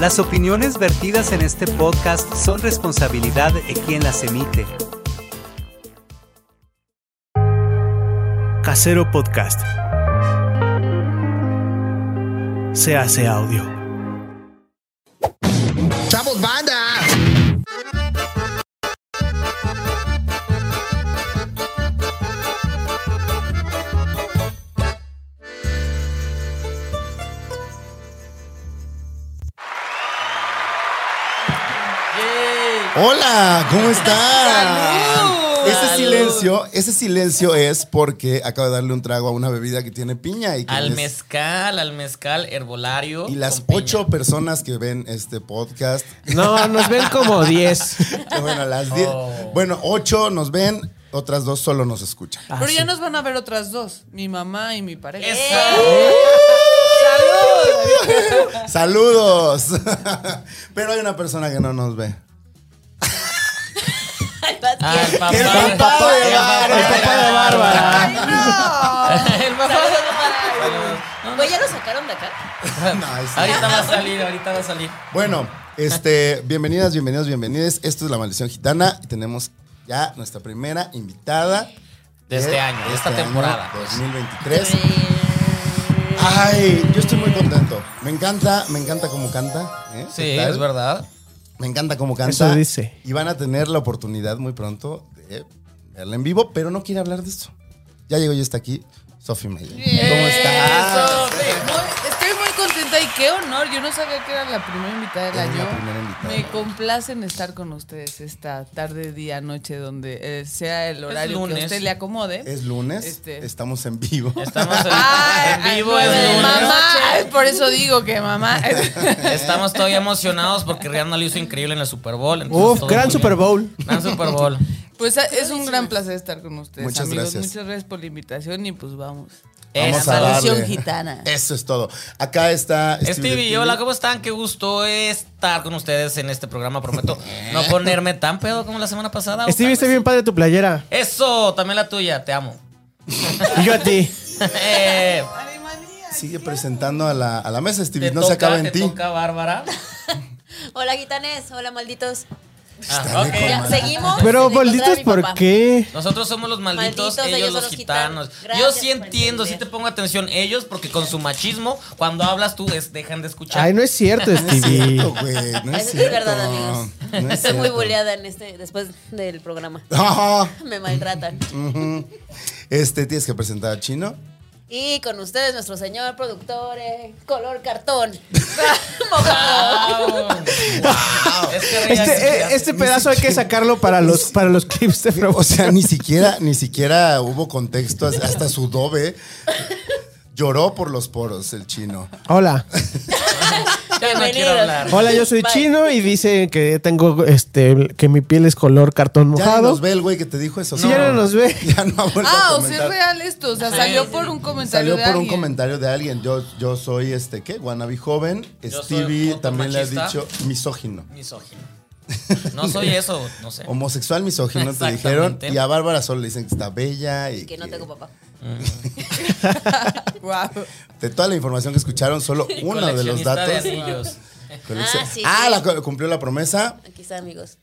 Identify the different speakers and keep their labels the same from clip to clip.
Speaker 1: Las opiniones vertidas en este podcast son responsabilidad de quien las emite.
Speaker 2: Casero Podcast. Se hace audio.
Speaker 3: ¡Somos banda!
Speaker 4: Hola, ¿cómo están? Ese silencio, ese silencio es porque acabo de darle un trago a una bebida que tiene piña y que
Speaker 5: Al
Speaker 4: es-
Speaker 5: mezcal, al mezcal herbolario.
Speaker 4: y las
Speaker 5: con piña.
Speaker 4: ocho personas que ven este podcast,
Speaker 6: No, nos ven como 10.
Speaker 4: que bueno, las diez,
Speaker 5: Oh.
Speaker 4: bueno, ocho nos ven, otras dos solo nos escuchan.
Speaker 5: Ah.
Speaker 7: Pero ya nos van a ver otras dos, mi mamá y mi pareja.
Speaker 5: ¡Eso!
Speaker 4: Saludos. Pero hay una persona que no nos ve.
Speaker 5: Ah, el papá.
Speaker 4: El papá de
Speaker 5: El
Speaker 4: Bárbara.
Speaker 5: papá de
Speaker 4: El papá de Bárbara.
Speaker 5: El papá.
Speaker 8: Güey, ¿ya lo sacaron de acá?
Speaker 4: No, es-
Speaker 5: Ahorita va a salir, ahorita va a salir.
Speaker 4: Bueno, este, bienvenidas, bienvenidos, bienvenides. Esto es La Maldición Gitana y tenemos ya nuestra primera invitada. ¿Eh?
Speaker 5: De este año, de esta temporada.
Speaker 4: 2023. Ay, yo estoy muy contento. Me encanta, me encanta cómo canta. ¿eh?
Speaker 5: Sí,
Speaker 4: ¿Qué tal?
Speaker 5: es verdad.
Speaker 4: Me encanta cómo canta.
Speaker 6: Eso dice.
Speaker 4: Y van a tener la oportunidad muy pronto de verla en vivo, pero no quiere hablar de esto. Ya llegó y está aquí, Sophie Mayer. ¿Cómo estás?
Speaker 7: Muy- Estoy Eh, muy contenta y qué honor. Yo no sabía que era la primera invitada del
Speaker 4: Eres
Speaker 7: año.
Speaker 4: la primera invitada.
Speaker 7: Me complacen estar con ustedes esta tarde, día, noche, donde eh, sea el horario que
Speaker 5: lunes.
Speaker 7: a usted le acomode.
Speaker 4: Es lunes,
Speaker 7: Este.
Speaker 4: estamos en vivo.
Speaker 5: Estamos en,
Speaker 7: Ay,
Speaker 5: en vivo,
Speaker 7: ay,
Speaker 5: es lunes.
Speaker 7: Mamá, ay, por eso digo que mamá.
Speaker 5: Estamos todavía emocionados porque Rihanna lo hizo increíble en el Super Bowl. entonces
Speaker 6: Uf,
Speaker 5: todo
Speaker 6: gran
Speaker 5: muy
Speaker 6: Super
Speaker 5: bien.
Speaker 6: Bowl.
Speaker 5: Gran Super Bowl.
Speaker 7: Pues eh, es un gran placer estar con ustedes,
Speaker 4: Muchas
Speaker 7: amigos.
Speaker 4: gracias.
Speaker 7: Muchas gracias por la invitación y pues vamos.
Speaker 4: Vamos a
Speaker 5: Esa-
Speaker 4: darle.
Speaker 8: Maldición gitana.
Speaker 4: Eso es todo. Acá está
Speaker 5: Stevie,
Speaker 4: Stevie.
Speaker 5: hola, ¿cómo están? Qué gusto estar con ustedes en este programa. Prometo no ponerme tan pedo como la semana pasada. o
Speaker 6: Stevie,
Speaker 5: tal
Speaker 6: está
Speaker 5: vez
Speaker 6: bien padre tu playera.
Speaker 5: Eso, también la tuya, te amo.
Speaker 6: Y yo a ti.
Speaker 5: Eh,
Speaker 4: Sigue presentando a la, a la mesa, Stevie.
Speaker 5: te
Speaker 4: No
Speaker 5: toca,
Speaker 4: se acaba en
Speaker 5: te
Speaker 4: ti.
Speaker 5: toca, Bárbara.
Speaker 8: Hola, gitanes. Hola, malditos.
Speaker 5: Ah,
Speaker 4: Está
Speaker 5: ok.
Speaker 4: bien,
Speaker 8: Ya,
Speaker 4: comadre.
Speaker 8: seguimos.
Speaker 6: Pero
Speaker 8: sin encontrar
Speaker 6: malditos,
Speaker 8: a mi
Speaker 6: ¿por
Speaker 8: papá.
Speaker 6: qué?
Speaker 5: Nosotros somos los malditos,
Speaker 8: Malditos,
Speaker 5: ellos, los, gitanos. Yo
Speaker 8: Gracias
Speaker 5: sí
Speaker 8: por
Speaker 5: entiendo, sí te
Speaker 8: entender.
Speaker 5: pongo atención ellos porque con su machismo, cuando hablas tú, es- dejan de escuchar.
Speaker 6: Ay, no es cierto,
Speaker 4: No es cierto,
Speaker 6: Stevie.
Speaker 4: güey. No es,
Speaker 8: Es, es
Speaker 4: cierto.
Speaker 8: verdad, amigos.
Speaker 4: No es
Speaker 8: Estoy muy
Speaker 4: cierto.
Speaker 8: boleada en este, después del programa.
Speaker 4: Ajá.
Speaker 8: Me maltratan.
Speaker 4: Ujú. Este, tienes que presentar a Chino.
Speaker 8: Y con ustedes, nuestro señor productor, eh, color cartón.
Speaker 5: Wow.
Speaker 8: Mojado.
Speaker 5: Es que Rihanna
Speaker 6: Este,
Speaker 5: sí
Speaker 6: eh,
Speaker 5: hace-
Speaker 6: este pedazo hay que sacarlo para los, para los clips de
Speaker 4: O
Speaker 6: promoción.
Speaker 4: sea, ni siquiera, ni siquiera hubo contexto. Hasta sudó, ve. Lloró por los poros el chino.
Speaker 6: Hola.
Speaker 5: ya no quiero
Speaker 8: Bienvenidos.
Speaker 5: hablar.
Speaker 6: Hola, yo soy
Speaker 8: Bye.
Speaker 6: chino y dice que tengo este que mi piel es color
Speaker 4: Ya
Speaker 6: cartón
Speaker 4: ni
Speaker 6: mojado.
Speaker 4: nos ve el güey que te dijo eso.
Speaker 6: Si ya no nos ve.
Speaker 4: Ya no ha vuelto a
Speaker 7: Ah, o sea,
Speaker 4: comentar.
Speaker 7: es real esto. O sea, salió por un comentario
Speaker 4: Salió
Speaker 7: de
Speaker 4: por un
Speaker 7: alguien.
Speaker 4: comentario de alguien. Yo, yo soy este, ¿qué? Wannabe joven.
Speaker 5: Yo soy
Speaker 4: Stevie
Speaker 5: joto
Speaker 4: también le ha
Speaker 5: machista.
Speaker 4: dicho misógino.
Speaker 5: Misógino. No soy eso, no sé.
Speaker 4: Homosexual misógino te dijeron.
Speaker 5: Exactamente.
Speaker 4: Y a Bárbara solo le dicen que está bella y
Speaker 8: que no tengo papá.
Speaker 7: Guau.
Speaker 4: De toda la información que escucharon, solo uno de los
Speaker 5: Coleccionista
Speaker 4: datos.
Speaker 5: de anillos.
Speaker 4: Coleccion-
Speaker 8: Ah, sí,
Speaker 4: Ah,
Speaker 8: sí.
Speaker 4: la co- cumplió la promesa.
Speaker 8: Aquí está, amigos.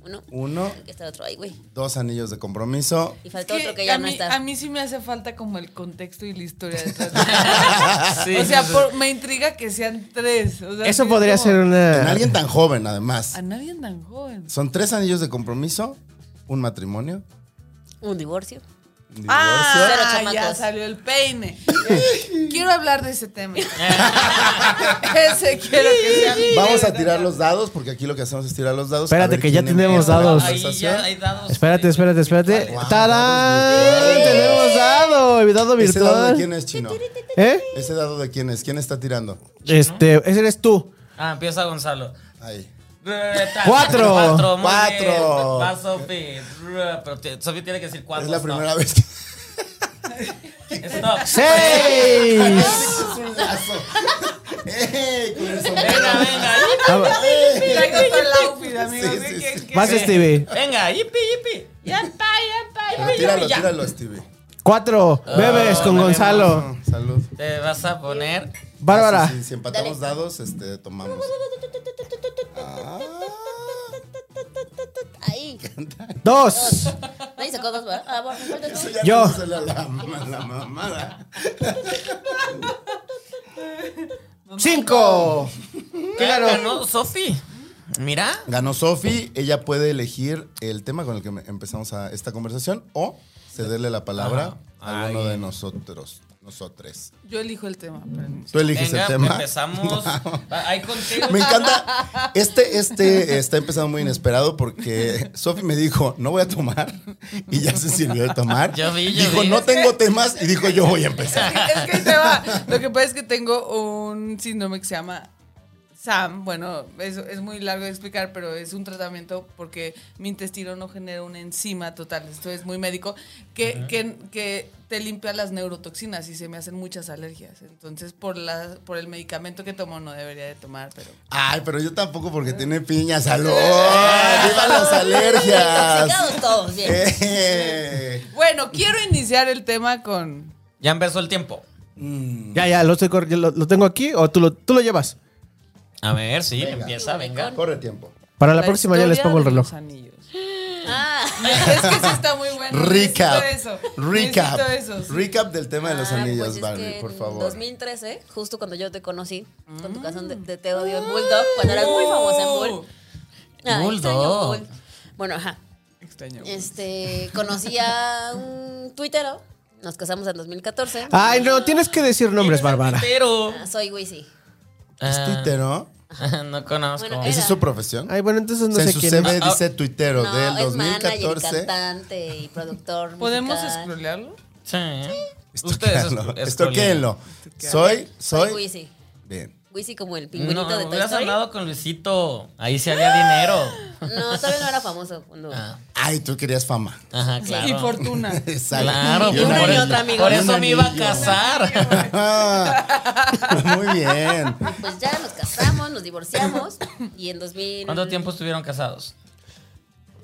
Speaker 8: Uno.
Speaker 4: Uno,
Speaker 8: Aquí está otro. Ay, güey.
Speaker 4: dos anillos de comproso.
Speaker 6: Eh.
Speaker 8: Y
Speaker 7: Es
Speaker 8: faltó otro que
Speaker 7: a
Speaker 8: ya no
Speaker 7: mí,
Speaker 8: está.
Speaker 7: a mí sí me hace falta como el contexto y la historia detrás de O sea, por- me intriga que sean tres. o sea,
Speaker 6: Eso
Speaker 7: sí,
Speaker 6: podría
Speaker 7: como-
Speaker 6: ser
Speaker 4: En
Speaker 6: una.
Speaker 4: alguien tan joven, además.
Speaker 7: A nadie tan joven.
Speaker 4: Son tres anillos de compromiso, un matrimonio,
Speaker 8: Un divorcio.
Speaker 4: un divorcio.
Speaker 8: Cero
Speaker 7: Ah,
Speaker 8: chamacos.
Speaker 7: ya salió el peine. Quiero hablar de ese tema. ese quiero que sea mi
Speaker 4: Vamos a
Speaker 7: tema.
Speaker 4: tirar los dados, porque aquí lo que hacemos es tirar los dados. a
Speaker 6: Espérate
Speaker 4: ver
Speaker 6: que ya
Speaker 4: quién
Speaker 6: tenemos
Speaker 4: empieza la
Speaker 6: dados.
Speaker 5: Ahí
Speaker 4: conversación.
Speaker 5: ya hay dados.
Speaker 6: Espérate, espérate, espérate.
Speaker 4: Wow,
Speaker 6: ¡Tarán!
Speaker 4: dados
Speaker 6: Tenemos dado, dado
Speaker 4: ¿Ese dado de
Speaker 6: virtual.
Speaker 4: quién es, Chino?
Speaker 6: ¿Eh?
Speaker 4: ¿Ese dado de quién es? ¿Quién está tirando?
Speaker 6: Este, ese eres tú.
Speaker 5: Ah, empieza Gonzalo.
Speaker 4: Ahí.
Speaker 6: Cuatro.
Speaker 5: Cuatro. muy
Speaker 4: Cuatro.
Speaker 5: bien. Va Sofi. Pero t- Sofi tiene que decir cuatro.
Speaker 4: Es la
Speaker 5: stop.
Speaker 4: primera vez que.
Speaker 5: Stop.
Speaker 6: ¡Seis!
Speaker 4: es un lazo. ¡Ey! Con el sombrero.
Speaker 5: Venga, venga.
Speaker 6: A ver,
Speaker 7: Traigo todo el outfit, amigo.
Speaker 4: Sí,
Speaker 7: ¿Qué-
Speaker 4: sí,
Speaker 7: qué-
Speaker 4: sí.
Speaker 7: qué-
Speaker 6: Más Stevie.
Speaker 5: Venga, yipi, yipi.
Speaker 8: Yampa, yampa,
Speaker 4: Pero
Speaker 8: yampa,
Speaker 4: tíralo,
Speaker 8: yampa, ya.
Speaker 4: tíralo, Stevie.
Speaker 6: Cuatro. Bebes con
Speaker 5: bebemos.
Speaker 6: Gonzalo.
Speaker 4: No, salud.
Speaker 5: Te vas a poner.
Speaker 6: Bárbara.
Speaker 4: Ah, sí, sí, si empatamos dados, este, tomamos. Ah,
Speaker 8: Ahí.
Speaker 6: Dos.
Speaker 8: Nadie sacó dos, ¿verdad? Ah, bueno, falta tú.
Speaker 4: eso ya
Speaker 6: Yo.
Speaker 4: no se la, la, la mamada.
Speaker 6: Cinco.
Speaker 5: Claro. Ganó Sofi. Mira.
Speaker 4: Ganó Sofi, ella puede elegir el tema con el que me- empezamos a esta conversación o cederle la palabra a alguno de nosotros, nosotres.
Speaker 7: Yo elijo el tema. espérame.
Speaker 4: Tú eliges
Speaker 5: Venga,
Speaker 4: el tema.
Speaker 5: empezamos. Ahí contigo.
Speaker 4: Me encanta. Este, este está empezando muy inesperado porque Sofi me dijo, no voy a tomar. Y ya se sirvió de tomar.
Speaker 5: Yo vi, yo
Speaker 4: dijo,
Speaker 5: vi.
Speaker 4: no tengo temas. Y dijo, yo voy a empezar.
Speaker 7: Es que ahí te va. Lo que pasa es que tengo un síndrome que se llama SAM. Bueno, es, es muy largo de explicar, pero es un tratamiento porque mi intestino no genera una enzima total. Esto es muy médico. Que, que, que te limpia las neurotoxinas y se me hacen muchas alergias. Entonces, por, la, por el medicamento que tomo, no debería de tomar, pero.
Speaker 4: Ay, pero yo tampoco porque tiene piña. ¡Salud! ¡Viva las alergias!
Speaker 8: Intoxicados todos, bien.
Speaker 4: Eh.
Speaker 7: Bueno, quiero iniciar el tema con.
Speaker 5: Ya empezó el tiempo.
Speaker 6: Ya, ya, lo, estoy cor- lo, lo tengo aquí o tú lo, tú lo llevas.
Speaker 5: A ver, sí,
Speaker 4: Venga.
Speaker 5: empieza, venga.
Speaker 4: Corre tiempo.
Speaker 6: Para la, próxima ya les
Speaker 7: historia
Speaker 6: pongo el
Speaker 7: de
Speaker 6: reloj.
Speaker 7: los anillos.
Speaker 8: Ah,
Speaker 7: Es que sí está muy bueno.
Speaker 4: Recap.
Speaker 7: Necesito eso.
Speaker 4: Recap.
Speaker 7: Necesito eso, sí.
Speaker 4: Recap del tema de los
Speaker 8: ah,
Speaker 4: anillos,
Speaker 8: pues es
Speaker 4: Barbie,
Speaker 8: que
Speaker 4: por
Speaker 8: en
Speaker 4: favor.
Speaker 8: 2013, justo cuando yo te conocí, con tu canción de, de Te odio en Bulldog, cuando eras muy famosa en Bull. Ah,
Speaker 5: Mm. Bulldog.
Speaker 8: extraño Bull. Bueno, ajá.
Speaker 7: Extraño.
Speaker 8: Este, conocí a un tuitero. Nos casamos en 2014.
Speaker 6: Ay, no, tienes que decir nombres, Bárbara.
Speaker 5: Pero.
Speaker 8: Ah, Soy Wisi.
Speaker 4: ¿Es tuitero?
Speaker 5: Ah, no conozco.
Speaker 8: Bueno,
Speaker 4: ¿Esa es su profesión?
Speaker 6: Ay, bueno, entonces no
Speaker 4: O sea, en
Speaker 6: sé
Speaker 4: su
Speaker 6: quién.
Speaker 4: CV
Speaker 5: Ah, ah.
Speaker 4: dice tuitero
Speaker 8: No,
Speaker 4: del
Speaker 8: es manager y
Speaker 4: 2014.
Speaker 8: cantante y productor.
Speaker 7: ¿Podemos
Speaker 8: musical.
Speaker 7: scrollearlo?
Speaker 5: Sí. Ustedes
Speaker 4: Estoquéalo,
Speaker 5: es-
Speaker 4: estoquéalo. Soy,
Speaker 8: Soy
Speaker 4: soy.
Speaker 8: Wisi.
Speaker 4: Bien.
Speaker 8: Wisi como el pingüinito
Speaker 5: No,
Speaker 8: de Toy
Speaker 5: hubieras
Speaker 8: Story.
Speaker 5: hablado con Luisito. Ahí sí había dinero.
Speaker 8: No, todavía no era famoso. cuando-
Speaker 5: Ah,
Speaker 4: Ay, tú querías fama.
Speaker 5: Ajá, claro.
Speaker 7: Y fortuna.
Speaker 4: Exacto.
Speaker 5: Claro,
Speaker 4: Y
Speaker 5: por,
Speaker 4: un
Speaker 8: una
Speaker 5: por
Speaker 8: y
Speaker 4: anillo.
Speaker 8: otra, amigo.
Speaker 5: por
Speaker 8: Y
Speaker 5: eso
Speaker 4: un
Speaker 5: me iba a
Speaker 4: anillo.
Speaker 5: casar.
Speaker 4: Ah, Muy bien.
Speaker 8: Pues ya nos casamos, nos divorciamos y en 2000...
Speaker 5: ¿Cuánto tiempo estuvieron casados?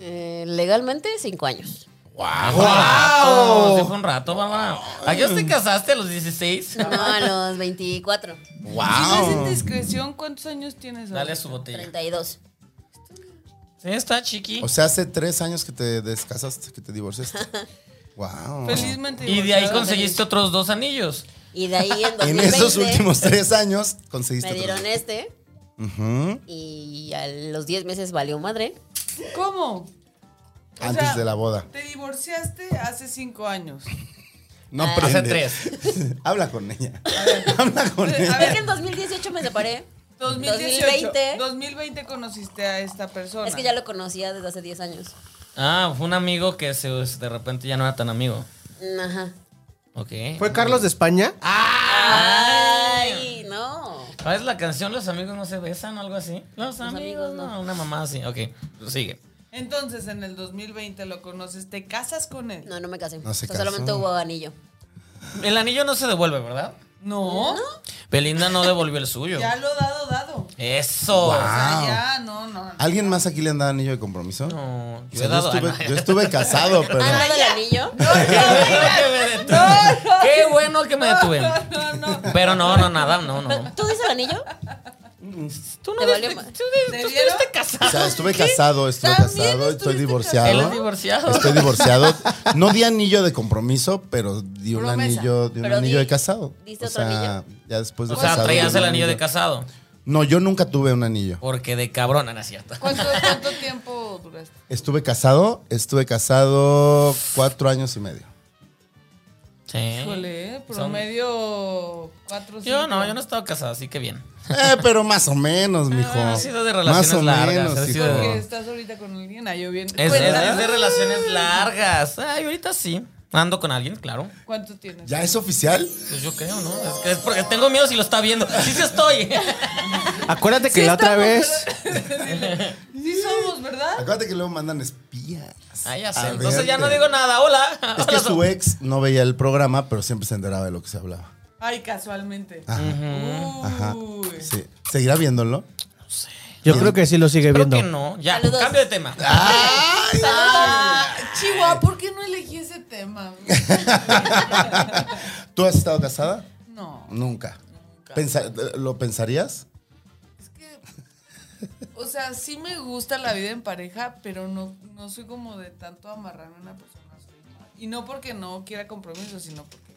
Speaker 8: Eh, legalmente, cinco años. Ah,
Speaker 5: ¡Wow! rato, sí fue un rato, mamá. ¿A qué hora te casaste a los 16?
Speaker 8: No, a los 24,
Speaker 7: Si no es
Speaker 4: Wow.
Speaker 7: indiscreción, ¿cuántos años tienes?
Speaker 5: Dale
Speaker 7: ahorita?
Speaker 5: su botella.
Speaker 8: 32.
Speaker 5: Sí, está chiqui.
Speaker 4: O sea, hace tres años que te descasaste, que te divorciaste. Wow.
Speaker 7: Felizmente.
Speaker 5: Y de ahí
Speaker 7: divorciado.
Speaker 5: conseguiste otros dos anillos.
Speaker 8: Y de ahí en 2020
Speaker 4: En esos últimos tres años conseguiste.
Speaker 8: me dieron
Speaker 4: otro.
Speaker 8: este
Speaker 4: Ujú.
Speaker 8: y a los 10 meses valió madre.
Speaker 7: ¿Cómo? O
Speaker 4: Antes
Speaker 7: sea,
Speaker 4: de la boda.
Speaker 7: Te divorciaste hace cinco años.
Speaker 4: No
Speaker 8: Ah.
Speaker 4: prende.
Speaker 5: Hace tres.
Speaker 4: Habla con ella. Habla con
Speaker 7: A
Speaker 4: ella.
Speaker 8: Es que en 2018 me separé.
Speaker 7: 2018.
Speaker 8: 2020.
Speaker 7: 2020 conociste a esta persona.
Speaker 8: Es que ya lo conocía desde hace 10 años.
Speaker 5: Ah, fue un amigo que se, de repente ya no era tan amigo.
Speaker 8: Ajá.
Speaker 5: Ok. Ah,
Speaker 6: ¿Fue Carlos de España?
Speaker 8: Ah. Ay, no.
Speaker 5: ¿Sabes Ah, la canción Los amigos no se besan o algo así? Los, amigos,
Speaker 8: amigos no.
Speaker 5: no. Una mamá así. Ok, sigue.
Speaker 7: Entonces, en el 2020 lo conoces, te casas con él.
Speaker 8: No, no me casé.
Speaker 4: No se
Speaker 8: O sea, solamente
Speaker 4: casó.
Speaker 8: hubo anillo.
Speaker 5: El anillo no se devuelve, ¿verdad?
Speaker 7: No,
Speaker 5: Belinda no devolvió el suyo.
Speaker 7: ya lo dado, dado.
Speaker 5: Eso.
Speaker 4: Wow.
Speaker 7: O sea, ya, no, no.
Speaker 4: ¿Alguien más aquí le han dado anillo de compromiso?
Speaker 5: No,
Speaker 4: O
Speaker 5: yo
Speaker 4: sea,
Speaker 5: he
Speaker 4: yo,
Speaker 5: dado.
Speaker 4: estuve, yo estuve casado, pero.
Speaker 8: ¿Han dado el Ah, anillo?
Speaker 5: Qué bueno que me detuve. Qué bueno que me detuve.
Speaker 7: No, no.
Speaker 5: Pero no, no, nada, no, no.
Speaker 8: Pero, ¿Tú dices el anillo?
Speaker 5: Tú
Speaker 8: Te
Speaker 5: no
Speaker 8: valió
Speaker 5: diste-
Speaker 8: ma-
Speaker 5: tú de- este
Speaker 7: ¿Te
Speaker 5: tú
Speaker 7: vieron?
Speaker 5: estuviste
Speaker 4: O
Speaker 5: casado.
Speaker 4: sea, estuve casado, estuve casado, estoy
Speaker 5: Él es
Speaker 4: divorciado.
Speaker 5: divorciado.
Speaker 4: Estoy divorciado. No di anillo de compromiso, pero di un
Speaker 7: Promesa.
Speaker 4: anillo, di un
Speaker 8: Pero
Speaker 4: anillo
Speaker 8: di-
Speaker 4: de casado.
Speaker 8: diste
Speaker 4: o
Speaker 8: otro
Speaker 4: sea, ya después de
Speaker 5: O sea,
Speaker 4: casado,
Speaker 5: traías
Speaker 4: di un
Speaker 5: el anillo de casado.
Speaker 4: No, yo nunca tuve un anillo.
Speaker 5: Porque de cabrona, no es cierto.
Speaker 7: ¿Cuánto, cuánto tiempo duraste?
Speaker 4: Estuve casado, estuve casado cuatro años y medio.
Speaker 5: Sí.
Speaker 7: Híjole,
Speaker 5: ¿Eh?
Speaker 7: ¿eh?
Speaker 5: Son-
Speaker 7: promedio cuatro
Speaker 5: Yo
Speaker 7: cinco.
Speaker 5: no, yo no he estado casado, así que bien.
Speaker 4: Eh, pero más o menos, mijo.
Speaker 5: Ah, ha sido de relaciones largas, ha sido
Speaker 4: hijo.
Speaker 7: Porque estás ahorita con alguien, ah, yo bien.
Speaker 5: Es, es-
Speaker 7: Cuéntame.
Speaker 5: es de relaciones largas. Ay, ahorita sí. Ando con alguien, claro.
Speaker 7: ¿Cuánto tienes?
Speaker 4: ¿Ya es oficial?
Speaker 5: Pues yo creo, ¿no? Es que es porque tengo miedo si lo está viendo. Sí, sí estoy.
Speaker 6: Acuérdate que la otra vez.
Speaker 7: Sí somos, ¿verdad?
Speaker 4: Acuérdate que luego mandan espías.
Speaker 5: Ah, ya sé.
Speaker 4: A
Speaker 5: Entonces ya
Speaker 4: verte.
Speaker 5: no
Speaker 6: eh,
Speaker 5: digo nada. Hola.
Speaker 4: Es que
Speaker 5: Hola,
Speaker 4: su ex no veía el programa, pero siempre se enteraba de lo que se hablaba.
Speaker 7: Ay, casualmente.
Speaker 4: Ajá. Ajá.
Speaker 7: Uy.
Speaker 4: Sí. ¿Seguirá viéndolo?
Speaker 6: Yo creo que sí lo sigue
Speaker 5: Creo
Speaker 6: viendo.
Speaker 5: que no. Ya,
Speaker 8: Saludos.
Speaker 5: cambio de tema.
Speaker 4: ¡Ay!
Speaker 7: Ah, Chihuahua, ¿por qué no elegí ese tema?
Speaker 4: ¿Tú has estado casada?
Speaker 7: No,
Speaker 4: Nunca. Pensa- ¿Lo pensarías?
Speaker 7: es que. O sea, sí me gusta la vida en pareja, pero no, no soy como de tanto amarrarme a una persona. soy más- Y no porque no quiera compromiso, sino porque.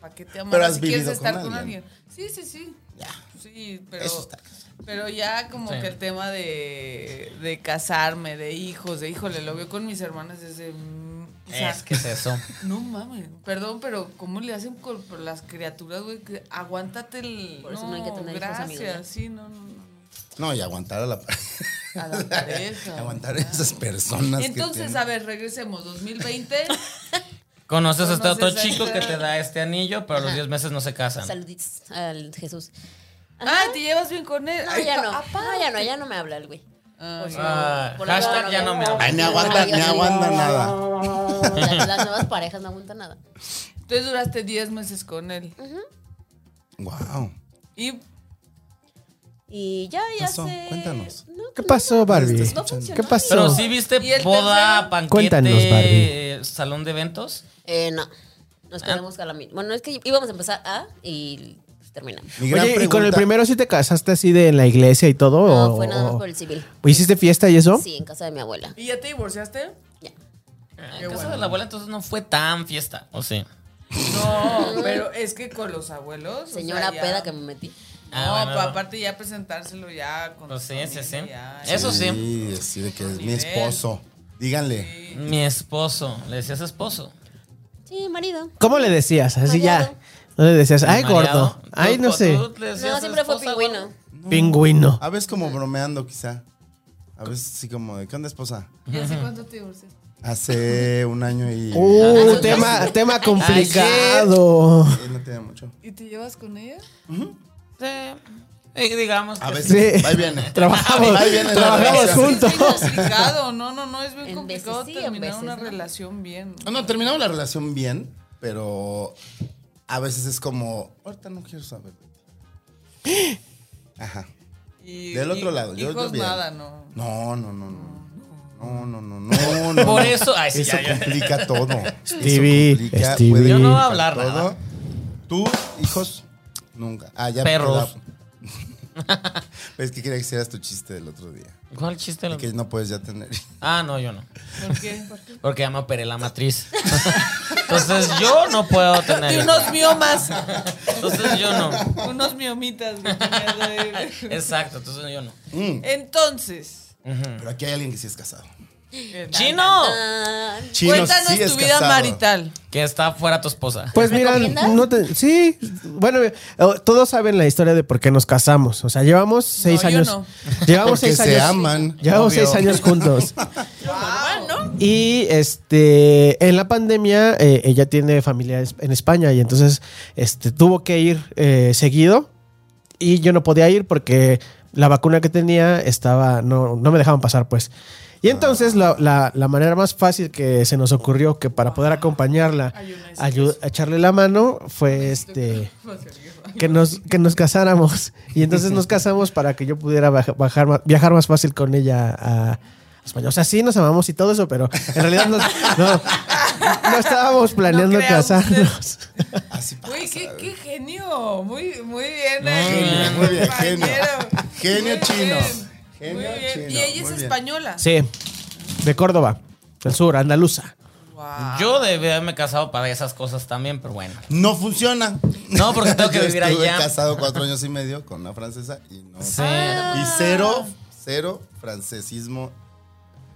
Speaker 7: ¿Para qué te amarras
Speaker 4: Pero has
Speaker 7: si quieres
Speaker 4: vivido
Speaker 7: estar
Speaker 4: con
Speaker 7: con alguien?
Speaker 4: alguien.
Speaker 7: Sí, sí, sí.
Speaker 4: Ya.
Speaker 7: Sí, pero.
Speaker 4: Eso está.
Speaker 7: Pero ya como
Speaker 5: Sí.
Speaker 7: que el tema de, de casarme, de hijos, de híjole, lo veo con mis hermanas desde. mm, o sea,
Speaker 5: Es que es eso.
Speaker 7: No mames, perdón, pero ¿cómo le hacen con con las criaturas, güey? Que Aguántate el.
Speaker 8: Por eso no hay que tener hijos,
Speaker 7: gracias,
Speaker 8: amigo, ¿no?
Speaker 7: sí, no, no, no.
Speaker 4: No, y aguantar a la
Speaker 7: A la pareja.
Speaker 4: aguantar a esas personas. que
Speaker 7: Entonces,
Speaker 4: tienen-
Speaker 7: a ver, regresemos. 2020.
Speaker 5: Conoces a este
Speaker 7: Conoces
Speaker 5: otro
Speaker 7: a
Speaker 5: chico
Speaker 7: esta-
Speaker 5: que te da este anillo, pero a los 10 meses no se casan.
Speaker 8: Saluditos al Jesús.
Speaker 7: ah, ¿te llevas bien con él?
Speaker 8: No,
Speaker 7: Ay,
Speaker 8: ya
Speaker 7: pa-
Speaker 8: no.
Speaker 7: apá.
Speaker 8: No, ya no, ya no me habla el güey.
Speaker 7: Ah,
Speaker 8: Por si-
Speaker 5: Ah,
Speaker 8: por la-
Speaker 5: hashtag ya no me habla.
Speaker 4: Ay, ni aguanta, ni aguanta nada.
Speaker 8: Las, las nuevas parejas no aguantan nada.
Speaker 7: Entonces duraste 10 meses con él.
Speaker 4: Wow.
Speaker 7: Y
Speaker 8: Y ya, ya
Speaker 4: Pasó,
Speaker 8: sé.
Speaker 4: cuéntanos.
Speaker 8: No,
Speaker 6: ¿Qué
Speaker 8: no,
Speaker 6: pasó, Barbie?
Speaker 8: no funcionó.
Speaker 6: ¿Qué pasó?
Speaker 5: Pero sí viste
Speaker 7: ¿Y el
Speaker 5: boda,
Speaker 7: tercero?
Speaker 5: panquete,
Speaker 6: Cuéntanos, Barbie.
Speaker 5: eh, salón de eventos.
Speaker 8: Eh, no. Nos quedamos a la misma. Bueno, es que íbamos a empezar a y pues, terminamos.
Speaker 4: Mi gran
Speaker 6: Oye, ¿y con el
Speaker 4: pregunta-
Speaker 6: primero sí te casaste así de en la iglesia y todo?
Speaker 8: No,
Speaker 5: Oh,
Speaker 6: o-
Speaker 8: fue nada más
Speaker 6: o-
Speaker 8: por el civil.
Speaker 6: ¿Hiciste fiesta y eso?
Speaker 8: Sí, en casa de mi abuela.
Speaker 7: ¿Y ya te divorciaste?
Speaker 8: Ya.
Speaker 5: En casa de la abuela entonces no fue tan fiesta, ¿o sí?
Speaker 7: No, pero es que con los abuelos. o
Speaker 8: Señora
Speaker 7: sea, ya-
Speaker 8: peda que me metí.
Speaker 5: Ah,
Speaker 7: no,
Speaker 5: bueno,
Speaker 7: pa-
Speaker 5: no.
Speaker 7: aparte ya presentárselo ya con
Speaker 5: Pues
Speaker 7: su
Speaker 5: sí, sí,
Speaker 7: familia,
Speaker 5: sí.
Speaker 7: ya, ya.
Speaker 5: Eso sí.
Speaker 4: Sí, así de que es mi esposo. Díganle.
Speaker 5: Mi esposo. Le decías esposo.
Speaker 8: Sí, marido.
Speaker 6: ¿Cómo le decías? Así ya.
Speaker 8: Mareado.
Speaker 6: No le decías, ay,
Speaker 5: Mareado.
Speaker 6: gordo. Ay,
Speaker 5: ¿Tú-
Speaker 6: no
Speaker 5: tú-
Speaker 6: sé.
Speaker 5: tú le decías
Speaker 8: No, siempre fue
Speaker 5: esposa,
Speaker 8: pingüino.
Speaker 6: Pingüino.
Speaker 4: A veces como bromeando, quizá. A veces sí como de, ¿qué onda, esposa?
Speaker 7: ¿Y hace cuánto te divorciaste?
Speaker 4: Hace un año y...
Speaker 6: Uh,
Speaker 8: Ah,
Speaker 6: tema,
Speaker 8: sí.
Speaker 6: tema complicado.
Speaker 4: y no tiene mucho.
Speaker 7: ¿Y te llevas con ella?
Speaker 5: Eh, digamos. que
Speaker 4: A
Speaker 5: sí.
Speaker 4: veces.
Speaker 6: Sí.
Speaker 4: Ahí viene.
Speaker 6: Trabajamos,
Speaker 4: Ahí viene la
Speaker 6: trabajamos
Speaker 4: relación.
Speaker 6: juntos.
Speaker 7: Pues Es bien complicado, no, no, no, es bien
Speaker 8: En
Speaker 7: complicado
Speaker 8: veces sí, en
Speaker 7: terminar
Speaker 8: veces
Speaker 7: una
Speaker 8: no.
Speaker 7: relación bien.
Speaker 4: No, no, terminamos la relación bien, pero a veces es como, ahorita no quiero saber. Ajá.
Speaker 7: Y-
Speaker 4: Del
Speaker 7: y-
Speaker 4: otro lado, yo- yo
Speaker 7: hijos
Speaker 4: bien.
Speaker 7: nada, no.
Speaker 4: No, no, no, no. No, no, no, no. no.
Speaker 5: Por eso- ay, sí,
Speaker 4: eso
Speaker 5: ya, ya.
Speaker 4: complica todo.
Speaker 6: Stevie,
Speaker 4: Eso complica,
Speaker 6: Stevie.
Speaker 4: puede
Speaker 6: Yo no voy
Speaker 5: a
Speaker 4: complicar
Speaker 5: hablar nada.
Speaker 4: Tú, hijos, nunca. Ah, ya.
Speaker 5: Perros.
Speaker 4: queda- es que quería que hicieras tu chiste del otro día.
Speaker 5: ¿Cuál chiste?
Speaker 4: De que no puedes ya tener.
Speaker 5: Ah, no, yo no.
Speaker 7: ¿Por qué?
Speaker 5: Porque ya me operé la matriz. Entonces yo no puedo tener.
Speaker 7: Y unos miomas,
Speaker 5: Entonces yo no.
Speaker 7: unos miomitas. güey, tenías ahí.
Speaker 5: Exacto, entonces yo no.
Speaker 7: Eh,
Speaker 4: Mm,
Speaker 7: Entonces,
Speaker 4: pero aquí hay alguien que sí es casado.
Speaker 5: ¡Chino!
Speaker 8: Ah,
Speaker 4: Chino
Speaker 7: cuéntanos
Speaker 4: sí es
Speaker 7: tu vida
Speaker 4: casado.
Speaker 7: marital.
Speaker 5: Que está fuera tu esposa.
Speaker 6: Pues mira,
Speaker 8: ¿Recomiendas?
Speaker 6: no te- sí, bueno, eh, todos saben la historia de por qué nos casamos. O sea, llevamos seis
Speaker 7: yo
Speaker 6: años.
Speaker 7: no.
Speaker 6: Llevamos
Speaker 4: Porque
Speaker 6: seis
Speaker 4: se
Speaker 6: años.
Speaker 4: aman.
Speaker 6: Llevamos
Speaker 5: Obvio.
Speaker 6: seis años juntos.
Speaker 7: Ah, ¿no?
Speaker 6: Y este en la pandemia eh, ella tiene familia es- en España y entonces este tuvo que ir eh, seguido y yo no podía ir porque la vacuna que tenía estaba no no me dejaban pasar pues. Y entonces la, la- la manera más fácil que se nos ocurrió que para poder acompañarla, ayu- echarle la mano fue este que nos que nos casáramos y entonces nos casamos para que yo pudiera baja- bajar ma- viajar más fácil con ella a España. O sea, sí nos amamos y todo eso, pero en realidad nos- no, no estábamos planeando
Speaker 7: crea
Speaker 6: casarnos.
Speaker 4: Así pasa.
Speaker 7: Güey, qué, qué genio. Muy, muy bien.
Speaker 4: Genio,
Speaker 7: ahí,
Speaker 4: muy bien, genio.
Speaker 7: compañero.
Speaker 4: Genio
Speaker 7: Muy
Speaker 4: chino.
Speaker 7: bien,
Speaker 4: Genio
Speaker 7: muy bien.
Speaker 4: chino.
Speaker 7: Y ella es
Speaker 4: muy bien.
Speaker 7: española.
Speaker 6: Sí, de Córdoba, del sur, andaluza.
Speaker 7: Wow.
Speaker 5: Yo debí haberme casado para esas cosas también, pero bueno.
Speaker 4: No funciona.
Speaker 5: No, porque tengo que
Speaker 4: Yo
Speaker 5: vivir
Speaker 4: estuve
Speaker 5: allá.
Speaker 4: casado cuatro años y medio con una francesa y no.
Speaker 5: Sí.
Speaker 4: Y cero, cero francesismo.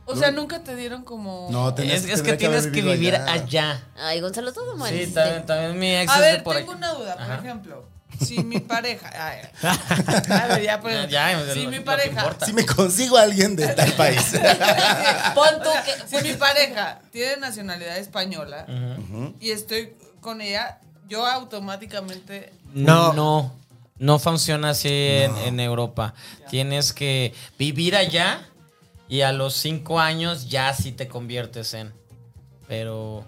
Speaker 7: O sea, nunca te dieron como.
Speaker 4: No, tenías-
Speaker 5: es, es que
Speaker 4: tendría haber
Speaker 5: tienes que
Speaker 4: vivido
Speaker 5: vivir allá.
Speaker 8: Ay, Gonzalo, todo mal. Este, Pues
Speaker 5: Sí, también, también mi ex
Speaker 7: A
Speaker 5: es de
Speaker 7: ver,
Speaker 5: por
Speaker 7: tengo
Speaker 5: aquí.
Speaker 7: una duda, por ejemplo. Si mi pareja. Ay, ay. Claro, ya, pues,
Speaker 5: Ya,
Speaker 7: si
Speaker 5: lo-
Speaker 7: mi
Speaker 5: lo que
Speaker 7: pareja.
Speaker 5: importa.
Speaker 4: Si me consigo a alguien de tal país.
Speaker 8: Pon tú que.
Speaker 7: Si mi pareja tiene nacionalidad española y estoy con ella, yo automáticamente.
Speaker 5: No. No, no funciona así en, en Europa. Tienes que vivir allá y a los cinco años ya sí te conviertes en. Pero,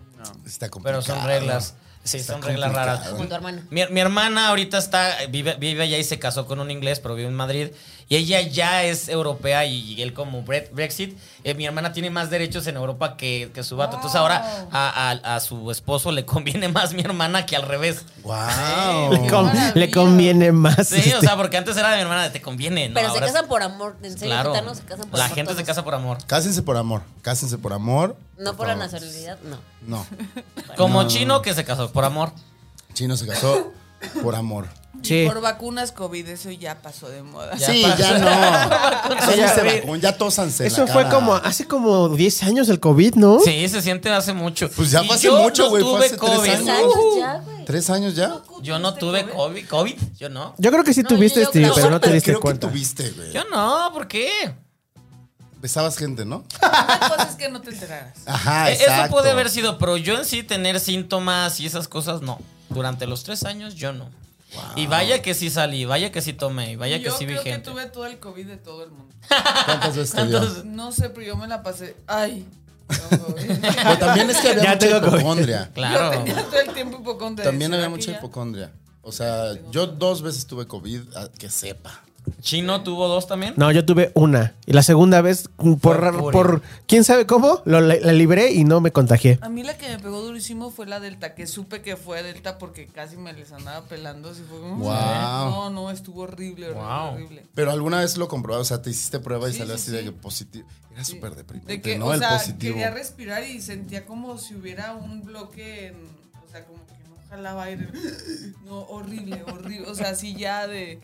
Speaker 4: Está complicado.
Speaker 5: pero son reglas. Sí, son reglas raras.
Speaker 8: Con tu hermana.
Speaker 5: Mi, mi hermana ahorita está, vive, vive allá y se casó con un inglés, pero vive en Madrid. Y ella ya es europea y, y él como Bre- Brexit. eh, mi hermana tiene más derechos en Europa que, que su vato. Entonces ahora a, a- a su esposo le conviene más mi hermana que al revés.
Speaker 4: Wow.
Speaker 6: Le, con-
Speaker 7: maravilla.
Speaker 6: le conviene más.
Speaker 5: Sí,
Speaker 6: este,
Speaker 5: o sea, porque antes era de mi hermana, te conviene. ¿no?
Speaker 8: Pero se
Speaker 5: Ahora-
Speaker 8: casan por amor. En serio,
Speaker 5: Claro.
Speaker 8: gitanos se casan por
Speaker 5: la
Speaker 8: amor
Speaker 5: gente se
Speaker 8: todos.
Speaker 5: casa por amor.
Speaker 4: Cásense por amor. Cásense por amor.
Speaker 8: No por la
Speaker 4: favor.
Speaker 8: nacionalidad, no.
Speaker 4: No.
Speaker 5: Como chino que se casó por amor.
Speaker 4: Chino se casó por amor.
Speaker 6: sí.
Speaker 7: Por vacunas COVID, eso ya pasó de moda.
Speaker 5: Ya
Speaker 4: sí,
Speaker 5: pasó.
Speaker 4: ya no. Eso
Speaker 6: Ya,
Speaker 4: ya, se
Speaker 6: güey.
Speaker 4: vacun- ya tósanse en la
Speaker 6: Eso fue
Speaker 4: cara.
Speaker 6: como hace como 10 años el COVID, ¿no?
Speaker 5: Sí, se siente hace mucho.
Speaker 4: Pues ya
Speaker 5: Y
Speaker 4: fue hace
Speaker 5: yo
Speaker 4: mucho,
Speaker 5: no
Speaker 4: güey, fue
Speaker 5: tuve
Speaker 4: hace tres
Speaker 5: COVID.
Speaker 4: años.
Speaker 8: Tres años ya, güey.
Speaker 4: ¿Tres años ya?
Speaker 5: Yo no tuve COVID. ¿COVID? Yo no.
Speaker 6: Yo creo que sí
Speaker 8: No,
Speaker 6: tuviste,
Speaker 8: yo- yo
Speaker 6: Stevie,
Speaker 8: creo-
Speaker 6: pero no te
Speaker 4: Pero
Speaker 6: diste
Speaker 4: creo
Speaker 6: cuenta.
Speaker 4: que tuviste, güey.
Speaker 5: Yo no, ¿por qué?
Speaker 4: Besabas gente, ¿no?
Speaker 7: Una cosa Ah, pues es que no te enteraras.
Speaker 4: Ajá, Ah,
Speaker 5: E-
Speaker 4: exacto.
Speaker 5: Eso puede haber sido, pero yo en sí tener síntomas y esas cosas, no. Durante los tres años, yo no. Y vaya que sí salí, vaya que sí tomé, y vaya que
Speaker 7: yo
Speaker 5: sí vi
Speaker 7: creo que
Speaker 5: gente.
Speaker 7: tuve todo el COVID de todo el mundo.
Speaker 4: ¿Cuántas veces te dio?
Speaker 5: ¿Cuántos?
Speaker 7: No sé, pero yo me la pasé. Ay. tengo COVID.
Speaker 4: Pero también es que había
Speaker 6: Ya
Speaker 4: mucha
Speaker 6: tengo COVID.
Speaker 4: hipocondria.
Speaker 7: Yo
Speaker 5: Claro.
Speaker 7: tenía todo el tiempo hipocondria.
Speaker 4: También
Speaker 7: Decía,
Speaker 4: había
Speaker 7: Pues, "Aquí
Speaker 4: mucha
Speaker 7: ya".
Speaker 4: hipocondria. O sea, yo dos veces tuve COVID, ah, que sepa.
Speaker 5: ¿Chino tuvo dos también?
Speaker 6: No, yo tuve una. Y la segunda vez, mm, por,
Speaker 5: Por-
Speaker 6: por, quién sabe cómo, lo- la, la libré y no me contagié.
Speaker 7: A mí la que me pegó durísimo fue la Delta, que supe que fue Delta porque casi me les andaba pelando. Así fue como,
Speaker 4: Guau.
Speaker 7: No, no, estuvo horrible, horrible,
Speaker 5: Guau.
Speaker 7: horrible.
Speaker 4: Pero alguna vez lo comprobaba, o sea, te hiciste prueba y
Speaker 7: Sí,
Speaker 4: salió
Speaker 7: sí,
Speaker 4: así de
Speaker 7: sí.
Speaker 4: que positivo. Era súper deprimente,
Speaker 7: De que,
Speaker 4: ¿no?
Speaker 7: o
Speaker 4: El
Speaker 7: sea,
Speaker 4: positivo.
Speaker 7: quería respirar y sentía como si hubiera un bloque en- O sea, como que no jalaba aire. No, horrible, horrible. O sea, así ya de...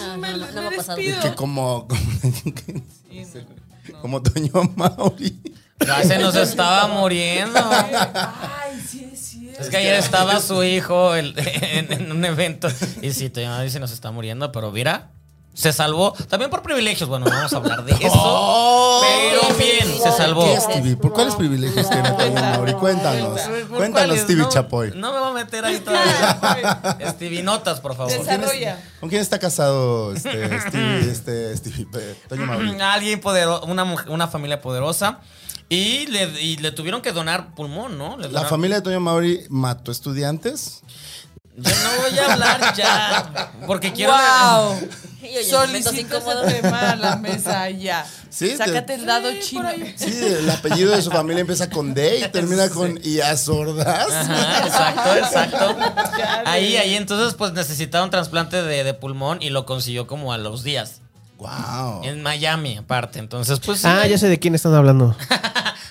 Speaker 8: No,
Speaker 7: me,
Speaker 8: no, no, no
Speaker 7: me
Speaker 8: me ha pasado.
Speaker 7: despido.
Speaker 4: Que como, como,
Speaker 7: Sí, no, no.
Speaker 4: como Toño Mauri.
Speaker 5: Ya se nos estaba muriendo.
Speaker 7: Ay, sí, es cierto.
Speaker 5: Es que ayer estaba su hijo el- en, en un evento. Y sí, te llamaron y se nos está muriendo, pero mira, se salvó. También por privilegios. Bueno, no vamos a hablar de eso.
Speaker 4: ¡Oh!
Speaker 5: Pero bien, se salvó.
Speaker 4: ¿Qué, Stevie? ¿Por cuáles privilegios tiene Toño Mauri? Cuéntanos.
Speaker 5: Este, ¿Por
Speaker 4: Cuéntanos,
Speaker 5: cuáles?
Speaker 4: Stevie
Speaker 5: No-
Speaker 4: Chapoy.
Speaker 5: No me voy a meter ahí todavía. Stevie, notas, por favor.
Speaker 7: Desa- Desarrolla.
Speaker 4: ¿Con quién está casado este, Stevie, este, Stevie, eh, Toño
Speaker 5: Mm,
Speaker 4: Mauri?
Speaker 5: Alguien poderoso, una, mujer- una familia poderosa. Y le, y le tuvieron que donar pulmón, ¿no? Le
Speaker 4: La
Speaker 5: donaron-
Speaker 4: familia de Toño Mauri mató estudiantes.
Speaker 5: Yo no voy a hablar ya. Porque quiero.
Speaker 7: ¡Wow!
Speaker 8: Y oye, momentos
Speaker 7: Solicito
Speaker 8: incómodos.
Speaker 7: ese tema a la mesa ya.
Speaker 4: Sí, te-
Speaker 7: Sácate el dado chino.
Speaker 4: Sí, el apellido de su familia empieza con D y termina con Iazordas.
Speaker 5: Ajá, exacto, exacto.
Speaker 8: Ah,
Speaker 7: Chale.
Speaker 5: Ahí, ahí, entonces, pues necesitaba un trasplante de, de pulmón y lo consiguió como a los días.
Speaker 4: Wow.
Speaker 5: En Miami, aparte. Entonces, pues. sí,
Speaker 6: Ah,
Speaker 5: hay,
Speaker 6: ya sé de quién están hablando.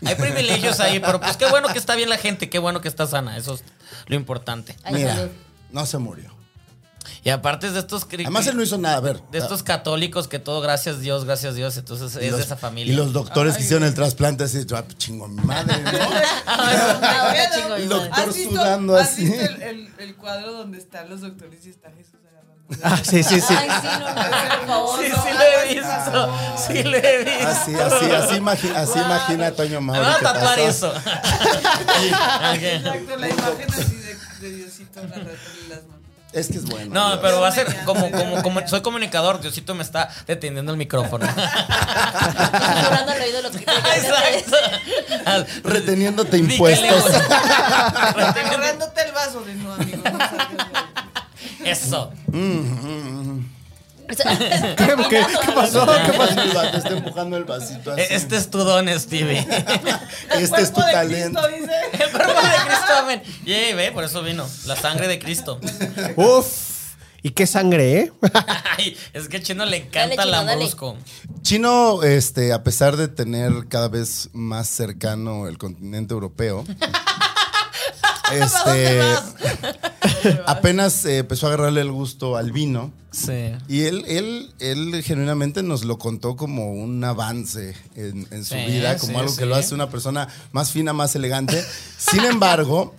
Speaker 5: hay privilegios ahí, pero pues qué bueno que está bien la gente, qué bueno que está sana. Eso es lo importante.
Speaker 8: Ay,
Speaker 4: Mira,
Speaker 8: salud.
Speaker 4: no se murió.
Speaker 5: Y aparte es de estos cri-
Speaker 4: Además él no hizo nada, a ver.
Speaker 5: de estos católicos que todo gracias Dios, gracias Dios, entonces
Speaker 4: y
Speaker 5: es
Speaker 4: los-
Speaker 5: de esa familia.
Speaker 4: Y los doctores que hicieron el trasplante así, ah, chingo mi madre, ¿no?
Speaker 8: Ah, ahora chingo mi
Speaker 4: El
Speaker 8: madre.
Speaker 4: doctor sudando
Speaker 7: has
Speaker 4: así.
Speaker 7: visto el, el- el cuadro donde están los doctores y está Jesús agarrando?
Speaker 6: Ah, sí, sí, sí.
Speaker 8: Ay, sí, no, no, por favor.
Speaker 5: Sí,
Speaker 8: no.
Speaker 5: sí lo he visto. Sí lo he visto.
Speaker 4: Así, así, así, imagi- así imagina a Toño
Speaker 5: Me
Speaker 4: Mauri.
Speaker 5: van a
Speaker 4: que
Speaker 5: tatuar
Speaker 4: pasó.
Speaker 5: eso. Ok.
Speaker 7: Exacto, la imagen así de, de Diosito agarrándole las manos.
Speaker 4: Es que es bueno.
Speaker 5: No,
Speaker 4: Dios.
Speaker 5: pero va a ser como, como, como soy comunicador, Diosito me está deteniendo el micrófono.
Speaker 8: Susurrando al oído lo que te
Speaker 5: Exacto. Al-
Speaker 4: Reteniéndote
Speaker 5: Di que
Speaker 4: impuestos.
Speaker 5: le- Reteniendo-
Speaker 7: Agarrándote el vaso de no, amigo. no salgas de ahí".
Speaker 5: Eso. mm,
Speaker 8: ¿Qué,
Speaker 6: qué- qué pasó?
Speaker 4: ¿Qué pasa? El vato está empujando el vasito así.
Speaker 5: E- Este es tu don, Stevie.
Speaker 4: Este es tu
Speaker 7: Cuerpo de
Speaker 4: talento.
Speaker 7: Cristo, dice.
Speaker 5: El cuerpo de Cristo, amén. Yay, ve, por eso vino. La sangre de Cristo.
Speaker 6: Uf. Y qué sangre, ¿eh?
Speaker 5: Ay, es que Chino le encanta
Speaker 8: Dale, Chino,
Speaker 5: la
Speaker 8: dale.
Speaker 5: molusco.
Speaker 4: Chino, este, a pesar de tener cada vez más cercano el continente europeo, este, apenas eh, empezó a agarrarle el gusto al vino.
Speaker 5: Sí.
Speaker 4: Y él, él, él genuinamente nos lo contó como un avance en, en su
Speaker 5: Sí,
Speaker 4: vida, como
Speaker 5: sí,
Speaker 4: algo
Speaker 5: sí.
Speaker 4: que lo hace una persona más fina, más elegante. Sin embargo,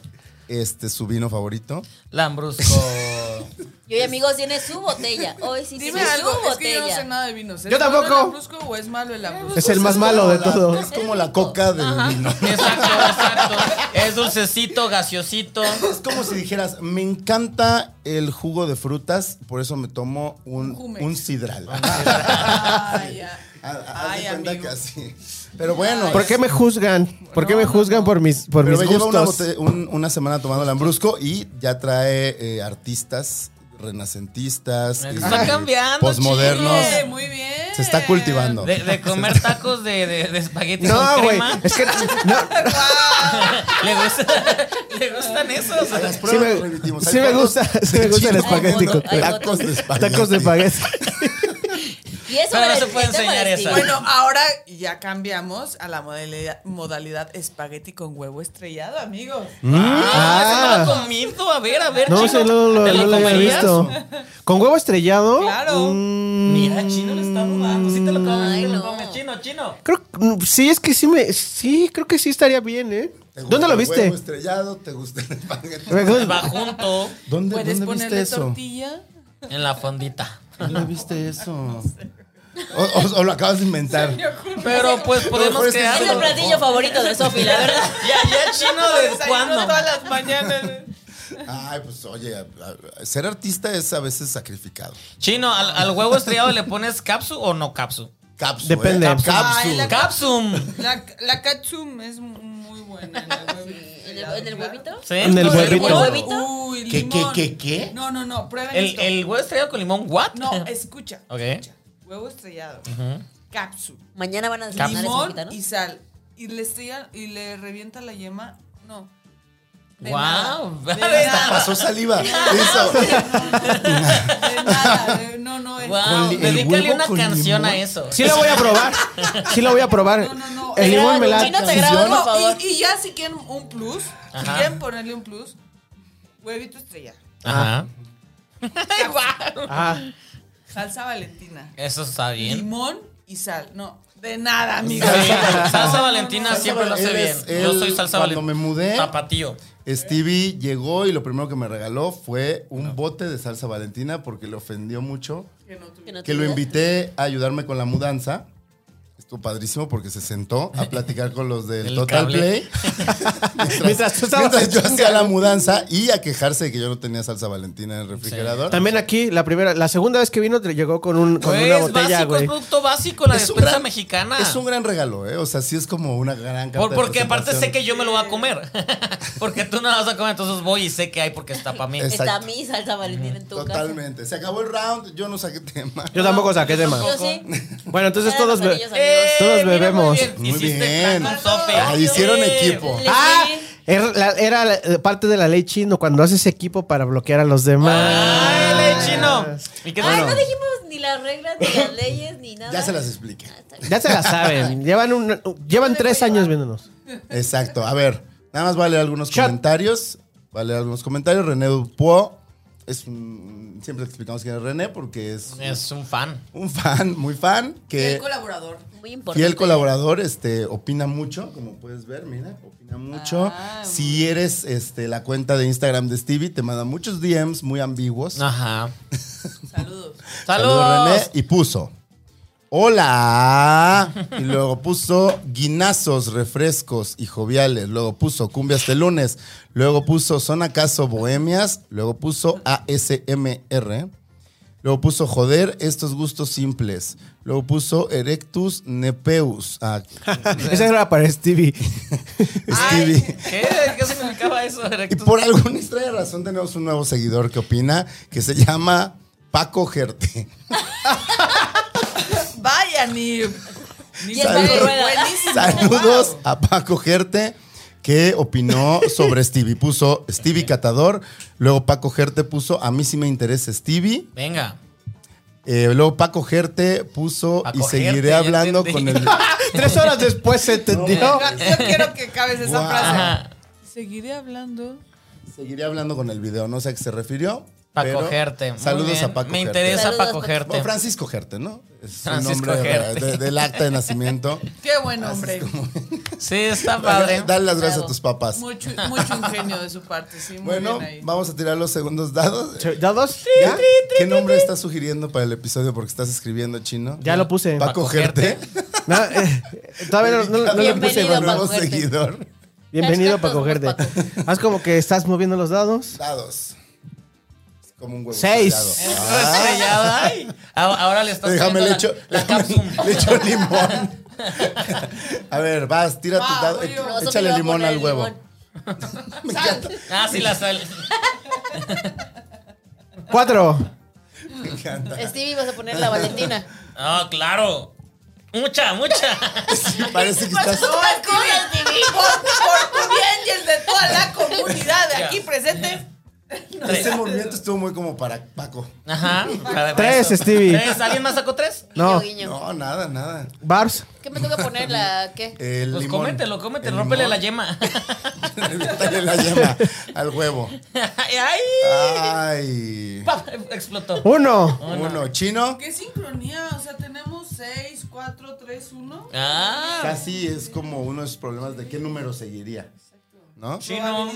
Speaker 4: este, su vino favorito
Speaker 5: Lambrusco.
Speaker 8: Y hoy, amigos, tiene su botella. Hoy sí
Speaker 7: Dime
Speaker 8: tiene su
Speaker 7: algo, es que yo no sé
Speaker 8: botella.
Speaker 7: nada de vinos. ¿Es
Speaker 6: Yo
Speaker 7: bueno
Speaker 6: tampoco.
Speaker 7: el Lambrusco o es malo el Lambrusco?
Speaker 6: Es el más malo de
Speaker 4: la-
Speaker 6: todos.
Speaker 4: Es Pues como la coca del vino.
Speaker 5: Exacto, exacto. Es dulcecito, gaseosito.
Speaker 4: Es como si dijeras, me encanta el jugo de frutas, por eso me tomo un,
Speaker 7: Jumex.
Speaker 4: un sidral.
Speaker 7: Ay, ya.
Speaker 4: Ah, ah, haz
Speaker 7: Ay,
Speaker 4: de cuenta
Speaker 7: amigo.
Speaker 4: que así. Pero bueno.
Speaker 6: ¿Por qué me juzgan? ¿Por qué me juzgan por mis, por
Speaker 4: Pero
Speaker 6: mis
Speaker 4: me lleva una,
Speaker 6: gustos?
Speaker 4: bote- un- una semana tomando lambrusco y ya trae eh, artistas renacentistas.
Speaker 5: Me
Speaker 4: y-
Speaker 5: está cambiando,
Speaker 4: Posmodernos.
Speaker 7: Eh, Muy bien.
Speaker 4: Se está cultivando.
Speaker 5: De, de comer tacos de, de, de espagueti
Speaker 6: No,
Speaker 5: con
Speaker 6: güey.
Speaker 5: crema.
Speaker 6: Es que. No,
Speaker 5: Le, gusta- le gustan esos.
Speaker 4: Ay, las
Speaker 6: sí
Speaker 4: pruebas las
Speaker 6: me,
Speaker 4: remitimos.
Speaker 6: sí
Speaker 4: Hay
Speaker 6: me
Speaker 4: tacos
Speaker 6: gusta. Sí me
Speaker 4: de
Speaker 6: gusta el
Speaker 4: chile,
Speaker 6: espagueti.
Speaker 8: no,
Speaker 6: con-
Speaker 8: no, no.
Speaker 4: Tacos de espagueti.
Speaker 6: Tacos de espagueti.
Speaker 8: Y eso
Speaker 5: Pero no
Speaker 8: para
Speaker 5: se
Speaker 8: el
Speaker 5: puede
Speaker 8: gente
Speaker 5: enseñar
Speaker 8: palestino.
Speaker 5: esa.
Speaker 7: Bueno, ahora ya cambiamos a la modalidad, modalidad espagueti con huevo estrellado, amigos.
Speaker 5: Ah,
Speaker 6: Mm. Ah.
Speaker 5: ese no lo he comido. A ver, a ver.
Speaker 6: No,
Speaker 5: chino,
Speaker 6: sé, no, no,
Speaker 5: ¿te
Speaker 6: no lo había
Speaker 5: comerías?
Speaker 6: visto. Con huevo estrellado.
Speaker 7: Claro.
Speaker 6: mm,
Speaker 5: Mira, chino le está dudando. Sí te lo comes,
Speaker 8: Ay,
Speaker 5: te lo
Speaker 8: no.
Speaker 5: comes. Chino, chino.
Speaker 6: Creo, mm, sí, es que sí me. Sí, creo que sí estaría bien, ¿eh?
Speaker 4: ¿Te gusta
Speaker 6: ¿Dónde lo
Speaker 4: el
Speaker 6: viste?
Speaker 4: huevo estrellado? ¿Te gusta el espagueti?
Speaker 5: Va junto
Speaker 4: ¿Dónde,
Speaker 7: Puedes
Speaker 4: dónde viste
Speaker 7: ponerle
Speaker 4: eso?
Speaker 7: tortilla.
Speaker 5: en la fondita.
Speaker 4: ¿Dónde viste eso? O, o- o lo acabas de inventar.
Speaker 5: Pero pues podemos
Speaker 4: mejor es que
Speaker 5: crear.
Speaker 4: sí
Speaker 8: Es el platillo favorito de Sofi, la verdad.
Speaker 5: Ya, ya, chino, ¿desde
Speaker 7: Desayuno
Speaker 5: cuándo?
Speaker 7: todas las mañanas.
Speaker 4: Ay, pues oye, a- a- ser artista es a veces sacrificado.
Speaker 5: Chino, ¿al, al huevo estrellado le pones capsu o no capsu?
Speaker 4: Capsu,
Speaker 6: Depende.
Speaker 4: ¿eh? Capsu.
Speaker 7: Ay, la-
Speaker 5: Capsum.
Speaker 7: La, la katsum es muy buena. en el huevito.
Speaker 8: ¿En el, en el huevito?
Speaker 5: ¿Sí?
Speaker 6: En el
Speaker 5: Con
Speaker 6: huevito.
Speaker 8: ¿El huevito?
Speaker 7: Uy,
Speaker 4: ¿Qué,
Speaker 7: limón.
Speaker 4: qué, qué, qué?
Speaker 7: No, no, no, prueben
Speaker 5: El,
Speaker 7: esto.
Speaker 5: el huevo estrellado con limón, ¿what?
Speaker 7: No, escucha.
Speaker 5: Ok.
Speaker 7: escucha. Huevo estrellado. Cápsula.
Speaker 8: Mañana van a desayunar esa
Speaker 7: Limón
Speaker 8: poquita, ¿no?
Speaker 7: y sal. Y le estrella, y le revienta la yema. No. De
Speaker 5: Guau.
Speaker 7: nada, de
Speaker 5: Hasta
Speaker 7: nada,
Speaker 4: Pasó saliva. Eso.
Speaker 7: de nada, de- no, no, es-
Speaker 5: Wow,
Speaker 4: Con li- el
Speaker 5: dedícale
Speaker 4: huevo
Speaker 5: una
Speaker 4: con
Speaker 5: canción
Speaker 4: limón.
Speaker 5: a eso.
Speaker 6: Sí lo voy a probar. Sí lo voy a probar.
Speaker 7: No, no, no.
Speaker 6: El
Speaker 8: Te graban
Speaker 6: limón me
Speaker 8: un
Speaker 6: la.
Speaker 8: chino, te graban, por favor.
Speaker 7: Y, y ya si quieren un plus, si
Speaker 5: Ajá.
Speaker 7: quieren ponerle un plus, huevito estrella.
Speaker 5: Ajá.
Speaker 6: Ah,
Speaker 7: Salsa valentina.
Speaker 5: Eso está bien.
Speaker 7: Limón y sal. No, de nada, amigo.
Speaker 5: Sí, salsa Valentina
Speaker 4: Salsa
Speaker 5: siempre lo hace bien.
Speaker 4: Valentina es
Speaker 5: Yo
Speaker 4: el-
Speaker 5: soy salsa
Speaker 4: cuando
Speaker 5: Valentina.
Speaker 4: me mudé.
Speaker 5: Tapatío.
Speaker 4: Stevie llegó y lo primero que me regaló fue un bote de salsa valentina porque le ofendió mucho.
Speaker 8: Que no
Speaker 4: Que
Speaker 8: te
Speaker 4: lo
Speaker 8: diga.
Speaker 4: invité a ayudarme con la mudanza. Estuvo padrísimo porque se sentó a platicar con los del
Speaker 5: El
Speaker 4: Total
Speaker 5: cable.
Speaker 4: Play.
Speaker 6: Mientras tú estabas
Speaker 4: mientras yo hacía la mudanza y a quejarse de que yo no tenía salsa valentina en el refrigerador.
Speaker 6: También aquí, la primera, la segunda vez que vino te llegó con, un, con
Speaker 5: Güey,
Speaker 6: una
Speaker 5: es
Speaker 6: botella,
Speaker 5: básico, es
Speaker 6: güey.
Speaker 5: producto básico, la
Speaker 4: un
Speaker 5: despensa
Speaker 4: gran-
Speaker 5: mexicana.
Speaker 4: Es un gran regalo, ¿eh? O sea, sí es como una gran carta
Speaker 5: Por-
Speaker 4: de
Speaker 5: porque aparte sé
Speaker 4: presentación.
Speaker 5: que yo me lo voy a comer. porque tú no la vas a comer, entonces voy y sé que hay porque está para mí.
Speaker 4: Es-
Speaker 8: Está
Speaker 4: Exacto.
Speaker 8: mi salsa Valentina en tu
Speaker 4: Totalmente. Se acabó el round, yo no saqué tema.
Speaker 6: Yo tampoco saqué tema.
Speaker 8: casa. Yo sí.
Speaker 6: Bueno, entonces
Speaker 8: Eran
Speaker 6: todos.
Speaker 8: los
Speaker 6: ve-
Speaker 8: anillos,
Speaker 5: ¡Eh!
Speaker 8: amigos.
Speaker 6: Todos
Speaker 5: Mira,
Speaker 6: bebemos.
Speaker 4: Muy
Speaker 5: Hiciste
Speaker 4: bien.
Speaker 5: plan con Sofe.
Speaker 4: Ah, hicieron
Speaker 5: ¡Eh!
Speaker 4: equipo.
Speaker 8: Le-
Speaker 6: ¡Ah!
Speaker 8: Sí.
Speaker 6: Era, la- era la- eh, parte de la ley chino cuando haces equipo para bloquear a los demás.
Speaker 5: ¡Ay,
Speaker 4: Ah.
Speaker 5: ley chino! ¿Y qué
Speaker 8: Ah,
Speaker 5: bueno,
Speaker 8: no dijimos ni las reglas, ni las leyes, ni nada.
Speaker 4: Ya se las expliqué.
Speaker 6: Ya se la saben. Llevan, un- llevan tres años viéndonos.
Speaker 4: Exacto. A ver, nada más vale algunos
Speaker 6: Shot.
Speaker 4: comentarios. Vale algunos comentarios. René Dupuo es un. Siempre explicamos quién es René porque es
Speaker 5: Es un fan.
Speaker 4: un fan, muy fan,
Speaker 7: El
Speaker 4: que
Speaker 7: colaborador.
Speaker 8: Muy importante.
Speaker 4: fiel colaborador, este, opina mucho, como puedes ver, mira, opina mucho.
Speaker 7: Ah,
Speaker 4: si eres este, la cuenta de Instagram de Stevie, te manda muchos DMs muy ambiguos.
Speaker 5: Ajá.
Speaker 7: Saludos.
Speaker 5: ¡Saludos!
Speaker 4: René. Y puso. Hola. Y luego puso guinazos, refrescos y joviales. Luego puso cumbias de lunes. Luego puso son acaso bohemias. Luego puso ASMR. Luego puso joder estos gustos simples. Luego puso erectus nepeus. Ah,
Speaker 6: Esa era para Stevie.
Speaker 4: Stevie.
Speaker 5: ¿Qué? ¿Qué significaba eso?
Speaker 4: Y por alguna extraña razón tenemos un nuevo seguidor que opina que se llama Paco Gerte.
Speaker 7: Vayan y.
Speaker 8: Y el Paco Rueda.
Speaker 7: Buenísimo.
Speaker 4: Saludos a Paco Gerte que opinó sobre Stevie. Puso Stevie Catador, luego Paco Gerte puso A mí sí me interesa Stevie.
Speaker 5: Venga.
Speaker 4: eh, luego Paco Gerte puso
Speaker 5: Paco
Speaker 4: y
Speaker 5: Gerte,
Speaker 4: seguiré
Speaker 5: ya
Speaker 4: hablando con
Speaker 5: entendí.
Speaker 4: el.
Speaker 6: tres horas después se entendió.
Speaker 7: Wow. Yo quiero que cabes esa
Speaker 4: Wow.
Speaker 7: frase.
Speaker 5: Ajá.
Speaker 7: Seguiré hablando.
Speaker 4: Seguiré hablando con el video, no sé a qué se refirió.
Speaker 5: Para
Speaker 4: pero
Speaker 5: cogerte. Muy
Speaker 4: Saludos
Speaker 5: bien.
Speaker 4: a Paco
Speaker 5: Me
Speaker 4: Gerte.
Speaker 5: interesa
Speaker 8: Saludos,
Speaker 5: para
Speaker 8: Paco.
Speaker 4: Bueno,
Speaker 5: cogerte.
Speaker 4: Francisco Gerte, ¿no? Es su
Speaker 5: Francisco
Speaker 4: nombre de-
Speaker 5: Gerte.
Speaker 4: de- del acta de nacimiento.
Speaker 7: Qué buen hombre.
Speaker 5: Sí, está padre.
Speaker 4: Dale las gracias a
Speaker 8: Bravo.
Speaker 4: tus papás.
Speaker 7: Mucho, mucho ingenio de su parte, sí. Muy
Speaker 4: Bueno,
Speaker 7: bien ahí.
Speaker 4: vamos a tirar los segundos dados.
Speaker 6: ¿Dados?
Speaker 4: ¿Ya? ¿Qué nombre estás sugiriendo para el episodio? Porque estás escribiendo chino.
Speaker 6: Ya lo puse.
Speaker 4: ¿Para
Speaker 5: Pa' cogerte.
Speaker 4: cogerte?
Speaker 6: No, eh, todavía no, no- no le puse.
Speaker 8: Bienvenido,
Speaker 4: Bienvenido,
Speaker 6: Manuel.
Speaker 4: nuevo
Speaker 8: Paco.
Speaker 4: seguidor.
Speaker 6: Bienvenido
Speaker 8: Hashtag
Speaker 6: para
Speaker 8: todos
Speaker 6: cogerte.
Speaker 8: por
Speaker 6: Haz como que estás moviendo los dados.
Speaker 4: Dados. Es como un huevo.
Speaker 6: Seis.
Speaker 4: estrellado.
Speaker 5: Todo estrellado, ay. Ahora- Ahora le estás
Speaker 4: Ah, Déjame,
Speaker 5: poniendo
Speaker 4: le
Speaker 5: la-
Speaker 4: echo,
Speaker 5: la,
Speaker 4: déjame-
Speaker 5: cápsula.
Speaker 4: le echo limón. A ver, vas, tira tu
Speaker 7: Va,
Speaker 4: dado.
Speaker 7: voy yo.
Speaker 8: No, Sofi
Speaker 4: Échale
Speaker 8: va a
Speaker 4: limón
Speaker 8: poner
Speaker 4: al huevo.
Speaker 8: limón.
Speaker 4: Me encanta,
Speaker 5: Ah, sí, la sal.
Speaker 6: Cuatro.
Speaker 4: me encanta.
Speaker 8: Stevie, vas a poner la Valentina.
Speaker 5: No, claro. Mucha, mucha.
Speaker 4: Sí, parece que estás.
Speaker 8: Otras cosas, Stevie.
Speaker 7: Por tu bien y el de toda la comunidad de aquí presente.
Speaker 4: Ese este movimiento estuvo muy como para Paco.
Speaker 5: Ajá. para- para
Speaker 6: Tres,
Speaker 5: eso.
Speaker 6: Stevie.
Speaker 5: Tres. ¿Alguien más sacó tres?
Speaker 6: No.
Speaker 8: Guiño, guiño.
Speaker 4: No, nada, nada.
Speaker 6: Bars.
Speaker 8: ¿Qué me toca poner? ¿La qué?
Speaker 4: El
Speaker 5: Pues
Speaker 4: limón.
Speaker 5: cómetelo, cómetelo,
Speaker 4: El
Speaker 5: rómpele la
Speaker 4: limón.
Speaker 5: yema.
Speaker 4: Dale la yema al huevo.
Speaker 5: ¡Ay!
Speaker 4: Ay.
Speaker 5: Pap, Explotó.
Speaker 6: Uno.
Speaker 4: Uno, chino.
Speaker 7: Qué sincronía, o sea, tenemos 6, 4, 3, 1.
Speaker 5: Ah,
Speaker 4: Casi es como uno de esos problemas de qué número seguiría. ¿No?
Speaker 5: chino.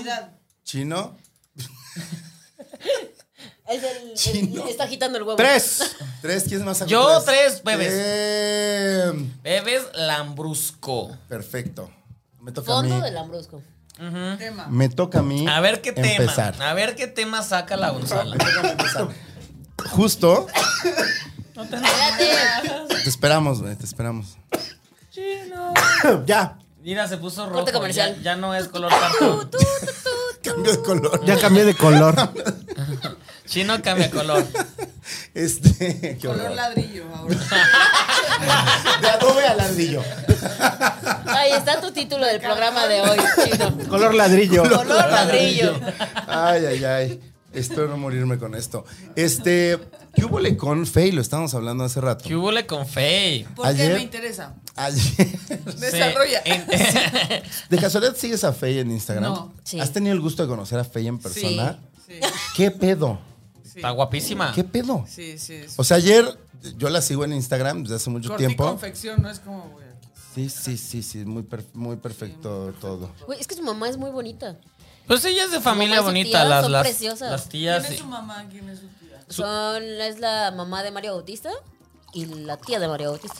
Speaker 4: Chino.
Speaker 8: Es el-
Speaker 4: Chino.
Speaker 8: el- está agitando el huevo.
Speaker 6: Tres.
Speaker 4: Tres, ¿quién más sacó
Speaker 5: Yo tres, bebés.
Speaker 4: Eh,
Speaker 5: Bebes lambrusco.
Speaker 4: perfecto. Me toca a mí.
Speaker 8: Fondo del Ambrosco.
Speaker 7: Tema.
Speaker 4: Me toca a mí.
Speaker 5: A ver qué tema.
Speaker 4: empezar.
Speaker 5: A ver qué tema saca la Gonzala.
Speaker 4: Justo.
Speaker 8: Espérate.
Speaker 4: Te esperamos, güey, te esperamos. ya.
Speaker 5: Mira, se puso rojo.
Speaker 8: Corte comercial.
Speaker 5: Ya, ya no es color cartón.
Speaker 8: Tú, tú, tú.
Speaker 4: Cambio de color.
Speaker 6: Ya cambié de color.
Speaker 5: Chino cambia color.
Speaker 4: Este. qué
Speaker 7: Color
Speaker 4: horror.
Speaker 7: ladrillo ahora.
Speaker 4: De adobe al ladrillo.
Speaker 8: Ahí está tu título del programa de hoy, chino.
Speaker 6: color ladrillo.
Speaker 8: Color ladrillo.
Speaker 4: Ay, ay, ay. Espero no morirme con esto. Este. ¿Qué hubo le con Fey? Lo estábamos hablando hace rato.
Speaker 5: ¿Qué hubo le con Fey?
Speaker 7: ¿Por
Speaker 4: Ayer-
Speaker 7: qué me interesa?
Speaker 4: Ayer.
Speaker 7: Desarrolla.
Speaker 5: Se- en-
Speaker 4: ¿De casualidad sigues a Fey en Instagram?
Speaker 7: No.
Speaker 8: Sí.
Speaker 4: ¿Has tenido el gusto de conocer a Fey en persona?
Speaker 7: Sí,
Speaker 4: ¿Qué pedo?
Speaker 7: sí,
Speaker 5: Está guapísima.
Speaker 4: ¿Qué pedo?
Speaker 7: sí, sí. sí.
Speaker 4: O sea, ayer yo la sigo en Instagram desde hace mucho
Speaker 7: Corte y
Speaker 4: tiempo.
Speaker 7: confección, no es como, güey.
Speaker 4: Sí, sí, sí, sí, muy, per- muy perfecto todo.
Speaker 8: Güey, es que su mamá es muy bonita.
Speaker 5: Pues ella es de familia
Speaker 8: mamá y su
Speaker 5: bonita.
Speaker 8: tía
Speaker 5: las,
Speaker 8: son
Speaker 5: las,
Speaker 8: preciosas.
Speaker 5: las
Speaker 7: ¿Quién
Speaker 5: tías.
Speaker 7: es su mamá? ¿Quién es su tía?
Speaker 8: Son, es la mamá de Mario Bautista y la tía de Mario Bautista.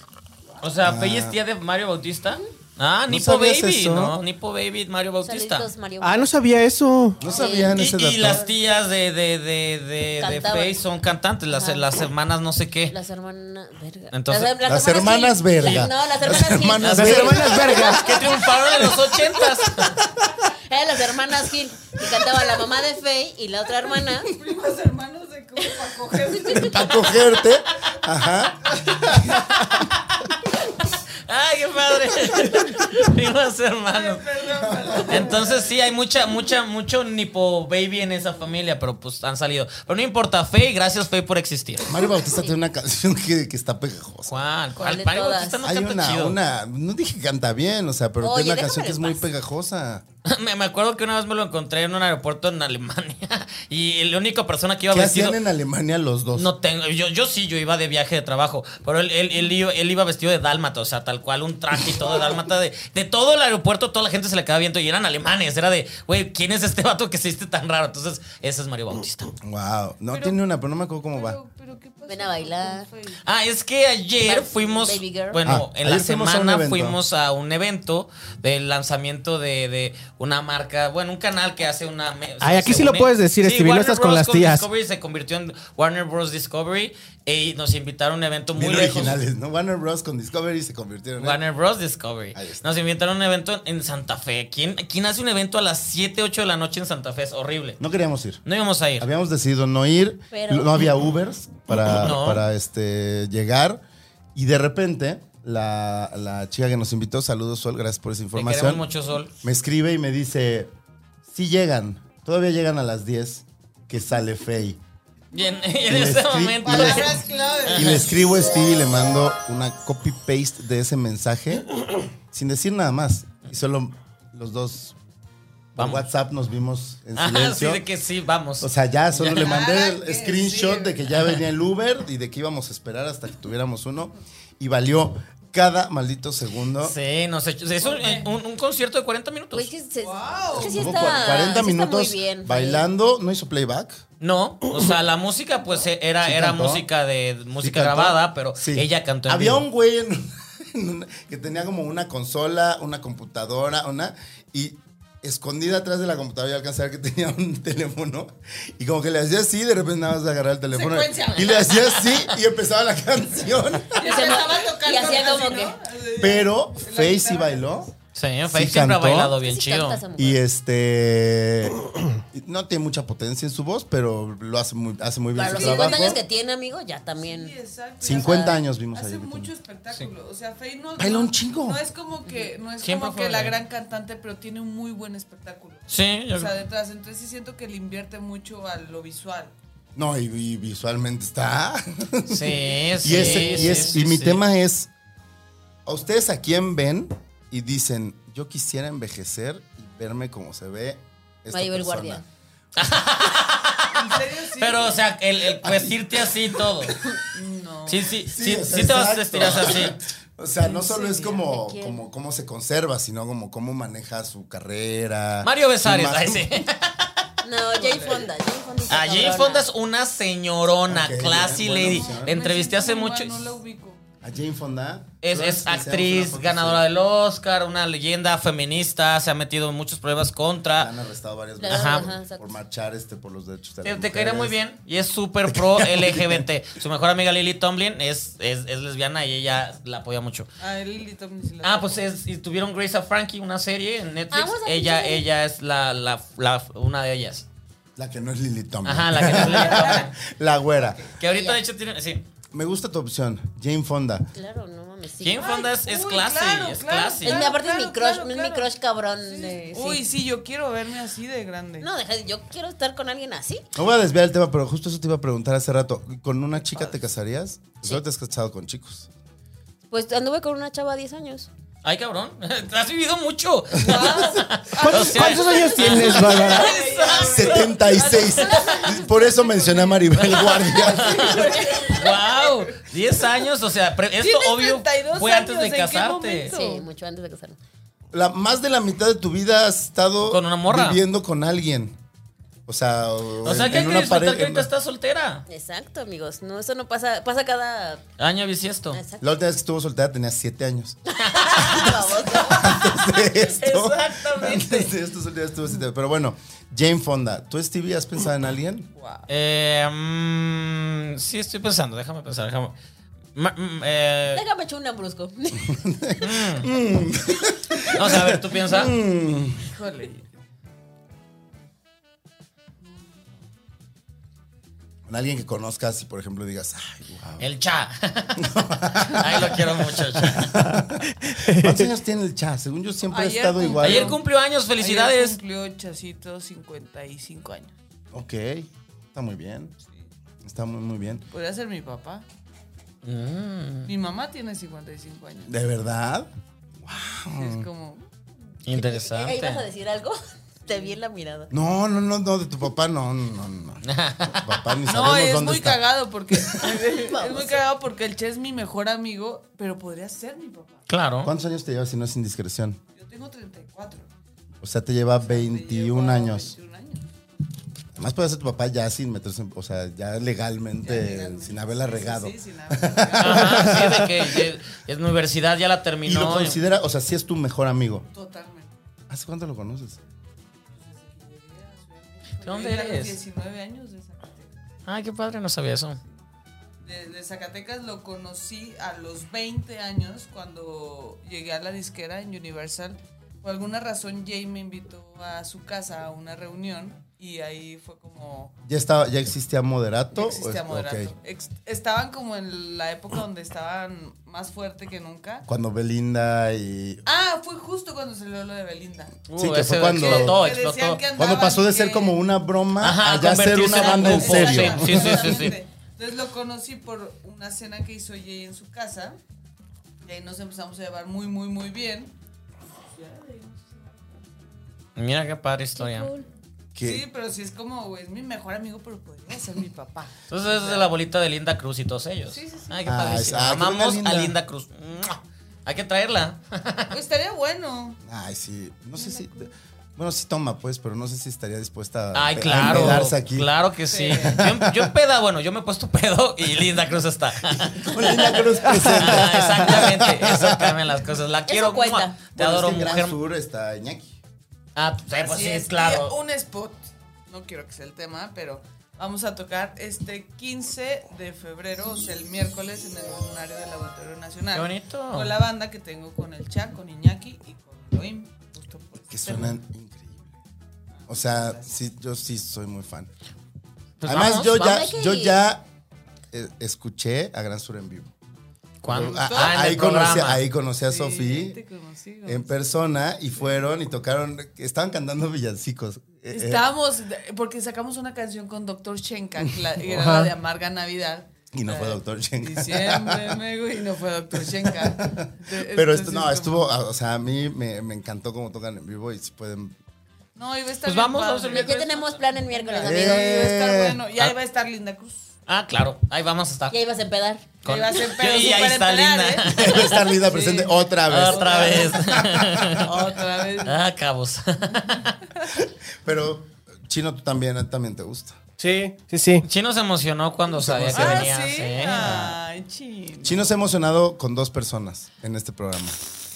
Speaker 5: O sea, Fey es tía de Mario Bautista. Ah, Nipo
Speaker 4: Ah. sabías
Speaker 5: Baby,
Speaker 4: eso?
Speaker 5: ¿no? Nipo Baby, Mario Bautista.
Speaker 8: Saluditos, Mario.
Speaker 6: Ah, no sabía eso.
Speaker 4: No sabían
Speaker 5: Y,
Speaker 4: ese
Speaker 5: y
Speaker 4: dato.
Speaker 5: las tías de, de, de, de, de
Speaker 8: Cantaban.
Speaker 5: Faye son cantantes, las,
Speaker 8: Ajá.
Speaker 5: las hermanas no sé qué.
Speaker 8: Las hermanas. Verga.
Speaker 5: Entonces,
Speaker 4: las hermanas
Speaker 8: Gil.
Speaker 4: verga.
Speaker 8: La- no,
Speaker 4: Las
Speaker 8: las hermanas. Gil.
Speaker 4: hermanas
Speaker 6: Las hermanas vergas.
Speaker 5: que triunfaron en los ochentas.
Speaker 8: Eh, las hermanas Gil. Que cantaba la mamá de Faye y la otra hermana.
Speaker 7: Primos hermanos de cómo para coger.
Speaker 4: Para cogerte. Ajá.
Speaker 5: Ay, qué padre. Primos hermanos. Entonces sí, hay mucha, mucha, mucho nipo baby en esa familia, pero pues han salido. Pero no importa, Faye, gracias Faye por existir.
Speaker 4: Mario Bautista tiene una canción que, que está pegajosa.
Speaker 5: ¿Cuál?
Speaker 8: ¿Cuál de
Speaker 5: ¿Cuál? Mario
Speaker 8: todas?
Speaker 5: Bautista no
Speaker 4: Hay
Speaker 5: canta
Speaker 4: una,
Speaker 5: chido.
Speaker 4: una, no dije que canta bien, o sea, pero
Speaker 8: Oye,
Speaker 4: tiene una
Speaker 8: déjame
Speaker 4: canción que es
Speaker 8: en
Speaker 4: muy
Speaker 8: paz.
Speaker 4: pegajosa.
Speaker 5: Me, me acuerdo que una vez me lo encontré en un aeropuerto en Alemania y la única persona que iba
Speaker 4: ¿Qué
Speaker 5: vestido...
Speaker 4: hacían en Alemania los dos?
Speaker 5: No tengo, yo, yo sí, yo iba de viaje de trabajo, pero él, él, él iba- él iba vestido de dálmata, o sea, tal cual, un traje y todo de dálmata. De, de todo el aeropuerto, toda la gente se le quedaba viendo y eran alemanes. Era de, güey, ¿quién es este vato que se viste tan raro? Entonces, ese es Mario Bautista.
Speaker 4: Wow. No tiene una, pero no me acuerdo cómo va.
Speaker 7: Pero, pero ¿qué pasa?
Speaker 8: Ven a bailar.
Speaker 5: Ah, es que ayer
Speaker 8: Baby
Speaker 5: fuimos,
Speaker 8: girl.
Speaker 5: bueno,
Speaker 4: Ah,
Speaker 5: en la
Speaker 4: ayer fuimos a un
Speaker 5: semana
Speaker 4: evento.
Speaker 5: fuimos a un evento del lanzamiento de, de una marca, bueno, un canal que hace una... me-
Speaker 6: Ay,
Speaker 5: se-
Speaker 6: aquí
Speaker 5: se
Speaker 6: sí lo
Speaker 5: une.
Speaker 6: puedes decir, Stevie, no
Speaker 5: Warner
Speaker 6: estás con
Speaker 5: Bros.
Speaker 6: las tías.
Speaker 5: Discovery se convirtió en Warner Bros. Discovery y nos invitaron a un evento muy
Speaker 4: Bien
Speaker 5: lejos.
Speaker 4: originales, ¿no? Warner Bros. con Discovery se convirtieron en.
Speaker 5: Warner Bros. Discovery.
Speaker 4: Ahí está.
Speaker 5: Nos invitaron a un evento en Santa Fe. ¿Quién, ¿Quién hace un evento a las 7, 8 de la noche en Santa Fe? Es horrible.
Speaker 4: No queríamos ir.
Speaker 5: No íbamos a ir.
Speaker 4: Habíamos decidido no ir,
Speaker 8: Pero-
Speaker 4: no había Ubers para,
Speaker 5: No.
Speaker 4: para este, llegar y de repente la, la chica que nos invitó, saludos Sol, gracias por esa
Speaker 5: Te
Speaker 4: información,
Speaker 5: queremos mucho sol.
Speaker 4: me escribe y me dice, si llegan, todavía llegan a las 10 que sale Fey.
Speaker 5: Y en, y en
Speaker 4: Y le
Speaker 5: ese
Speaker 4: escri-
Speaker 5: momento.
Speaker 4: y le-
Speaker 7: Palabras clave.
Speaker 4: Y le escribo a Steve y le mando una copy-paste de ese mensaje sin decir nada más. Y solo los dos por
Speaker 5: Vamos.
Speaker 4: WhatsApp nos vimos en
Speaker 5: Ah, sí,
Speaker 4: silencio.
Speaker 5: de que sí, vamos.
Speaker 4: O sea, ya solo le mandé
Speaker 8: Ah,
Speaker 7: Nada que
Speaker 4: el screenshot
Speaker 7: decir.
Speaker 4: de que ya venía el Uber y de que íbamos a esperar hasta que tuviéramos uno. Y valió cada maldito segundo.
Speaker 5: Sí, no sé. Es un, un- un concierto de 40 minutos.
Speaker 8: Güey, que se- es que sí
Speaker 4: Hubo
Speaker 8: está,
Speaker 4: cua- 40
Speaker 8: sí está
Speaker 4: minutos
Speaker 8: muy bien,
Speaker 4: bailando, no hizo playback.
Speaker 5: No, o sea, la música, pues e- era,
Speaker 4: ¿Sí
Speaker 5: era
Speaker 4: cantó?
Speaker 5: música de música
Speaker 4: Sí cantó.
Speaker 5: grabada, pero
Speaker 4: Sí.
Speaker 5: ella cantó en
Speaker 4: Había
Speaker 5: vivo.
Speaker 4: un güey en- en una- que tenía como una consola, una computadora, una. Y escondida atrás de la computadora, yo alcancé a ver que tenía un teléfono. Y como que le hacía así, de repente nada más agarrar el teléfono.
Speaker 7: Secuencia.
Speaker 4: Y le hacía así y empezaba la canción.
Speaker 8: Y se
Speaker 7: Empezaba a
Speaker 8: mo-
Speaker 7: tocar
Speaker 8: y hacía
Speaker 7: cosas
Speaker 8: como
Speaker 7: así,
Speaker 8: que-
Speaker 7: ¿no? Así.
Speaker 4: Pero
Speaker 7: La
Speaker 4: Faye sí
Speaker 7: guitarra.
Speaker 4: bailó.
Speaker 5: Sí, Faith
Speaker 4: Sí
Speaker 5: siempre ha
Speaker 4: cantó.
Speaker 5: bailado
Speaker 8: Sí,
Speaker 5: bien
Speaker 8: sí
Speaker 5: chido.
Speaker 8: canta esa mujer.
Speaker 4: Y este. No tiene mucha potencia en su voz, pero lo hace muy, hace muy bien
Speaker 8: Para
Speaker 4: su
Speaker 8: los 50
Speaker 4: trabajo.
Speaker 8: años que tiene, amigo, ya también.
Speaker 7: Sí, exacto.
Speaker 4: 50
Speaker 7: O sea,
Speaker 4: años vimos
Speaker 7: Hace
Speaker 4: ayer.
Speaker 7: mucho espectáculo. O sea, Faye no.
Speaker 4: Baila un chingo.
Speaker 7: No es como que, no es
Speaker 5: Siempre
Speaker 7: como que
Speaker 5: fue
Speaker 7: la
Speaker 5: bien.
Speaker 7: gran cantante, pero tiene un muy buen espectáculo.
Speaker 5: Sí, yo-
Speaker 7: O sea, detrás. Entonces sí siento que le invierte mucho a lo visual.
Speaker 4: No, y, y visualmente está.
Speaker 5: sí, sí.
Speaker 4: y ese-
Speaker 5: sí,
Speaker 4: y, es-
Speaker 5: sí,
Speaker 4: y mi
Speaker 5: sí.
Speaker 4: tema es: ¿a ustedes a quién ven y dicen, yo quisiera envejecer y verme como se ve esta
Speaker 8: Maribel
Speaker 4: persona?
Speaker 8: Guardia.
Speaker 7: ¿En serio sí?
Speaker 5: Pero, o sea, el, el vestirte así todo.
Speaker 7: No.
Speaker 5: Sí, sí,
Speaker 4: Sí,
Speaker 5: sí,
Speaker 4: o sea,
Speaker 5: sí te vas a
Speaker 4: exacto.
Speaker 5: vestir así.
Speaker 4: O sea, no solo es como,
Speaker 8: ¿De quién?
Speaker 4: como cómo se conserva, sino como cómo maneja su carrera.
Speaker 5: Mario Besares,
Speaker 4: Y más-
Speaker 5: ay, sí.
Speaker 8: No, Jane Fonda. Jane Fonda. está
Speaker 5: Allí
Speaker 8: cabrona.
Speaker 5: Fonda es una señorona,
Speaker 4: Ok,
Speaker 5: classy
Speaker 4: buena
Speaker 5: lady.
Speaker 4: opción.
Speaker 5: La entrevisté
Speaker 7: Me
Speaker 5: hace
Speaker 7: siento muy
Speaker 5: mucho.
Speaker 7: mal, no la ubico.
Speaker 4: A Jane Fonda.
Speaker 5: Es,
Speaker 4: Creo
Speaker 5: es
Speaker 4: que hacíamos una
Speaker 5: actriz,
Speaker 4: foto,
Speaker 5: ganadora
Speaker 4: sí.
Speaker 5: del Oscar, una leyenda feminista, se ha metido en muchos problemas
Speaker 4: La
Speaker 5: contra.
Speaker 4: han arrestado varias
Speaker 8: La-
Speaker 4: veces
Speaker 5: Ajá.
Speaker 4: por-
Speaker 8: ajá, exacto.
Speaker 4: por marchar este por los derechos de
Speaker 5: Te,
Speaker 4: las
Speaker 5: te caería
Speaker 4: mujeres.
Speaker 5: muy bien y es súper pro LGBT. Su mejor amiga Lily Tomlin es, es, es lesbiana y ella la apoya mucho.
Speaker 7: A Lily Tomlin sí la
Speaker 5: Ah, pues es, y tuvieron Grace a Frankie, una serie en Netflix.
Speaker 8: Vamos a
Speaker 5: Ella,
Speaker 8: pinche-
Speaker 5: ella es la, la, la- una de ellas.
Speaker 4: La que no es Lily Tomlin.
Speaker 5: Ajá, la que no es Lily Tomlin.
Speaker 4: La güera.
Speaker 5: Que ahorita de hecho tiene. Sí.
Speaker 4: Me gusta tu opción, Jane Fonda.
Speaker 8: Claro, no mames. Sí.
Speaker 5: Jane Fonda es, es
Speaker 7: uy,
Speaker 5: classy,
Speaker 7: claro,
Speaker 5: es
Speaker 7: claro,
Speaker 5: classy.
Speaker 8: Es mi- aparte es mi
Speaker 7: claro,
Speaker 8: crush,
Speaker 7: claro,
Speaker 8: es mi
Speaker 7: claro.
Speaker 8: crush cabrón.
Speaker 7: ubico.
Speaker 8: de- sí.
Speaker 7: Uy, sí, yo quiero verme así de grande.
Speaker 8: No, deja, yo quiero estar con alguien así.
Speaker 4: No voy a desviar el tema, pero justo eso te iba a preguntar hace rato. ¿Con una chica
Speaker 5: Ah,
Speaker 4: te casarías? Solo te has casado con chicos.
Speaker 8: Pues anduve con una chava 10 años.
Speaker 5: Ay, cabrón. Has vivido mucho.
Speaker 6: ¿Cuántos,
Speaker 5: O sea-
Speaker 6: cuántos años tienes, Bárbara?
Speaker 5: Ah,
Speaker 4: 76. Por eso mencioné a Maribel Guardia.
Speaker 5: ¡Wow! 10 años, o sea, pre- esto
Speaker 7: Tienes
Speaker 5: obvio
Speaker 7: 32
Speaker 5: fue antes de
Speaker 7: años, ¿en qué
Speaker 5: casarte.
Speaker 7: momento?
Speaker 8: Sí, mucho antes de casarnos.
Speaker 4: La, más de la mitad de tu vida has estado
Speaker 5: Con una morra.
Speaker 4: viviendo con alguien. O sea, o
Speaker 5: O sea,
Speaker 4: en-
Speaker 5: que hay
Speaker 4: en
Speaker 5: que
Speaker 4: una
Speaker 5: disfrutar
Speaker 4: pareja,
Speaker 5: que ahorita
Speaker 4: en-
Speaker 5: estás soltera.
Speaker 8: Exacto, amigos. No, eso no pasa, pasa cada.
Speaker 5: Año bisiesto.
Speaker 8: Exacto.
Speaker 4: La última vez que estuvo soltera tenía 7 años.
Speaker 8: Ah, baboso.
Speaker 4: Antes de esto.
Speaker 5: Exactamente.
Speaker 4: Antes de esto soltera estuvo siete. Pero bueno, Jane Fonda, ¿tú, Stevie, has pensado en alguien?
Speaker 5: Eh, mm, sí, estoy pensando, déjame pensar, déjame. Ma- mm, eh,
Speaker 8: Déjame echar un ambrusco.
Speaker 5: no, o sea, a ver, tú piensas.
Speaker 7: Híjole.
Speaker 4: Con alguien que conozcas y, por ejemplo, digas, ay, wow.
Speaker 5: El cha. Ay, lo quiero mucho, cha.
Speaker 4: ¿Cuántos años tiene el chat? Según yo siempre ha
Speaker 7: Ayer
Speaker 4: estado
Speaker 7: cumplió.
Speaker 4: igual.
Speaker 5: Ayer cumplió años,
Speaker 7: Ayer
Speaker 5: felicidades.
Speaker 7: cumplió Chacito 55 años.
Speaker 4: Ok, está muy bien. Está muy, muy bien.
Speaker 7: Podría ser mi papá.
Speaker 5: Mm,
Speaker 7: Mi mamá tiene 55 años.
Speaker 4: ¿De verdad?
Speaker 7: Es como.
Speaker 8: ¿Ahí vas a
Speaker 5: interesante.
Speaker 8: decir algo? Te vi en la mirada.
Speaker 4: No, no, no, no, de tu papá no, no, no. no. Tu Papá ni
Speaker 7: No,
Speaker 4: sabemos
Speaker 7: es
Speaker 4: dónde
Speaker 7: muy
Speaker 4: está.
Speaker 7: cagado porque. es muy cagado porque el Che es mi mejor amigo, pero podría ser mi papá.
Speaker 5: Claro.
Speaker 4: ¿Cuántos años te llevas si no es indiscreción?
Speaker 7: Yo tengo 34.
Speaker 4: O sea, te lleva
Speaker 7: Me
Speaker 4: 21
Speaker 7: lleva
Speaker 4: años.
Speaker 7: 21 años.
Speaker 4: Además puede ser tu papá ya sin meterse, en- o sea, ya legalmente, sin haberla
Speaker 7: Sí, sí,
Speaker 4: regado.
Speaker 7: Sí, sin haberla regado.
Speaker 5: Ajá, sí, de que de- es universidad ya la
Speaker 4: Y lo
Speaker 5: terminó.
Speaker 4: considera, o sea, sí es tu mejor amigo.
Speaker 7: Totalmente.
Speaker 4: ¿Hace cuánto lo conoces?
Speaker 5: ¿De dónde
Speaker 7: Yo tengo
Speaker 5: eres?
Speaker 7: 19 años de Zacatecas.
Speaker 5: Ay, qué padre, no sabía eso.
Speaker 7: De, de Zacatecas lo conocí a los 20 años cuando llegué a la disquera en Universal. Por alguna razón Jay me invitó a su casa a una reunión y ahí fue como...
Speaker 4: ¿Ya estaba, ya existía moderato?
Speaker 7: existía
Speaker 4: O-
Speaker 7: moderato.
Speaker 4: ok.
Speaker 7: Ex- estaban como en la época donde estaban más fuerte que nunca.
Speaker 4: Cuando Belinda y...
Speaker 7: Ah, fue justo cuando salió lo de Belinda.
Speaker 4: Sí,
Speaker 5: Uh,
Speaker 4: que
Speaker 5: ese
Speaker 4: fue cuando-
Speaker 5: Explotó,
Speaker 7: Que decían
Speaker 5: explotó.
Speaker 7: que
Speaker 4: Cuando
Speaker 7: andaban,
Speaker 4: pasó de ser
Speaker 7: que-
Speaker 4: como una broma
Speaker 5: Ajá,
Speaker 4: a ya ser
Speaker 5: convertirse
Speaker 4: una
Speaker 5: en
Speaker 4: banda en
Speaker 5: grupo,
Speaker 4: serio.
Speaker 5: sí, sí, sí.
Speaker 7: Exactamente. Entonces lo conocí por una cena que hizo Jay en su casa. Y ahí nos empezamos a llevar muy, muy, muy bien.
Speaker 5: Mira qué padre historia.
Speaker 4: Que-
Speaker 7: Sí, pero sí es como, güey, es mi mejor amigo, pero podría ser mi papá.
Speaker 5: Entonces es de la bolita de Linda Cruz y todos ellos.
Speaker 7: Sí, sí, sí.
Speaker 5: Ay, qué
Speaker 4: Ah,
Speaker 5: padre.
Speaker 4: es- ah, qué buena
Speaker 5: Amamos a
Speaker 4: Linda.
Speaker 5: Linda Cruz. ¡Mua! Hay que traerla.
Speaker 7: Pues Estaría bueno.
Speaker 4: Ay, sí. No sé si. Bueno, sí toma, pues, pero no sé si estaría dispuesta a,
Speaker 5: Ay,
Speaker 4: a
Speaker 5: claro.
Speaker 4: empedarse aquí.
Speaker 5: Claro que sí.
Speaker 7: Sí.
Speaker 5: Yo, yo peda, bueno, yo me he puesto pedo y Linda Cruz está.
Speaker 4: Con Linda Cruz presenta.
Speaker 5: Exactamente, eso cambian las cosas. La quiero.
Speaker 8: cuenta.
Speaker 5: ¡mua! Te
Speaker 4: Bueno, es
Speaker 5: adoro,
Speaker 4: que en Gran
Speaker 5: mujer.
Speaker 4: Sur está Iñaki.
Speaker 5: Ah, pues, eh, pues
Speaker 7: Así
Speaker 5: sí,
Speaker 7: es,
Speaker 5: claro.
Speaker 7: y Un spot. No quiero que sea el tema, pero vamos a tocar este 15 de febrero, o sea, el miércoles en el lunario del Auditorio Nacional.
Speaker 5: Qué bonito.
Speaker 7: Con la banda que tengo con el Chan, con Iñaki y con Elohim. Justo por
Speaker 4: Que
Speaker 7: este
Speaker 4: suenan increíble. O sea, sí, yo sí soy muy fan.
Speaker 5: Pues
Speaker 4: Además,
Speaker 5: vamos,
Speaker 4: yo,
Speaker 5: vamos.
Speaker 4: ya,
Speaker 8: hay que
Speaker 4: yo
Speaker 8: ir.
Speaker 4: ya eh, escuché a Gran Sur en vivo.
Speaker 5: ¿Cuándo?
Speaker 4: Ah,
Speaker 5: Ah, en el
Speaker 4: ahí, conocí,
Speaker 5: programa.
Speaker 4: ahí conocí a
Speaker 7: tema. Sí,
Speaker 4: Sofía em, eh,
Speaker 7: te conocí, güey.
Speaker 4: en persona y fueron y tocaron, estaban cantando villancicos. Eh, eh,
Speaker 7: Estábamos, porque sacamos una canción con Doctor Shenka, que la- que era
Speaker 6: Ajá.
Speaker 7: la de Amarga Navidad.
Speaker 4: Y
Speaker 5: Eh,
Speaker 4: no fue
Speaker 7: La-
Speaker 4: Dr. Shenka.
Speaker 7: Diciembre, me güey, y no fue Doctor Shenka. De-
Speaker 4: pero esto, no,
Speaker 7: entonces,
Speaker 4: estuvo, ah, o sea, a mí me, me encantó cómo tocan en vivo y si pueden...
Speaker 7: No, iba a estar
Speaker 5: Pues
Speaker 7: bien
Speaker 5: vamos,
Speaker 7: padre.
Speaker 5: vamos el
Speaker 8: ¿Qué
Speaker 5: miércoles.
Speaker 8: tenemos plan el miércoles,
Speaker 7: Iba a
Speaker 8: amigos?
Speaker 7: estar
Speaker 4: Eh.
Speaker 7: bueno. Y ahí va a estar Linda Cruz.
Speaker 5: Ah, claro. Ahí vamos a estar.
Speaker 8: Ya ibas a empedar.
Speaker 7: Ahí va a ser pero
Speaker 5: Y ahí
Speaker 7: súper
Speaker 5: está
Speaker 7: empelar,
Speaker 5: Linda.
Speaker 7: ¿eh?
Speaker 4: Debe estar linda
Speaker 7: Sí.
Speaker 4: presente otra vez.
Speaker 5: Otra vez.
Speaker 7: Otra vez.
Speaker 5: Ah, cabos.
Speaker 4: Pero Chino, tú también, a ti también te gusta.
Speaker 6: Sí, sí, sí.
Speaker 5: Chino se emocionó cuando sabía que
Speaker 7: Ah,
Speaker 5: venía.
Speaker 7: sí. ah.
Speaker 5: sí.
Speaker 7: Ay, chino.
Speaker 4: Chino se ha emocionado con dos personas en este programa.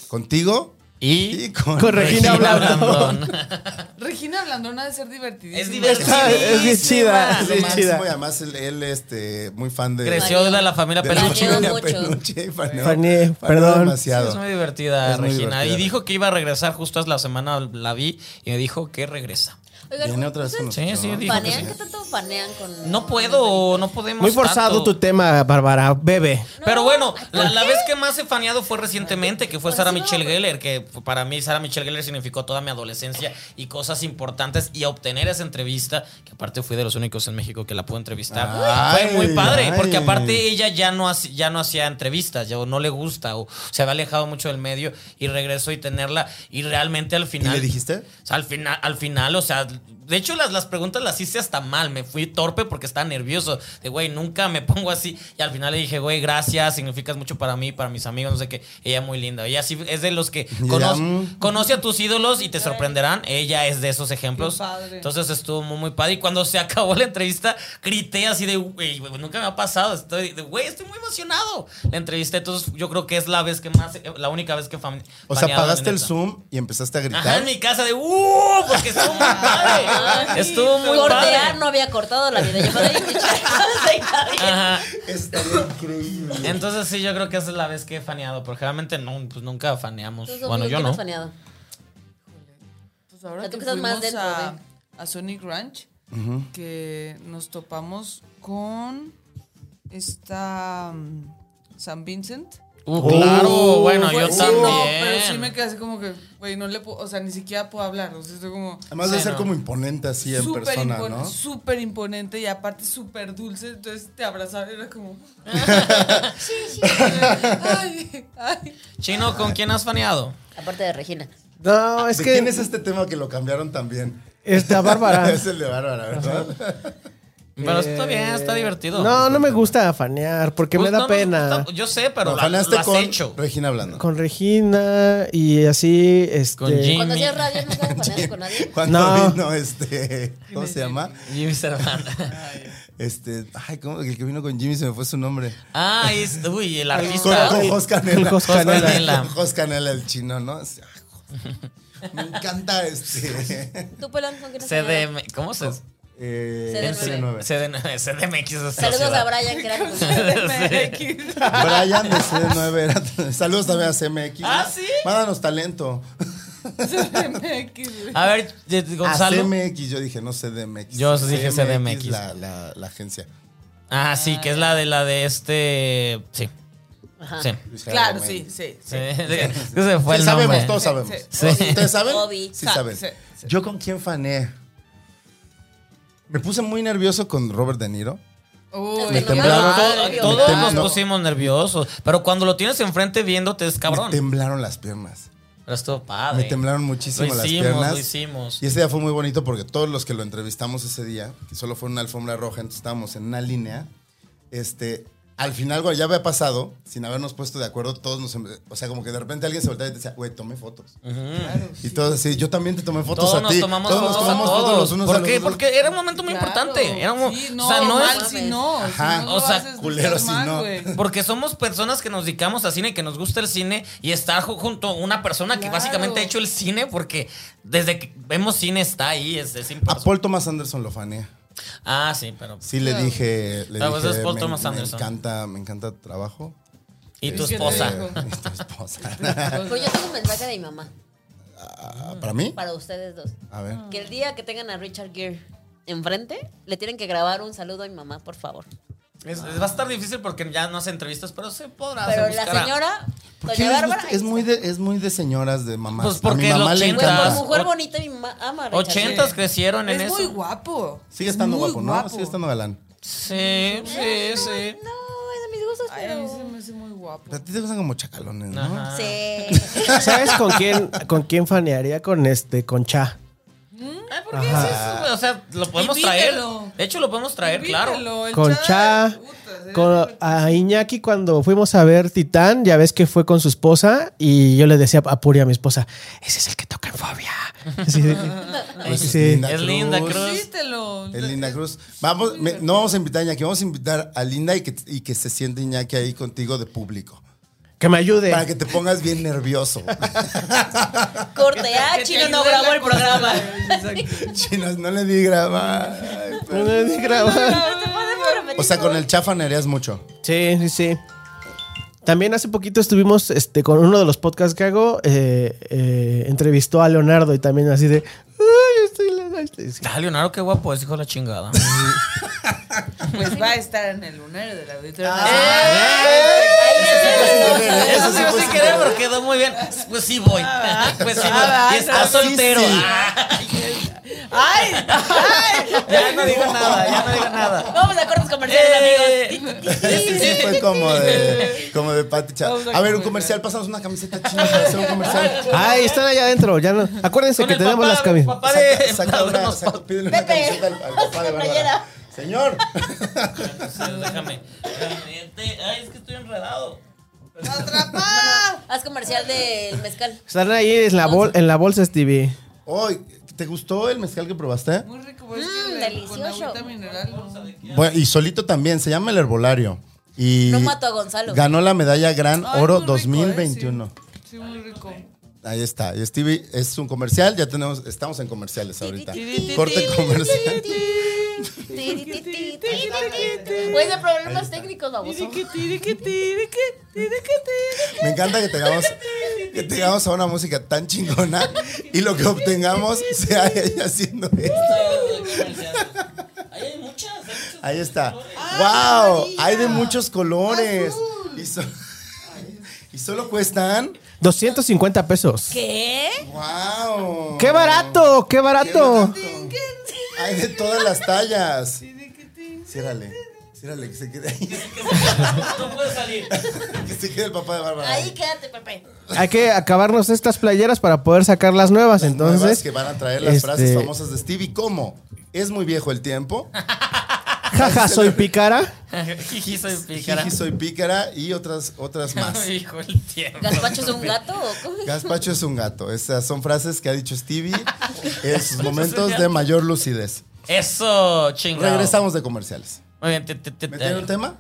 Speaker 4: Contigo
Speaker 5: Y
Speaker 4: y con,
Speaker 6: Con Regina Blandón.
Speaker 7: Regina Blandón ha de ser divertidísima.
Speaker 5: Es divertida.
Speaker 6: Es bien chida, es
Speaker 4: Lo
Speaker 6: bien
Speaker 4: máximo,
Speaker 6: chida.
Speaker 4: y además él, él, este, muy fan de...
Speaker 5: Ah, Creció de la familia
Speaker 4: de la
Speaker 5: Peluche.
Speaker 8: Peluche.
Speaker 4: familia
Speaker 8: mucho.
Speaker 4: Peluche y faneó-
Speaker 6: Faneé,
Speaker 4: faneó
Speaker 6: perdón.
Speaker 4: demasiado.
Speaker 5: Es muy divertida,
Speaker 4: Es muy
Speaker 5: Regina.
Speaker 4: divertida.
Speaker 5: Y dijo que iba a regresar justo hace la semana, la vi y me dijo que regresa.
Speaker 8: Oigan,
Speaker 4: Viene otra vez con
Speaker 5: Sí,
Speaker 4: nosotros,
Speaker 5: sí,
Speaker 4: ¿no?
Speaker 5: dijo que
Speaker 8: ¿Panean? ¿Qué tanto panean con.?
Speaker 5: No puedo, no podemos.
Speaker 6: Muy forzado
Speaker 5: tanto.
Speaker 6: tu tema, Bárbara. Bebe.
Speaker 5: Pero
Speaker 8: No,
Speaker 5: bueno,
Speaker 8: ¿por
Speaker 5: la, la
Speaker 8: qué?
Speaker 5: vez que más he faneado fue recientemente, que fue
Speaker 8: Por
Speaker 5: Sara
Speaker 8: eso no,
Speaker 5: Michelle
Speaker 8: güey.
Speaker 5: Geller, que para mí Sara Michelle Geller significó toda mi adolescencia y cosas importantes y obtener esa entrevista, que aparte fui de los únicos en México que la pude entrevistar,
Speaker 4: Ay,
Speaker 5: fue muy padre,
Speaker 4: ay.
Speaker 5: porque aparte ella ya no, hace- ya no hacía entrevistas, ya o no le gusta, o se había alejado mucho del medio y regresó y tenerla y realmente al
Speaker 4: ¿Y
Speaker 5: final...
Speaker 4: le dijiste?
Speaker 5: O sea, al final, al final, o sea, de hecho las, las preguntas las hice hasta mal, me fui torpe porque estaba nervioso, de güey, nunca me pongo así. Y al final le dije, güey, gracias, significas mucho para mí, para mis amigos, no sé qué. Ella muy linda, ella sí es de los que
Speaker 4: Y ya,
Speaker 5: conoz-
Speaker 4: mm.
Speaker 5: conoce a tus ídolos y te sorprenderán, ella es de esos ejemplos.
Speaker 7: Qué padre.
Speaker 5: Entonces estuvo muy, muy padre y cuando se acabó la entrevista, grité así de, güey, güey, nunca me ha pasado, estoy, de, güey, estoy muy emocionado. La entrevista, entonces yo creo que es la vez que más, la única vez que... fan-
Speaker 4: O sea,
Speaker 5: faneado, la
Speaker 4: apagaste el
Speaker 5: neta.
Speaker 4: Zoom y empezaste a gritar.
Speaker 5: Ajá, en mi casa de ¡Uh! Porque estuvo muy
Speaker 8: Ah,
Speaker 5: padre. estuvo muy padre.
Speaker 8: Cortear no había cortado la videollamada. y escuchar-
Speaker 5: Ajá.
Speaker 4: Estaría increíble.
Speaker 5: Entonces sí, yo creo que esa es la vez que he faneado. Porque realmente no, pues nunca faneamos.
Speaker 8: Tú, Sofi,
Speaker 5: bueno, yo
Speaker 8: ¿con quién
Speaker 5: no.
Speaker 8: has faneado?
Speaker 7: Pues ahora
Speaker 8: O sea, tú
Speaker 7: que
Speaker 8: que estás más
Speaker 7: fuimos
Speaker 8: dentro
Speaker 7: a,
Speaker 8: de-
Speaker 7: a Sonic Ranch, que nos topamos con esta mm, San Vincent.
Speaker 5: Uh, claro, bueno, yo
Speaker 7: Güey, sí,
Speaker 5: también.
Speaker 7: No, pero sí me quedé así como que, güey, no le puedo, o sea, ni siquiera puedo hablar. O sea, estoy como
Speaker 4: Además de
Speaker 5: Sí,
Speaker 4: ser
Speaker 5: no.
Speaker 4: como imponente así en
Speaker 7: súper
Speaker 4: persona,
Speaker 7: impone-
Speaker 4: ¿no?
Speaker 7: súper imponente y aparte súper dulce. Entonces te abrazaba y era como, sí, sí, ay, ay.
Speaker 5: Chino, ¿con quién has faneado?
Speaker 8: Aparte de Regina.
Speaker 6: No, es
Speaker 4: ¿De
Speaker 6: que
Speaker 4: quién es este tema que lo cambiaron también?
Speaker 6: está Bárbara.
Speaker 4: es el de Bárbara, ¿verdad?
Speaker 5: Pero está
Speaker 6: Eh,
Speaker 5: bien, está divertido.
Speaker 6: No, no me gusta fanear porque
Speaker 5: Pues
Speaker 6: me da
Speaker 5: no nos
Speaker 6: pena.
Speaker 5: gusta- yo sé, pero
Speaker 4: Lo
Speaker 5: la-
Speaker 4: faneaste
Speaker 5: lo has
Speaker 4: con
Speaker 5: hecho.
Speaker 4: Regina hablando.
Speaker 6: Con Regina y así, este.
Speaker 5: Con Jim.
Speaker 8: Cuando
Speaker 5: Ni-
Speaker 8: hacías radio, no estabas faneando con nadie.
Speaker 4: Cuando
Speaker 6: No.
Speaker 4: vino este. ¿Cómo se llama?
Speaker 5: Jimmy Servanda.
Speaker 4: Este. Ay, ¿cómo? El que vino con Jimmy se me fue su nombre.
Speaker 5: Ah, es, uy, el
Speaker 4: Con,
Speaker 5: artista.
Speaker 4: con Jos Canela.
Speaker 6: Jos
Speaker 4: Jos
Speaker 5: Canela.
Speaker 4: Canela. Jos Canela, el chino, ¿no? Así, ah, joder. Me encanta este.
Speaker 8: ¿Tú, Pelón, con quién has faneado?
Speaker 5: CDM. ¿Cómo se
Speaker 4: Eh,
Speaker 8: CD9.
Speaker 5: CDM, CDMX. es
Speaker 8: Saludos
Speaker 5: sociedad.
Speaker 8: a Brian, que era como-
Speaker 7: CDMX.
Speaker 4: Brian de CD9 era. Saludos también a CMX.
Speaker 5: Ah, ¿sí?
Speaker 4: Mándanos talento.
Speaker 7: CDMX,
Speaker 4: Ah,
Speaker 7: güey.
Speaker 5: A ver, de- de- Gonzalo.
Speaker 4: A CMX, yo dije, no CDMX.
Speaker 5: Yo dije CDMX.
Speaker 4: La, la, la agencia.
Speaker 5: Ah, sí, que es la de la de este. Sí.
Speaker 7: Ah.
Speaker 5: Sí.
Speaker 7: Claro, sí, sí.
Speaker 5: Sí. ¿Qué se fue
Speaker 4: Sí,
Speaker 5: el nombre?
Speaker 4: sabemos, todos sabemos.
Speaker 7: Sí.
Speaker 4: ¿Ustedes saben?
Speaker 8: Obi.
Speaker 4: Sí,
Speaker 7: Sa-
Speaker 4: saben.
Speaker 7: sí,
Speaker 4: Yo con quién faneé. Me puse muy nervioso con Robert De Niro.
Speaker 7: Uy,
Speaker 8: Me
Speaker 7: no,
Speaker 4: temblaron-
Speaker 8: Ay,
Speaker 5: Todo-
Speaker 8: Dios.
Speaker 5: todos
Speaker 4: Me
Speaker 5: nos
Speaker 4: tembló.
Speaker 5: pusimos nerviosos. Pero cuando lo tienes enfrente viéndote es
Speaker 4: Me
Speaker 5: cabrón.
Speaker 4: temblaron las piernas.
Speaker 5: Pero estuvo
Speaker 4: Me
Speaker 5: padre.
Speaker 4: temblaron muchísimo
Speaker 5: Lo
Speaker 4: las
Speaker 5: hicimos,
Speaker 4: piernas.
Speaker 5: lo hicimos.
Speaker 4: Y ese día fue muy bonito porque todos los que lo entrevistamos ese día, que solo fue una alfombra roja, entonces estábamos en una línea, este, al final, güey, ya había pasado, sin habernos puesto de acuerdo, todos nos. em- O sea, como que de repente alguien se voltea y te decía, güey, tomé fotos. Y todos así, yo también te tomé fotos
Speaker 5: Todos
Speaker 4: a ti.
Speaker 5: nos tomamos
Speaker 4: todos
Speaker 5: fotos
Speaker 4: nos tomamos
Speaker 5: a todos.
Speaker 4: fotos los unos a
Speaker 5: ¿Por
Speaker 4: los
Speaker 5: qué?
Speaker 4: otros.
Speaker 5: Porque era un momento muy
Speaker 7: Claro.
Speaker 5: importante. Era un-
Speaker 7: Sí, no,
Speaker 5: o sea, no
Speaker 7: mal
Speaker 5: es...
Speaker 7: si no.
Speaker 4: Ajá.
Speaker 7: si no
Speaker 5: O
Speaker 7: lo
Speaker 5: sea,
Speaker 7: haces,
Speaker 4: culero
Speaker 7: estás
Speaker 4: si
Speaker 7: mal,
Speaker 4: no.
Speaker 7: güey.
Speaker 5: Porque somos personas que nos dedicamos a cine, que nos gusta el cine y estar ju- junto a una persona que
Speaker 7: Claro.
Speaker 5: básicamente ha hecho el cine porque desde que vemos cine está ahí, es, es
Speaker 4: A
Speaker 5: imposible.
Speaker 4: Paul Thomas Anderson lo fanea.
Speaker 5: Ah, sí, pero...
Speaker 4: Sí, le dije. Le
Speaker 5: Ah, pues
Speaker 4: dije,
Speaker 5: es Paul
Speaker 4: me,
Speaker 5: Thomas
Speaker 4: me
Speaker 5: Anderson.
Speaker 4: encanta, me encanta tu trabajo.
Speaker 5: Y tu
Speaker 7: ¿Y qué te
Speaker 5: esposa.
Speaker 7: dijo?
Speaker 4: Eh, tu esposa.
Speaker 8: Pero yo tengo un mensaje de mi mamá,
Speaker 4: Ah, ¿Para mí?
Speaker 8: para ustedes dos.
Speaker 4: A ver.
Speaker 8: Que el día que tengan a Richard Gere enfrente, le tienen que grabar un saludo a mi mamá, por favor.
Speaker 5: Es- es- va a estar difícil porque ya no hace entrevistas, pero se podrá.
Speaker 8: Pero
Speaker 5: se
Speaker 8: la
Speaker 5: buscará.
Speaker 8: señora,
Speaker 4: ¿Por qué
Speaker 8: doña
Speaker 4: les
Speaker 8: Bárbara,
Speaker 4: gusta?
Speaker 8: ahí
Speaker 4: es, muy
Speaker 8: está.
Speaker 4: de, es muy de señoras, de mamás.
Speaker 5: Pues
Speaker 4: a mi
Speaker 5: porque
Speaker 4: mamá
Speaker 5: los
Speaker 4: le
Speaker 8: Como
Speaker 5: ochentas-
Speaker 4: encanta.
Speaker 8: mujer
Speaker 5: o-
Speaker 8: bonita, mi mamá ama a Richard Gere.
Speaker 5: Ochentas crecieron en
Speaker 7: Es
Speaker 5: eso.
Speaker 7: muy guapo.
Speaker 4: Sigue
Speaker 7: Es
Speaker 4: estando
Speaker 7: muy
Speaker 4: guapo, ¿no? Sigue estando galán.
Speaker 5: Sí, sí, sí.
Speaker 8: No, es de mis gustos,
Speaker 7: Ay, a mí se
Speaker 8: pero...
Speaker 7: me hace muy guapo.
Speaker 4: Pero a ti te gustan como chacalones, ¿no?
Speaker 5: Ajá.
Speaker 8: Sí.
Speaker 6: ¿Sabes con quién, con quién fanearía? Con este, con Cha.
Speaker 5: Ay, ¿por qué es eso, güey? O sea, lo podemos traer.
Speaker 7: Invítelo.
Speaker 5: De hecho, lo podemos traer, claro.
Speaker 7: Vítelo, el
Speaker 6: Con
Speaker 7: chat,
Speaker 6: Cha.
Speaker 7: puta, se
Speaker 6: Con, a Iñaki cuando fuimos a ver Titán, ya ves que fue con su esposa y yo le decía a Puri, a mi esposa, ese es el que toca en fobia. Sí, sí,
Speaker 4: Pues
Speaker 6: sí.
Speaker 4: es
Speaker 6: Sí.
Speaker 4: Linda
Speaker 5: Es Linda Cruz.
Speaker 7: Vítelo.
Speaker 4: Es Linda Cruz. Vamos, me- no vamos a invitar a Iñaki, vamos a invitar a Linda y que, y que se siente Iñaki ahí contigo de público.
Speaker 6: Que me ayude.
Speaker 4: Para que te pongas bien nervioso.
Speaker 8: Corte, ah,
Speaker 7: Que te
Speaker 8: chino no
Speaker 7: ayude la
Speaker 8: grabó el
Speaker 7: cosa,
Speaker 8: programa.
Speaker 7: güey, exacto.
Speaker 4: Chinos, no le di grabar. Ay,
Speaker 6: No
Speaker 4: perdón.
Speaker 6: me di grabar.
Speaker 4: O sea, con el chafanerías mucho.
Speaker 6: Sí, sí, sí. También hace poquito estuvimos este, con uno de los podcasts que hago, eh, eh, entrevistó a Leonardo y también así de... "Ay, estoy la- Sí.
Speaker 5: Ah, Leonardo, qué guapo es, hijo de la chingada.
Speaker 7: Pues va a estar en el lunario de la auditoría.
Speaker 4: Ah.
Speaker 5: Eso ¡Eh! sí fue sin querer, pero quedó muy bien. Pues sí voy. Pues sí voy. Y está soltero.
Speaker 4: sí.
Speaker 7: ¡Ay! ¡Ay!
Speaker 5: Ya no digo nada, ya no digo nada.
Speaker 8: Vamos a cortes comerciales, amigos.
Speaker 5: Eh,
Speaker 4: Este sí fue como de, como de Pati Cha-
Speaker 7: Vamos a Ah,
Speaker 4: A ver, un comercial,
Speaker 7: comercial.
Speaker 4: pasamos una camiseta china para hacer un comercial.
Speaker 6: Ay, están allá adentro, ya no. Acuérdense
Speaker 5: Con
Speaker 6: que
Speaker 5: el
Speaker 6: tenemos
Speaker 5: papá,
Speaker 6: las camisas.
Speaker 5: papá de-
Speaker 4: Ah, Saca- saca una- saca- pídele una
Speaker 8: Pepe,
Speaker 4: camiseta al, al papá de
Speaker 8: una
Speaker 4: Bárbara.
Speaker 8: playera.
Speaker 4: Señor.
Speaker 5: Déjame. Ay, es que estoy enredado.
Speaker 7: ¡Atrapá!
Speaker 8: Haz comercial del mezcal.
Speaker 6: Están ahí en la, bol- en la bolsa, Stevie.
Speaker 4: Hoy, ¿te gustó el mezcal que probaste?
Speaker 7: Muy rico, pues,
Speaker 8: Mm,
Speaker 7: que Con
Speaker 8: delicioso.
Speaker 7: agüita mineral. ¿no?
Speaker 4: Bueno, y solito también, se llama El Herbolario. Y
Speaker 8: No mato a Gonzalo.
Speaker 4: Ganó la medalla Gran
Speaker 7: Ay,
Speaker 4: Oro
Speaker 7: muy rico,
Speaker 4: 2021.
Speaker 7: eh, sí. Sí, muy rico.
Speaker 4: Ahí está. Y Stevie, es un comercial, ya tenemos, estamos en comerciales ahorita. Corte comercial.
Speaker 8: Pues de problemas técnicos, baboso.
Speaker 4: Me encanta que tengamos, que tengamos a una música tan chingona y lo que obtengamos sea ella haciendo esto.
Speaker 5: Ahí hay muchas. hay muchas.
Speaker 4: Ahí está. ¡Wow! Hay de muchos colores. Y, so- y solo cuestan.
Speaker 6: 250 pesos.
Speaker 8: ¿Qué?
Speaker 4: ¡Wow!
Speaker 6: ¡Qué barato! ¡Qué barato!
Speaker 4: Hay de todas las tallas. Ciérrale. Ciérrale, que se quede ahí.
Speaker 5: No puede salir.
Speaker 4: Que se quede el papá de Bárbara.
Speaker 8: Ahí quédate, Pepe.
Speaker 6: Hay que acabarnos estas playeras para poder sacar las nuevas.
Speaker 4: Entonces,
Speaker 6: Entonces,
Speaker 4: que van a traer las
Speaker 6: este-
Speaker 4: frases famosas de Stevie, como es muy viejo el tiempo,
Speaker 6: jaja, soy pícara.
Speaker 5: Jiji, soy pícara.
Speaker 4: jiji soy pícara y otras, otras más.
Speaker 5: Hijo el tiempo.
Speaker 8: ¿Gaspacho es un gato o cómo?
Speaker 4: Gaspacho es un gato. Esas son frases que ha dicho Stevie en
Speaker 5: Pues
Speaker 4: sus momentos de mayor lucidez.
Speaker 5: Eso, chingado.
Speaker 4: Regresamos de comerciales.
Speaker 5: Muy bien. te- te- te- eh,
Speaker 4: ¿Me tiene un tema?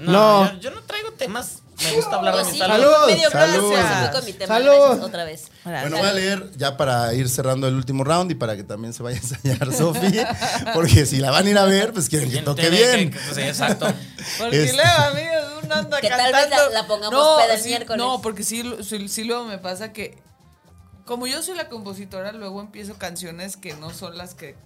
Speaker 5: No,
Speaker 6: No.
Speaker 5: yo, yo no traigo temas. Me gusta hablar de
Speaker 8: Yo
Speaker 5: mis
Speaker 8: Pues sí,
Speaker 5: talentos.
Speaker 6: Salud.
Speaker 8: medio
Speaker 4: Salud.
Speaker 8: gracias. Fui con mi tema,
Speaker 6: Salud.
Speaker 8: gracias, Otra vez.
Speaker 4: Bueno, voy a leer ya para ir cerrando el último round y para que también se vaya a ensayar Sofi, porque si la van a ir a ver, pues quieren que toque
Speaker 5: Tiene que-
Speaker 4: bien.
Speaker 5: que- sí, exacto.
Speaker 7: Porque
Speaker 4: Este-
Speaker 7: luego, amigos, uno anda
Speaker 8: Que tal
Speaker 7: cantando.
Speaker 8: vez la- la pongamos peda el
Speaker 7: sí,
Speaker 8: miércoles.
Speaker 7: No, porque sí, sí, sí luego me pasa que, como yo soy la compositora, luego empiezo canciones que no son las que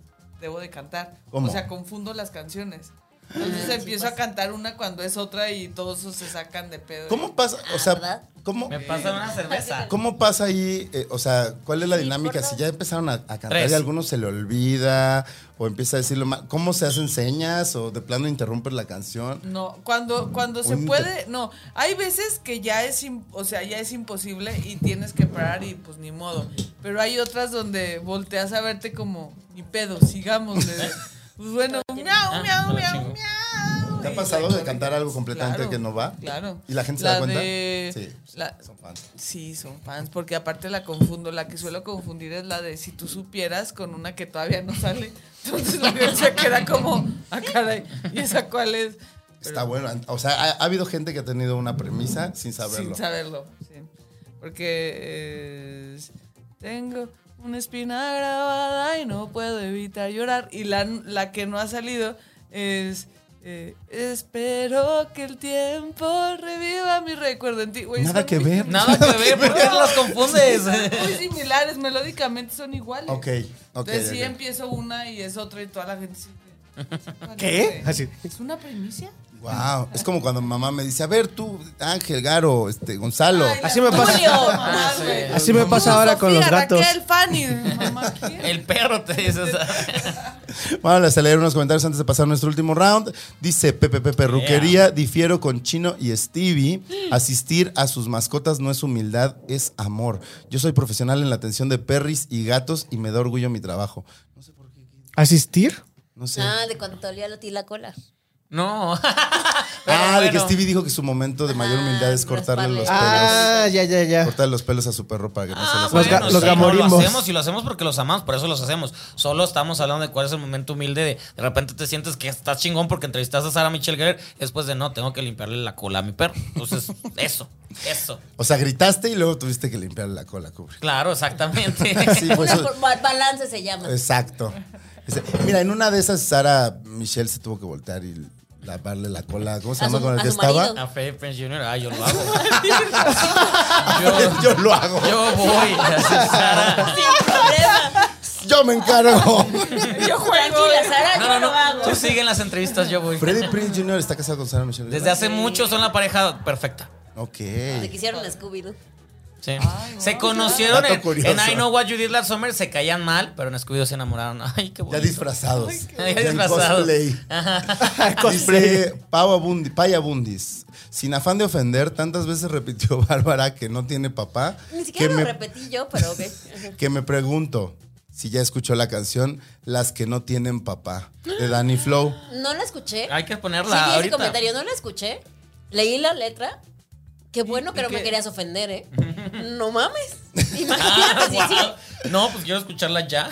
Speaker 7: debo de cantar.
Speaker 4: ¿Cómo?
Speaker 7: O sea, confundo las canciones.
Speaker 8: Ah,
Speaker 7: Entonces empiezo a cantar una cuando es otra y todos se sacan de pedo.
Speaker 4: ¿Cómo pasa? O
Speaker 8: ¿verdad?
Speaker 4: sea, ¿cómo,
Speaker 5: Me pasan una cerveza.
Speaker 4: ¿Cómo pasa ahí? eh, o sea, ¿cuál es la dinámica? Si ya empezaron a, a cantar
Speaker 5: Tres.
Speaker 4: y a algunos se le olvida o empieza a decirlo mal, ¿cómo se hacen señas o de plano interrumpes la canción?
Speaker 7: No, cuando, cuando se
Speaker 4: Un
Speaker 7: puede, no. Hay veces que ya es, im- o sea, ya es imposible y tienes que parar y pues ni modo. Pero hay otras donde volteas a verte como, ni pedo, sigamos. Pues bueno, miau, miau, miau, miau.
Speaker 4: ¿Te ha
Speaker 7: güey.
Speaker 4: pasado
Speaker 7: La
Speaker 4: de cantar algo completamente
Speaker 7: Claro,
Speaker 4: que no va?
Speaker 7: Claro.
Speaker 4: ¿Y la gente se da cuenta?
Speaker 7: de-
Speaker 4: Sí,
Speaker 7: la-
Speaker 4: son fans.
Speaker 7: Sí, son fans, porque aparte la confundo, la que suelo confundir es la de si tú supieras con una que todavía no sale. Entonces la gente se queda como, ah, caray, ¿y esa cuál es?
Speaker 4: Está bueno. O sea, ha, ha habido gente que ha tenido una premisa sin saberlo.
Speaker 7: Sin saberlo, sí. Porque es, tengo una espina grabada y no puedo evitar llorar. Y la, la que no ha salido es... eh, espero que el tiempo reviva mi recuerdo en ti. Güey,
Speaker 4: Nada
Speaker 7: son
Speaker 4: que
Speaker 7: muy-
Speaker 4: ver.
Speaker 5: Nada que ver, ¿por qué las confundes?
Speaker 7: muy similares, melódicamente son iguales.
Speaker 4: Ok, ok.
Speaker 7: Entonces sí
Speaker 4: ok.
Speaker 7: empiezo una y es otra y toda la gente sí.
Speaker 6: ¿Qué? Así.
Speaker 7: ¿Es una primicia?
Speaker 4: Wow, es como cuando mamá me dice, a ver tú, Ángel, Garo, este, Gonzalo.
Speaker 6: Así me pasa.
Speaker 8: Julio.
Speaker 7: Ah,
Speaker 5: sí.
Speaker 7: güey.
Speaker 6: Así me pasa ahora con los
Speaker 7: Sofía,
Speaker 6: gatos.
Speaker 7: Raquel, Fanny. Mamá, ¿quién?
Speaker 5: El perro te dice. o sea,
Speaker 4: Vamos a leer unos comentarios antes de pasar nuestro último round. Dice Pepe Pepe Ruquería, difiero con Chino y Stevie.
Speaker 5: Mm.
Speaker 4: Asistir a sus mascotas no es humildad, es amor. Yo soy profesional en la atención de perris y gatos y me da orgullo mi trabajo.
Speaker 6: ¿Asistir?
Speaker 4: No sé.
Speaker 8: Ah, de cuando te olía a ti la cola.
Speaker 5: No.
Speaker 4: ah, de que
Speaker 5: Bueno.
Speaker 4: Stevie dijo que su momento de mayor
Speaker 8: Ah,
Speaker 4: humildad es cortarle los pelos.
Speaker 8: rasparle.
Speaker 6: Ah, ya, ya, ya.
Speaker 4: Cortarle los pelos a su perro para que no
Speaker 5: Ah,
Speaker 4: se
Speaker 6: Los
Speaker 4: les
Speaker 6: ga-
Speaker 5: bueno,
Speaker 6: los
Speaker 5: sí,
Speaker 6: gamorimos.
Speaker 5: no, lo hacemos y lo hacemos porque los amamos, por eso los hacemos. Solo estamos hablando de cuál es el momento humilde de de repente te sientes que estás chingón porque entrevistaste a Sara Michelle Guerrero después de no, tengo que limpiarle la cola a mi perro. Entonces, eso, eso.
Speaker 4: O sea, gritaste y luego tuviste que limpiar la cola, Kubrick.
Speaker 5: Claro, exactamente.
Speaker 4: Sí, pues,
Speaker 8: Una por- ba- balance se llama.
Speaker 4: Exacto. Dice, Mira, en una de esas Sara Michelle se tuvo que voltear y lavarle la cola. ¿Cómo se
Speaker 8: A
Speaker 4: llama
Speaker 8: su-
Speaker 4: con el
Speaker 8: a
Speaker 4: que
Speaker 8: su
Speaker 4: estaba?
Speaker 8: marido.
Speaker 5: A Freddy Prinze Jr., ah, yo lo hago.
Speaker 4: Yo, lo hago. Yo,
Speaker 5: Yo voy. Sara.
Speaker 8: Sin problema.
Speaker 4: me encargo.
Speaker 8: Yo Tranquila, Sara, yo
Speaker 5: No, no,
Speaker 8: lo hago.
Speaker 5: no. Tú sigue en las entrevistas, yo voy.
Speaker 4: Freddy Prince Jr. está casado con Sara Michelle.
Speaker 5: Desde hace mucho son la pareja perfecta.
Speaker 4: Ok.
Speaker 8: Te quisieron a Scooby-Doo.
Speaker 5: Sí. se conocieron
Speaker 4: Dato
Speaker 5: en,
Speaker 4: curioso.
Speaker 5: en I Know What You Did Last Summer, se caían mal, pero en Scooby-Doo se enamoraron. Ay, qué
Speaker 4: Ya
Speaker 5: bonito.
Speaker 4: disfrazados.
Speaker 5: Ya
Speaker 4: Ya en
Speaker 5: disfrazados.
Speaker 4: Cosplay. Dice Pau Abundi- Pay Abundis. Sin afán de ofender, tantas veces repitió Bárbara que no tiene papá.
Speaker 8: Ni
Speaker 4: que
Speaker 8: siquiera lo repetí yo, pero ok.
Speaker 4: que me pregunto si ya escuchó la canción Las que no tienen papá de Danny Flow.
Speaker 8: No la escuché.
Speaker 5: Hay que
Speaker 8: Sí,
Speaker 5: ponerla
Speaker 8: vi ese
Speaker 5: ahorita.
Speaker 8: comentario, no la escuché. Leí la letra. Qué bueno que no me querías ofender, ¿eh? No mames.
Speaker 5: Ah,
Speaker 8: Imagínate, sí, sí.
Speaker 5: guau. No, pues quiero escucharla ya.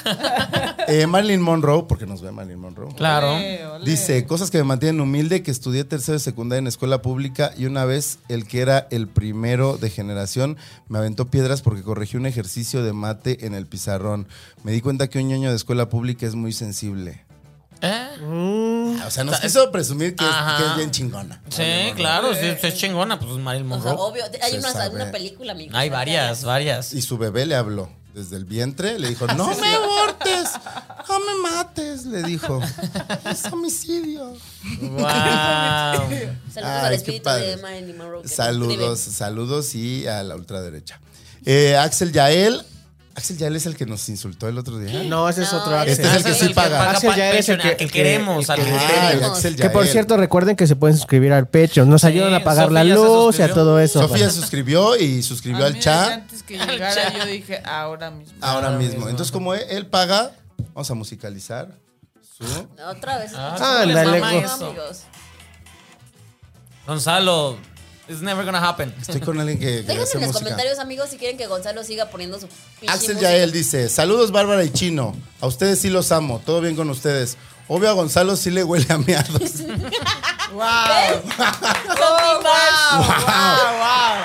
Speaker 4: Eh, Marilyn Monroe, porque nos ve Marilyn Monroe.
Speaker 5: Claro.
Speaker 4: Dice, cosas que me mantienen humilde, que estudié tercero de secundaria en escuela pública y una vez el que era el primero de generación me aventó piedras porque corregí un ejercicio de mate en el pizarrón. Me di cuenta que un ñoño de escuela pública es muy sensible.
Speaker 5: ¿Eh?
Speaker 4: O sea, nos quiso presumir que es,
Speaker 5: Ajá.
Speaker 4: que es bien chingona.
Speaker 5: Sí, claro, sí, sí es chingona, pues Marilyn
Speaker 8: Eh. O sea,
Speaker 5: Monroe.
Speaker 8: obvio. Hay
Speaker 4: Se
Speaker 8: una,
Speaker 4: sabe.
Speaker 8: una película, amigo.
Speaker 5: Hay varias, varias.
Speaker 4: Y su bebé le habló desde el vientre, le dijo, no me abortes, no me mates, le dijo. Es homicidio.
Speaker 5: Wow.
Speaker 8: Saludos
Speaker 4: Ay,
Speaker 8: al
Speaker 4: qué
Speaker 8: espíritu
Speaker 4: padre.
Speaker 8: de Marilyn Monroe. que nos
Speaker 4: Saludos,
Speaker 8: escribe.
Speaker 4: saludos y a la ultraderecha. Eh, Axel Yael. Axel Yael es el que nos insultó el otro día.
Speaker 6: No, ese es
Speaker 8: No,
Speaker 6: otro
Speaker 8: ese
Speaker 4: Este
Speaker 5: Ah,
Speaker 6: Axel.
Speaker 4: es el que sí paga.
Speaker 6: Axel
Speaker 5: pa-
Speaker 6: Ah, ya eres el
Speaker 5: Patreon, al
Speaker 6: que-
Speaker 5: que
Speaker 6: el que-
Speaker 5: queremos, al
Speaker 6: el
Speaker 5: que
Speaker 6: que-
Speaker 4: Ah, el
Speaker 5: queremos.
Speaker 4: Axel
Speaker 6: Que por
Speaker 4: Yael.
Speaker 6: cierto, recuerden que se pueden suscribir al pecho. Nos ayudan a pagar la
Speaker 5: Sofía se
Speaker 6: luz y a
Speaker 5: suscribió.
Speaker 6: todo eso.
Speaker 4: Sofía suscribió y
Speaker 8: Ah,
Speaker 4: suscribió
Speaker 7: A
Speaker 4: al
Speaker 7: mí
Speaker 4: chat
Speaker 7: desde Antes que llegara, yo dije, ahora mismo.
Speaker 4: ahora mismo. Entonces, como él, él paga, vamos a musicalizar su.
Speaker 8: Otra vez.
Speaker 5: Ah, ¿cómo les
Speaker 6: Ándale,
Speaker 5: mama
Speaker 6: güey.
Speaker 8: No,
Speaker 5: eso?
Speaker 8: amigos.
Speaker 5: Gonzalo, it's never gonna happen.
Speaker 4: Estoy con alguien que, que
Speaker 8: Dejen
Speaker 4: hace
Speaker 8: en los
Speaker 4: música.
Speaker 8: comentarios, amigos, si quieren que Gonzalo siga poniendo su pinche
Speaker 4: Axel
Speaker 8: música.
Speaker 4: Yael dice: Saludos, Bárbara y Chino. A ustedes sí los amo. Todo bien con ustedes. Obvio a Gonzalo sí le huele a miados.
Speaker 8: Something bad.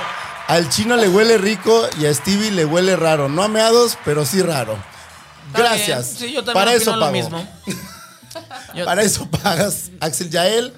Speaker 4: Al chino le huele rico y a Stevie le huele raro. No a meados, pero sí raro.
Speaker 5: Está
Speaker 4: Gracias.
Speaker 5: bien. Sí, yo también
Speaker 4: Para
Speaker 5: opino
Speaker 4: eso
Speaker 5: lo
Speaker 4: pago.
Speaker 5: mismo. Yo-
Speaker 4: Para eso pagas, Axel Yael,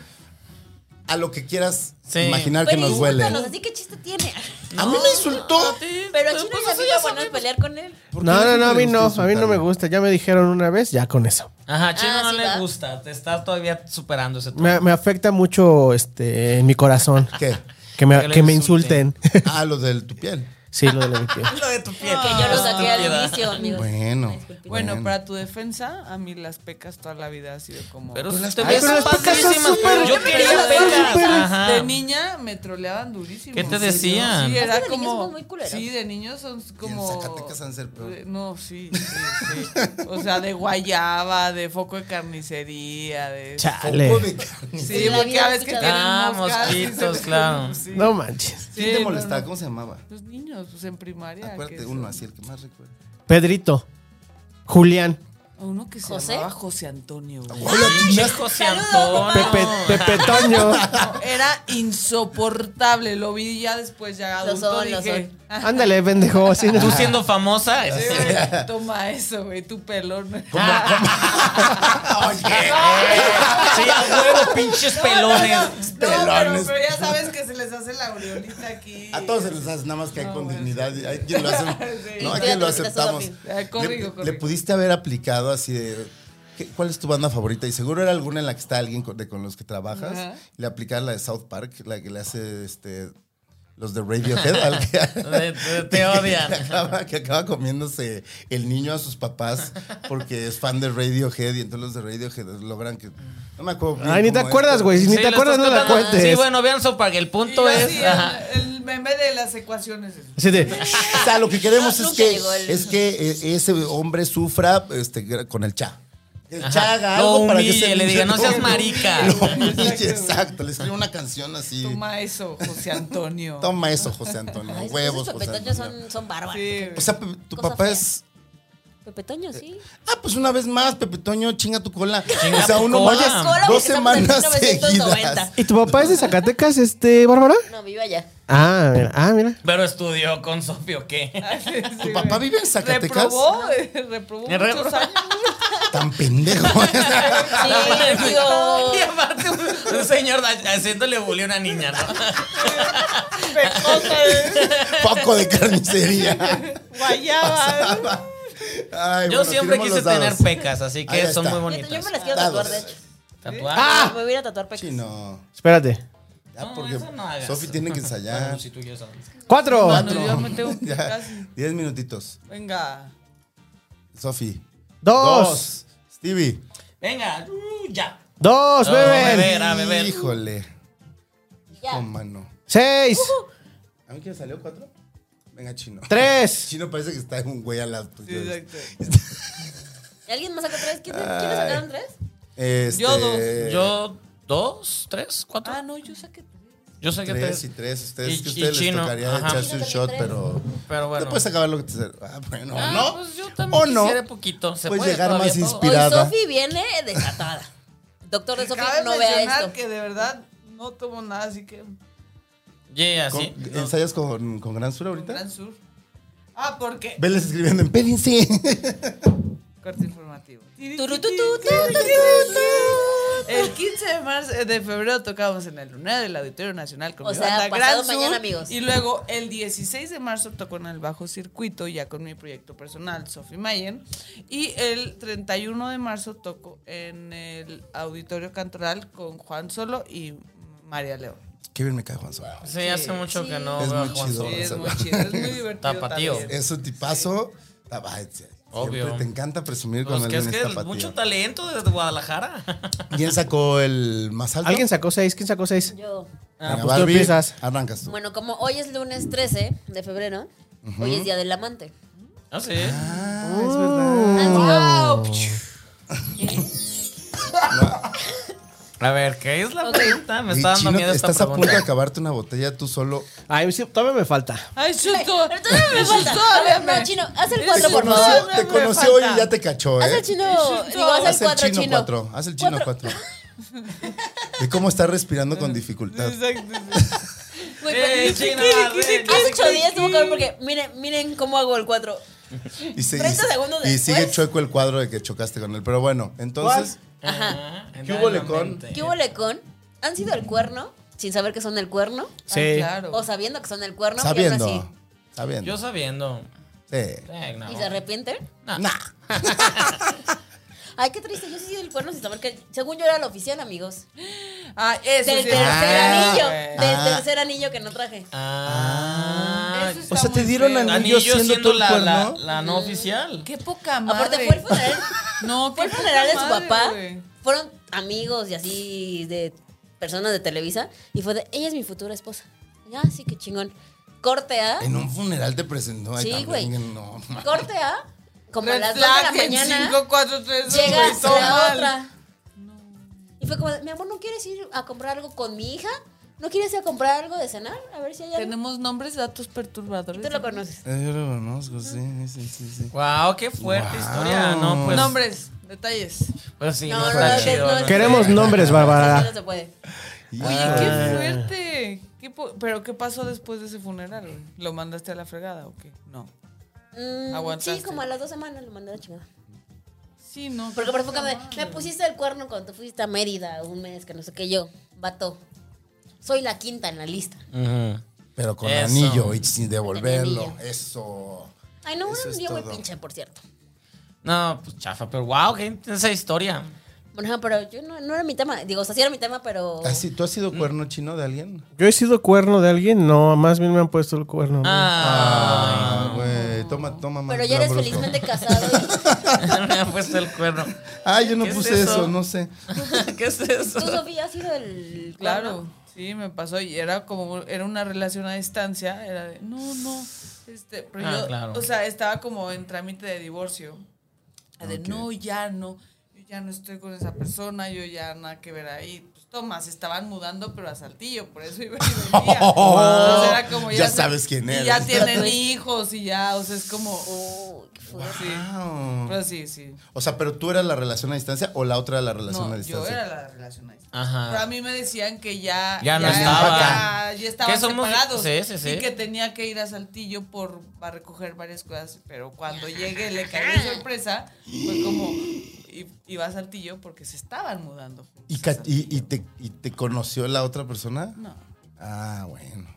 Speaker 4: a lo que quieras
Speaker 5: Sí.
Speaker 4: imaginar que
Speaker 8: Pero
Speaker 4: nos huele.
Speaker 8: insúltanos, así que chiste tiene.
Speaker 4: A mí me insultó.
Speaker 8: Pero a Chino
Speaker 5: Pues
Speaker 8: y a
Speaker 5: eso
Speaker 8: mí
Speaker 5: ya
Speaker 8: es bueno es pelear con él.
Speaker 4: ¿Por qué
Speaker 6: No, no, no, a mí
Speaker 4: le
Speaker 6: no.
Speaker 4: gusta
Speaker 6: A mí no me
Speaker 4: insultarme?
Speaker 6: gusta. Ya me dijeron una vez, ya con eso.
Speaker 5: Ajá, Chino
Speaker 8: Ah,
Speaker 5: no
Speaker 8: sí,
Speaker 5: le
Speaker 8: va.
Speaker 5: gusta, te estás todavía superando ese
Speaker 6: Me, me afecta mucho este mi corazón.
Speaker 4: ¿Qué?
Speaker 6: Que me,
Speaker 5: Que le
Speaker 6: que me
Speaker 5: insulten.
Speaker 6: insulten.
Speaker 4: Ah, lo de tu piel.
Speaker 6: Sí, lo de la víctima.
Speaker 5: Lo de tu piel.
Speaker 8: Que yo lo saqué al
Speaker 5: Estúpida.
Speaker 8: inicio, amigos.
Speaker 4: Bueno.
Speaker 7: Bueno, para tu defensa, a mí las pecas toda la vida ha sido como.
Speaker 5: Pero si te
Speaker 4: Ay,
Speaker 5: ves
Speaker 4: pero las pecas son
Speaker 5: padrísimas,
Speaker 4: súper-
Speaker 5: pero Yo quería
Speaker 7: Las
Speaker 5: pecas.
Speaker 7: pecas
Speaker 5: Ajá.
Speaker 7: De niña me troleaban durísimo.
Speaker 5: ¿Qué te
Speaker 7: ¿En serio?
Speaker 5: decían?
Speaker 7: Sí,
Speaker 8: Es que
Speaker 7: era
Speaker 8: de niños
Speaker 7: como.
Speaker 8: somos muy culeros.
Speaker 7: sí, de niños son como.
Speaker 4: Zacatecas han de ser peor.
Speaker 7: Eh, No, sí, sí, sí. O sea, de guayaba, de foco de carnicería, de.
Speaker 6: Chale.
Speaker 4: Poco de carne.
Speaker 7: Sí,
Speaker 8: Sí, la
Speaker 7: porque
Speaker 8: había
Speaker 7: a veces que tienen
Speaker 8: escuchado.
Speaker 5: Ah,
Speaker 7: moscas, sí,
Speaker 5: mosquitos,
Speaker 7: se-
Speaker 5: claro.
Speaker 7: sí.
Speaker 6: No manches.
Speaker 7: Sí,
Speaker 4: ¿Quién te
Speaker 7: no,
Speaker 4: molestaba?
Speaker 7: no.
Speaker 4: ¿Cómo se llamaba?
Speaker 7: Los niños, pues en primaria. que
Speaker 4: Acuérdate
Speaker 7: es-
Speaker 4: uno así, el que más recuerdo.
Speaker 6: Pedrito. Julián.
Speaker 7: Uno que se
Speaker 8: ¿José?
Speaker 7: llamaba José Antonio. güey.
Speaker 5: Pinche José Antonio.
Speaker 6: Pepe, Pepe Toño.
Speaker 4: Ah,
Speaker 7: No, era insoportable. Lo vi ya después, ya
Speaker 8: Lo
Speaker 7: adulto.
Speaker 8: son, lo
Speaker 7: dije,
Speaker 8: son.
Speaker 6: Ándale, pendejo. así no-
Speaker 5: Tú siendo famosa.
Speaker 7: "Sí,
Speaker 5: es-
Speaker 7: güey, toma eso, güey, tu pelón.
Speaker 5: Sí, a huevo, pinches pelones.
Speaker 7: No, pero,
Speaker 4: Pelones.
Speaker 7: pero ya sabes que se les hace la aureolita aquí.
Speaker 4: A todos se les hace nada más que hay con dignidad. Hay quien lo hace.
Speaker 7: Sí.
Speaker 4: No, hay
Speaker 8: Espérate,
Speaker 4: quien lo
Speaker 8: ahorita solo
Speaker 4: aceptamos.
Speaker 8: fin.
Speaker 7: Ah, corrijo,
Speaker 4: Le,
Speaker 7: corrijo.
Speaker 4: le pudiste haber aplicado así de. ¿qué- ¿Cuál es tu banda favorita? Y seguro era alguna en la que está alguien con, de- con los que trabajas.
Speaker 7: Ajá.
Speaker 4: Y le aplicar la de South Park, la que le hace este, los de Radiohead. al que,
Speaker 5: Te- te- te odian.
Speaker 4: Que acaba, que acaba comiéndose el niño a sus papás porque es fan de Radiohead. Y entonces los de Radiohead logran que. No me acuerdo. bien
Speaker 6: Ay, ni te
Speaker 4: cómo es,
Speaker 6: acuerdas,
Speaker 4: pero-
Speaker 6: güey. Si ni
Speaker 5: Sí,
Speaker 6: te
Speaker 5: lo
Speaker 6: acuerdas, no
Speaker 5: estás
Speaker 6: la
Speaker 5: contando.
Speaker 6: cuentes.
Speaker 5: Sí, bueno, vean Sopar, el
Speaker 7: Y
Speaker 5: punto
Speaker 7: yo
Speaker 5: es.
Speaker 7: así,
Speaker 5: ajá.
Speaker 7: el, el meme de las ecuaciones. es-
Speaker 6: Así de-
Speaker 4: O sea, lo que queremos
Speaker 8: No,
Speaker 4: es,
Speaker 8: nunca
Speaker 4: que,
Speaker 8: llegó el-
Speaker 4: es que eh, ese hombre sufra este, gra- con el cha. El cha haga
Speaker 5: Ajá. Lo
Speaker 4: algo para que
Speaker 5: humille,
Speaker 4: se
Speaker 5: le diga,
Speaker 4: lo-
Speaker 5: "No seas marica".
Speaker 4: lo humille,
Speaker 7: Exacto.
Speaker 4: exacto. Le escribe una canción así. Toma,
Speaker 7: Toma eso, José Antonio.
Speaker 4: eso, José Antonio.
Speaker 8: Ay,
Speaker 4: Huevos,
Speaker 8: Esos
Speaker 4: José
Speaker 8: pepetoños
Speaker 4: Antonio.
Speaker 8: son, son bárbaros.
Speaker 7: Sí,
Speaker 4: O sea, Pepe, tu
Speaker 8: Cosa
Speaker 4: papá
Speaker 8: fea.
Speaker 4: es.
Speaker 8: Pepetoños, sí.
Speaker 4: Ah, pues una vez más, Pepe Toño, chinga tu cola.
Speaker 5: Chinga
Speaker 4: o sea,
Speaker 5: tu
Speaker 4: uno
Speaker 5: cola.
Speaker 4: vaya
Speaker 8: Cola porque
Speaker 4: dos
Speaker 8: estamos en
Speaker 4: semanas
Speaker 8: 1990.
Speaker 4: seguidas.
Speaker 6: ¿Y tu papá es de Zacatecas, este, Bárbara?
Speaker 8: No, viva allá.
Speaker 6: Ah, mira. Ah, mira.
Speaker 5: Pero estudió con Sofía, ¿qué?
Speaker 4: Pues, ¿Tu papá vive en Zacatecas?
Speaker 7: Reprobó, reprobó
Speaker 5: Re-
Speaker 7: muchos años.
Speaker 4: Tan pendejo.
Speaker 8: Sí, tío.
Speaker 5: Y aparte, un, un señor da- haciéndole bullying a una niña, ¿no?
Speaker 7: Pecosa eh. de
Speaker 4: Poco de carnicería.
Speaker 7: guayaba. eh.
Speaker 4: Ay,
Speaker 5: Yo
Speaker 4: bueno,
Speaker 5: siempre
Speaker 4: tiremos
Speaker 5: quise
Speaker 4: los dados.
Speaker 5: tener pecas, así
Speaker 4: Ahí
Speaker 5: que son
Speaker 4: está. Ah.
Speaker 5: muy
Speaker 8: Yo- Yo me
Speaker 5: bonitas.
Speaker 8: las quiero tatuar, de
Speaker 4: Dados.
Speaker 8: hecho.
Speaker 5: Tatuaje.
Speaker 8: Me voy a ir a tatuar pecas.
Speaker 4: Sí, no.
Speaker 6: Espérate.
Speaker 4: Ya,
Speaker 5: No,
Speaker 4: porque
Speaker 5: eso no hagas.
Speaker 4: Sofi tiene que ensayar.
Speaker 5: Si tú ya sabes.
Speaker 6: Cuatro.
Speaker 7: Bueno, yo me tengo que-
Speaker 4: Ya,
Speaker 7: casi.
Speaker 4: diez minutitos.
Speaker 7: Venga.
Speaker 4: Sofi.
Speaker 6: Dos.
Speaker 4: Stevie.
Speaker 5: Venga, uh, ya.
Speaker 6: Dos,
Speaker 5: No,
Speaker 6: beben.
Speaker 5: beber, a beber.
Speaker 4: Híjole.
Speaker 8: Ya.
Speaker 4: Oh, mano.
Speaker 6: Seis.
Speaker 4: ¿A mí quién salió cuatro? Venga, chino.
Speaker 6: Tres.
Speaker 4: Chino parece que está un güey a las.
Speaker 7: Sí, exacto.
Speaker 8: ¿Y ¿Alguien más saca tres? ¿Quién- ¿Quiénes sacaron tres?
Speaker 4: Este,
Speaker 7: Yo dos.
Speaker 5: Yo, dos, tres, cuatro.
Speaker 7: Ah, no, yo saqué.
Speaker 5: Yo sé que
Speaker 4: Tres
Speaker 5: tres.
Speaker 4: y tres. Ustedes,
Speaker 5: Y-
Speaker 4: que a
Speaker 5: y
Speaker 4: ustedes les
Speaker 5: chino,
Speaker 4: tocaría
Speaker 5: ajá.
Speaker 4: echarse un
Speaker 8: Chino
Speaker 4: shot,
Speaker 8: también
Speaker 4: pero.
Speaker 5: Pero bueno.
Speaker 4: Te puedes acabar lo que te. Ah, bueno,
Speaker 5: Ah,
Speaker 4: ¿no?
Speaker 5: Pues yo también
Speaker 4: ¿O no?
Speaker 5: quisiera poquito. Se
Speaker 4: Puedes
Speaker 5: puede
Speaker 4: llegar
Speaker 5: todavía
Speaker 4: más
Speaker 5: todo.
Speaker 4: inspi-
Speaker 8: Hoy
Speaker 4: Pirada.
Speaker 8: Sofi viene desatada. Doctor de Sofi
Speaker 7: Cabe
Speaker 8: no vea
Speaker 7: mencionar
Speaker 8: esto.
Speaker 7: que de verdad no tomo nada, así que.
Speaker 5: Yeah,
Speaker 4: Con-
Speaker 5: sí.
Speaker 4: ¿Ensayas con, con Gran Sur ahorita?
Speaker 7: Gran Sur. Ah, porque.
Speaker 4: Veles escribiendo, empédense.
Speaker 7: Corte informativo.
Speaker 8: Turututututututut.
Speaker 7: El 15 de marzo eh, de febrero tocábamos en el lunar del Auditorio Nacional con
Speaker 8: O
Speaker 7: mi
Speaker 8: sea,
Speaker 7: banda
Speaker 8: pasado
Speaker 7: Gran Sur,
Speaker 8: mañana, amigos.
Speaker 7: Y luego el 16 de marzo tocó en el Bajo Circuito, ya con mi proyecto personal, Sophie Mayen. Y el 31 de marzo tocó en el Auditorio Cantoral con Juan Solo y María León.
Speaker 4: Qué bien me cae Juan Sola.
Speaker 5: Sí, hace mucho que no
Speaker 4: Es
Speaker 5: veo a
Speaker 4: muy
Speaker 5: Juan
Speaker 4: chido.
Speaker 7: Sí,
Speaker 5: Sola.
Speaker 7: es
Speaker 4: Solo.
Speaker 7: muy chido, es muy divertido.
Speaker 5: Tapatío.
Speaker 7: también.
Speaker 4: Es un tipazo. Ah, va, es-
Speaker 5: Obvio.
Speaker 4: Siempre te encanta presumir
Speaker 5: Pues
Speaker 4: cuando
Speaker 5: que es
Speaker 4: alguien
Speaker 5: que
Speaker 4: está
Speaker 5: es mucho talento desde Guadalajara.
Speaker 4: ¿Quién sacó el más alto?
Speaker 6: ¿Alguien sacó seis? ¿Quién sacó seis?
Speaker 8: Yo.
Speaker 4: Venga,
Speaker 6: Ah, pues tú
Speaker 4: Barbie,
Speaker 6: empiezas.
Speaker 4: Arrancas tú.
Speaker 8: Bueno, como hoy es lunes 13 de febrero, hoy es Día del Amante.
Speaker 5: Ah, sí.
Speaker 4: Ah, es verdad.
Speaker 8: Ah,
Speaker 5: A ver, ¿qué es la
Speaker 8: Ok.
Speaker 5: pregunta? Me
Speaker 4: Y,
Speaker 5: está dando
Speaker 4: Chino,
Speaker 5: miedo esta
Speaker 4: estás a punto de
Speaker 5: pregunta.
Speaker 4: acabarte una botella tú solo.
Speaker 6: Ay, sí, todavía me falta.
Speaker 7: Ay, Chuto.
Speaker 8: Pero todavía me falta. A ver, no, chino, haz el cuatro,
Speaker 7: Eso
Speaker 8: por
Speaker 7: no.
Speaker 8: favor.
Speaker 4: Conoció- te
Speaker 7: me
Speaker 4: conoció hoy
Speaker 7: falta.
Speaker 4: y ya te cachó,
Speaker 8: Haz el
Speaker 4: ¿eh?
Speaker 8: chino, digo, haz
Speaker 4: Haz
Speaker 8: el cuatro, chino.
Speaker 4: cuatro. Haz el chino cuatro. De cómo está respirando con dificultad.
Speaker 8: Güey,
Speaker 5: Eh,
Speaker 8: pero-
Speaker 5: chino,
Speaker 8: Hace ocho días tuvo que ver porque miren, miren cómo hago el cuatro.
Speaker 4: Y, se- y-
Speaker 8: 30 segundos
Speaker 4: y
Speaker 8: después.
Speaker 4: sigue chueco el cuadro de que chocaste con él. Pero bueno, entonces.
Speaker 5: Ajá.
Speaker 4: ¿Qué hubo, Lecón?
Speaker 8: ¿Qué hubo lecón? ¿Han sido el cuerno? Sin saber que son el cuerno.
Speaker 7: Sí. Ah, Claro.
Speaker 8: O sabiendo que son el cuerno. y aún así,
Speaker 4: Sabiendo.
Speaker 5: Yo
Speaker 4: Sabiendo.
Speaker 5: sabiendo.
Speaker 4: Sí.
Speaker 5: Eh, no.
Speaker 8: ¿Y se arrepienten?
Speaker 4: Nah.
Speaker 8: Ay, qué triste. Yo sí soy del cuerno sin saber que. Según yo era la oficial, amigos.
Speaker 7: Ah, ese
Speaker 8: Del
Speaker 7: sí.
Speaker 8: tercer
Speaker 4: Ah,
Speaker 8: anillo.
Speaker 4: güey.
Speaker 8: Del
Speaker 4: Ah.
Speaker 8: tercer anillo que no traje.
Speaker 5: Ah.
Speaker 7: eso está
Speaker 2: O sea, te
Speaker 7: muy
Speaker 2: dieron
Speaker 7: feo.
Speaker 2: anillo
Speaker 5: Anillo
Speaker 2: siendo
Speaker 5: siendo,
Speaker 2: todo el
Speaker 5: la, la,
Speaker 2: cuerno.
Speaker 5: la no oficial.
Speaker 7: Qué poca madre.
Speaker 8: Aparte, fue el funeral.
Speaker 7: No,
Speaker 8: Fue
Speaker 7: qué
Speaker 8: el funeral de
Speaker 7: poca
Speaker 8: su
Speaker 7: madre,
Speaker 8: papá.
Speaker 7: güey.
Speaker 8: Fueron amigos y así de personas de Televisa. Y fue de, ella es mi futura esposa. Ya, sí, que chingón. Corte A.
Speaker 4: En un funeral te presentó. ay,
Speaker 8: Sí,
Speaker 4: también,
Speaker 8: güey.
Speaker 4: No, ma.
Speaker 8: Corte A. Como a
Speaker 7: Red
Speaker 8: las 2 de la
Speaker 7: flag en
Speaker 8: mañana.
Speaker 7: cinco, cuatro, tres, dos,
Speaker 8: llega
Speaker 7: güey, todo
Speaker 8: la
Speaker 7: mal.
Speaker 8: otra. Y fue como, de, mi amor, ¿no quieres ir a comprar algo con mi hija? ¿No quieres ir a comprar algo de cenar? A ver si hay algo.
Speaker 7: Tenemos nombres, datos perturbadores.
Speaker 8: Tú lo conoces.
Speaker 4: Eh, Yo lo conozco, sí, sí, sí. sí.
Speaker 5: Wow, qué fuerte
Speaker 4: Wow.
Speaker 5: historia. No, pues.
Speaker 7: Nombres, detalles.
Speaker 5: pues sí,
Speaker 8: No,
Speaker 5: no,
Speaker 8: no,
Speaker 5: está
Speaker 8: no,
Speaker 5: chido.
Speaker 8: no,
Speaker 5: ¿no?
Speaker 8: no.
Speaker 6: Queremos nombres,
Speaker 8: Eso
Speaker 6: Bárbara.
Speaker 8: no se puede.
Speaker 7: Oye,
Speaker 4: Ah.
Speaker 7: qué fuerte. ¿Qué po- ¿Pero qué pasó después de ese funeral? güey? ¿Lo mandaste a la fregada o qué? No.
Speaker 8: Mm,
Speaker 7: Aguantaste.
Speaker 8: sí, como a las dos semanas lo mandé a la chingada.
Speaker 7: Sí, no.
Speaker 8: Porque por
Speaker 7: qué
Speaker 8: fue como de, me pusiste el cuerno cuando tú fuiste a Mérida un mes, que no sé qué yo. Vato. Soy la quinta en la lista.
Speaker 5: Ujú.
Speaker 4: Pero con
Speaker 5: Eso.
Speaker 4: anillo y sin devolverlo.
Speaker 8: Anillo.
Speaker 4: Eso.
Speaker 8: Ay, no,
Speaker 4: Eso
Speaker 8: un
Speaker 4: es
Speaker 8: día muy
Speaker 4: todo.
Speaker 8: pinche, por cierto.
Speaker 5: No, pues chafa, pero wow, qué intensa historia.
Speaker 8: Bueno, ajá, pero yo no, no era mi tema. Digo, o sea, sí era mi tema, pero.
Speaker 4: ¿Has si- ¿Ah, ¿Tú has sido cuerno chino de alguien?
Speaker 6: Yo he sido cuerno de alguien, no, más bien me han puesto el cuerno.
Speaker 5: Ah,
Speaker 4: Ah, güey. Toma, toma más.
Speaker 8: Pero ya eres
Speaker 4: lambrusco.
Speaker 8: felizmente casado.
Speaker 5: me ha puesto el cuerno.
Speaker 4: Ah, yo no
Speaker 5: ¿Qué es
Speaker 4: puse eso?
Speaker 5: eso?
Speaker 4: no sé.
Speaker 5: ¿Qué es
Speaker 8: Y tú,
Speaker 5: eso?
Speaker 8: Sofía, has sido el.
Speaker 7: Claro,
Speaker 8: cuerno.
Speaker 7: sí, me pasó. Y era como, era una relación a distancia. Era de, no, no. Este, pero
Speaker 5: Ah,
Speaker 7: yo,
Speaker 5: claro.
Speaker 7: o sea, estaba como en trámite de divorcio. Era De, no, ya no. Yo ya no estoy con esa persona. Yo ya nada que ver ahí. Pues toma, se estaban mudando, pero a Saltillo. Por eso iba y venía. Entonces era como,
Speaker 4: Oh, Ya
Speaker 7: se-
Speaker 4: sabes quién
Speaker 7: Y ya
Speaker 4: eres.
Speaker 7: tienen hijos y ya, o sea, es como. oh,
Speaker 8: Uy, qué fuerte.
Speaker 7: sí.
Speaker 4: Ah.
Speaker 7: Pero sí, sí.
Speaker 4: O sea, pero tú eras la relación a distancia o la otra era la relación a
Speaker 7: No, yo
Speaker 4: distancia.
Speaker 7: era la relación a distancia.
Speaker 5: Ajá.
Speaker 7: Pero a mí me decían que ya.
Speaker 5: Ah. Ya no
Speaker 4: estaba.
Speaker 7: Ya, ya estaban
Speaker 5: Que somos-
Speaker 7: separados.
Speaker 5: sí, sí, sí.
Speaker 7: Y que tenía que ir a Saltillo por, para recoger varias cosas. Pero cuando llegué, le caí de sorpresa. Fue como. i- Iba a Saltillo porque se estaban mudando. juntos
Speaker 4: ¿Y,
Speaker 7: a
Speaker 4: ca-
Speaker 7: Saltillo.
Speaker 4: y- y te, y te conoció la otra persona?
Speaker 7: No,
Speaker 4: Ah, bueno.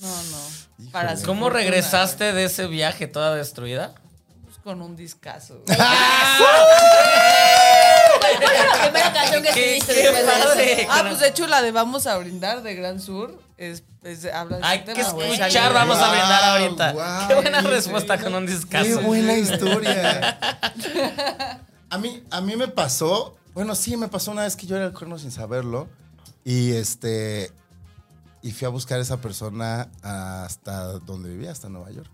Speaker 7: no, no.
Speaker 4: Híjole.
Speaker 7: su
Speaker 5: ¿Cómo
Speaker 7: fortuna,
Speaker 5: regresaste de ese viaje toda destruida?
Speaker 7: pues, con un discazo. Ah,
Speaker 8: ¿Cuál fue la primera canción que
Speaker 5: Qué-
Speaker 8: escribiste
Speaker 5: qué
Speaker 8: después de eso?
Speaker 5: padre.
Speaker 7: Ah, pues de hecho la de Vamos a brindar de Gran Sur es, es- habla de
Speaker 5: Hay
Speaker 7: ese
Speaker 5: que
Speaker 7: tema, güey.
Speaker 5: escuchar, vamos a brindar
Speaker 4: Wow,
Speaker 5: ahorita.
Speaker 4: wow.
Speaker 5: Qué buena respuesta con un
Speaker 4: Qué
Speaker 5: discazo.
Speaker 4: buena historia. A mí, a mí me pasó, bueno, sí, me pasó una vez que yo era el cuerno sin saberlo. Y este. Y fui a buscar a esa persona hasta donde vivía, hasta Nueva York.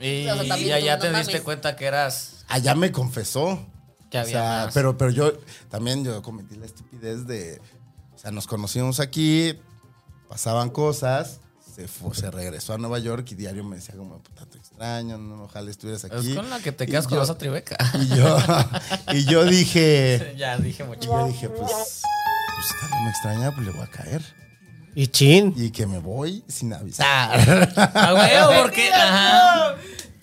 Speaker 5: Y
Speaker 8: O sea, también
Speaker 5: ya,
Speaker 8: tú,
Speaker 5: ya
Speaker 8: no
Speaker 5: te
Speaker 8: mames.
Speaker 5: diste cuenta que eras.
Speaker 4: Allá me confesó.
Speaker 5: Que había
Speaker 4: o sea,
Speaker 5: más.
Speaker 4: pero, pero yo también yo cometí la estupidez de. O sea, nos conocimos aquí, pasaban cosas. Se, fue, se regresó a Nueva York y diario me decía como, puta, te extraño, no, ojalá estuvieras aquí.
Speaker 5: Es pues, con la que te
Speaker 4: Y
Speaker 5: quedas con
Speaker 4: yo-
Speaker 5: esa tribeca.
Speaker 4: Y yo, y yo dije,
Speaker 5: Ya dije
Speaker 4: y
Speaker 5: mucho.
Speaker 4: yo dije, pues, pues que no me extraña, pues le voy a caer.
Speaker 6: Y chin.
Speaker 4: Y que me voy sin
Speaker 5: Ah.
Speaker 4: avisar.
Speaker 5: A huevo, porque. Ajá. Ah.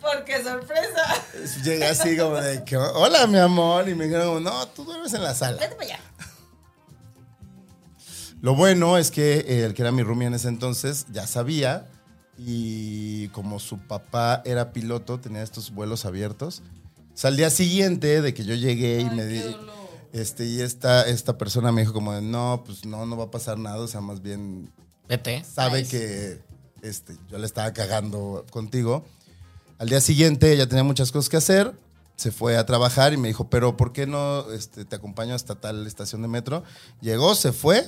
Speaker 7: Porque sorpresa.
Speaker 4: Llegué así como de que, hola, mi amor. Y me dijeron, como, no, tú duermes en la sala.
Speaker 8: Vete para allá.
Speaker 4: Lo bueno es que eh, el que era mi roomie en ese entonces ya sabía. Y como su papá era piloto, tenía estos vuelos abiertos. O sea, al día siguiente de que yo llegué y me di. Este, y esta, esta persona me dijo como de, no, pues no, no va a pasar nada. O sea, más bien
Speaker 5: Vete.
Speaker 4: sabe que este, yo le estaba cagando contigo. Al día siguiente ella tenía muchas cosas que hacer, se fue a trabajar y me dijo, pero ¿por qué no este, te acompaño hasta tal estación de metro? Llegó, se fue,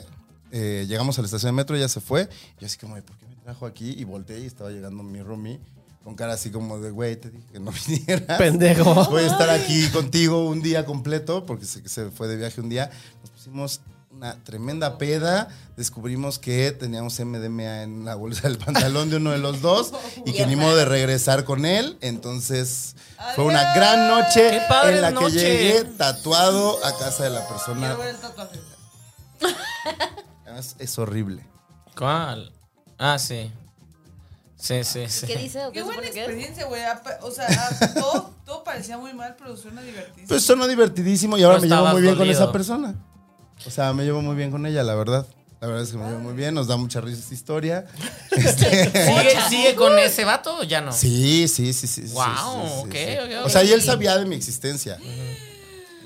Speaker 4: eh, llegamos a la estación de metro, ella se fue. Yo así como, "Ay, ¿por qué me trajo aquí? Y volteé y estaba llegando mi roomie con cara así como de, güey, te dije que no vinieras.
Speaker 6: Pendejo.
Speaker 4: Voy a estar aquí contigo un día completo, porque se, se fue de viaje un día. Nos pusimos una tremenda peda. Descubrimos que teníamos MDMA en la bolsa del pantalón de uno de los dos y que ni modo de regresar con él. Entonces fue una gran noche
Speaker 5: ¡Qué padre
Speaker 4: en la que
Speaker 5: noche!
Speaker 4: llegué tatuado a casa de la persona.
Speaker 7: Quiero ver el tatuaje.
Speaker 4: Además, es horrible.
Speaker 5: ¿Cuál? Ah, sí. Sí, sí, sí.
Speaker 8: ¿Qué dice? ¿O
Speaker 7: Qué
Speaker 8: qué
Speaker 7: buena
Speaker 8: supone que es?
Speaker 7: experiencia, güey. Apa- O sea, ah, todo, todo parecía muy mal, pero suena divertido.
Speaker 4: Pues sonó divertidísimo y ahora
Speaker 5: No
Speaker 4: me llevo
Speaker 5: estabas
Speaker 4: muy bien con
Speaker 5: dolido.
Speaker 4: esa persona. O sea, me llevo muy bien con ella, la verdad. La verdad es que me llevo muy bien, nos da mucha risa esta historia.
Speaker 5: ¿Sigue, sigue con ese vato o ya no?
Speaker 4: Sí, sí, sí, sí. sí,
Speaker 5: Wow,
Speaker 4: sí, sí,
Speaker 5: ok,
Speaker 4: sí.
Speaker 5: ok,
Speaker 4: O sea, y él
Speaker 8: ok.
Speaker 4: sabía de mi existencia.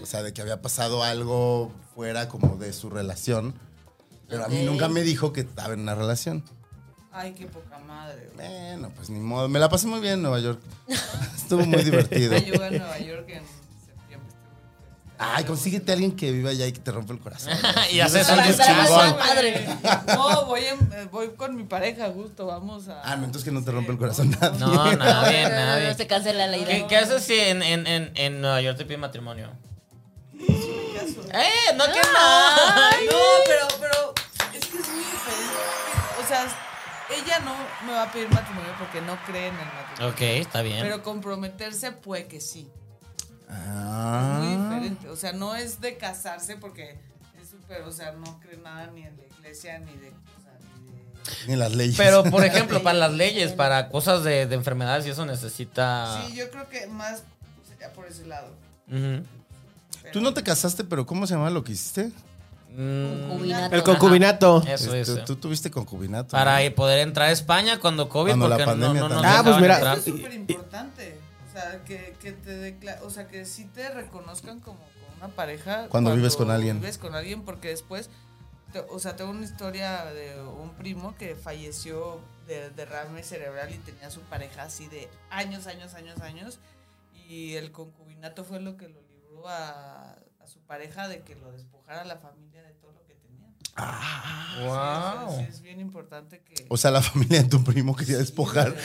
Speaker 4: O sea, de que había pasado algo fuera como de su relación. Pero a mí
Speaker 8: Ok.
Speaker 4: nunca me dijo que estaba en una relación.
Speaker 7: Ay, qué poca madre. güey.
Speaker 4: Bueno, pues ni modo. Me la pasé muy bien en Nueva York. Estuvo muy divertido.
Speaker 7: Ay, yo voy a Nueva York en septiembre.
Speaker 4: Ay, consíguete a alguien que viva allá y que te rompa el corazón.
Speaker 5: y haces un
Speaker 8: Para
Speaker 5: disco
Speaker 8: estar
Speaker 5: chingón.
Speaker 8: más padre.
Speaker 7: este No, voy, en- eh, voy con mi pareja, justo, vamos a...
Speaker 4: Ah, no, entonces que no te rompe el corazón nadie.
Speaker 5: No, nadie,
Speaker 8: No, no, no,
Speaker 5: nadie.
Speaker 8: se cancela la
Speaker 5: ¿Qué,
Speaker 8: idea.
Speaker 5: qué haces si en, en, en, en Nueva York te piden matrimonio? ¡Eh! ¡No, que
Speaker 7: Ay,
Speaker 5: no!
Speaker 7: no, pero, pero es que es muy diferente. O sea, ella no me va a pedir matrimonio porque no cree en el matrimonio.
Speaker 5: Ok, está bien.
Speaker 7: Pero comprometerse, pues que sí. Muy
Speaker 4: Ah.
Speaker 7: diferente. O sea, no es de casarse porque es súper, o sea, no cree nada ni en la iglesia ni de. O sea, ni de...
Speaker 4: Ni las leyes.
Speaker 5: Pero, por ejemplo, para las leyes, para cosas de, de enfermedades y eso necesita...
Speaker 4: Ah.
Speaker 7: Sí, yo creo que más sería por ese lado.
Speaker 5: Ujú.
Speaker 4: Tú no te casaste, pero ¿cómo se llama lo que hiciste?
Speaker 5: Mm,
Speaker 8: Concubinato.
Speaker 6: El concubinato.
Speaker 5: eso
Speaker 4: Este,
Speaker 5: es.
Speaker 4: Tú tuviste concubinato.
Speaker 5: Para
Speaker 4: ¿no?
Speaker 5: eh, poder entrar a España cuando COVID,
Speaker 4: Cuando la
Speaker 5: porque no, no,
Speaker 4: pandemia
Speaker 5: no nos
Speaker 4: también.
Speaker 6: Ah, pues
Speaker 5: dejaban
Speaker 6: mira.
Speaker 5: entrar.
Speaker 7: Es súper importante. O sea, que, que te decla- o sea, que sí te reconozcan como, como una pareja.
Speaker 4: Cuando vives con alguien.
Speaker 7: Vives con alguien porque después, te- o sea, tengo una historia de un primo que falleció de derrame cerebral y tenía su pareja así de años, años, años, años. Y el concubinato fue lo que lo libró a, a su pareja de que lo despojara la familia de todo lo que tenía.
Speaker 4: Ah.
Speaker 5: Guau.
Speaker 7: Sí, o sea, sí es bien importante que...
Speaker 4: O sea, la familia de tu primo quería despojar.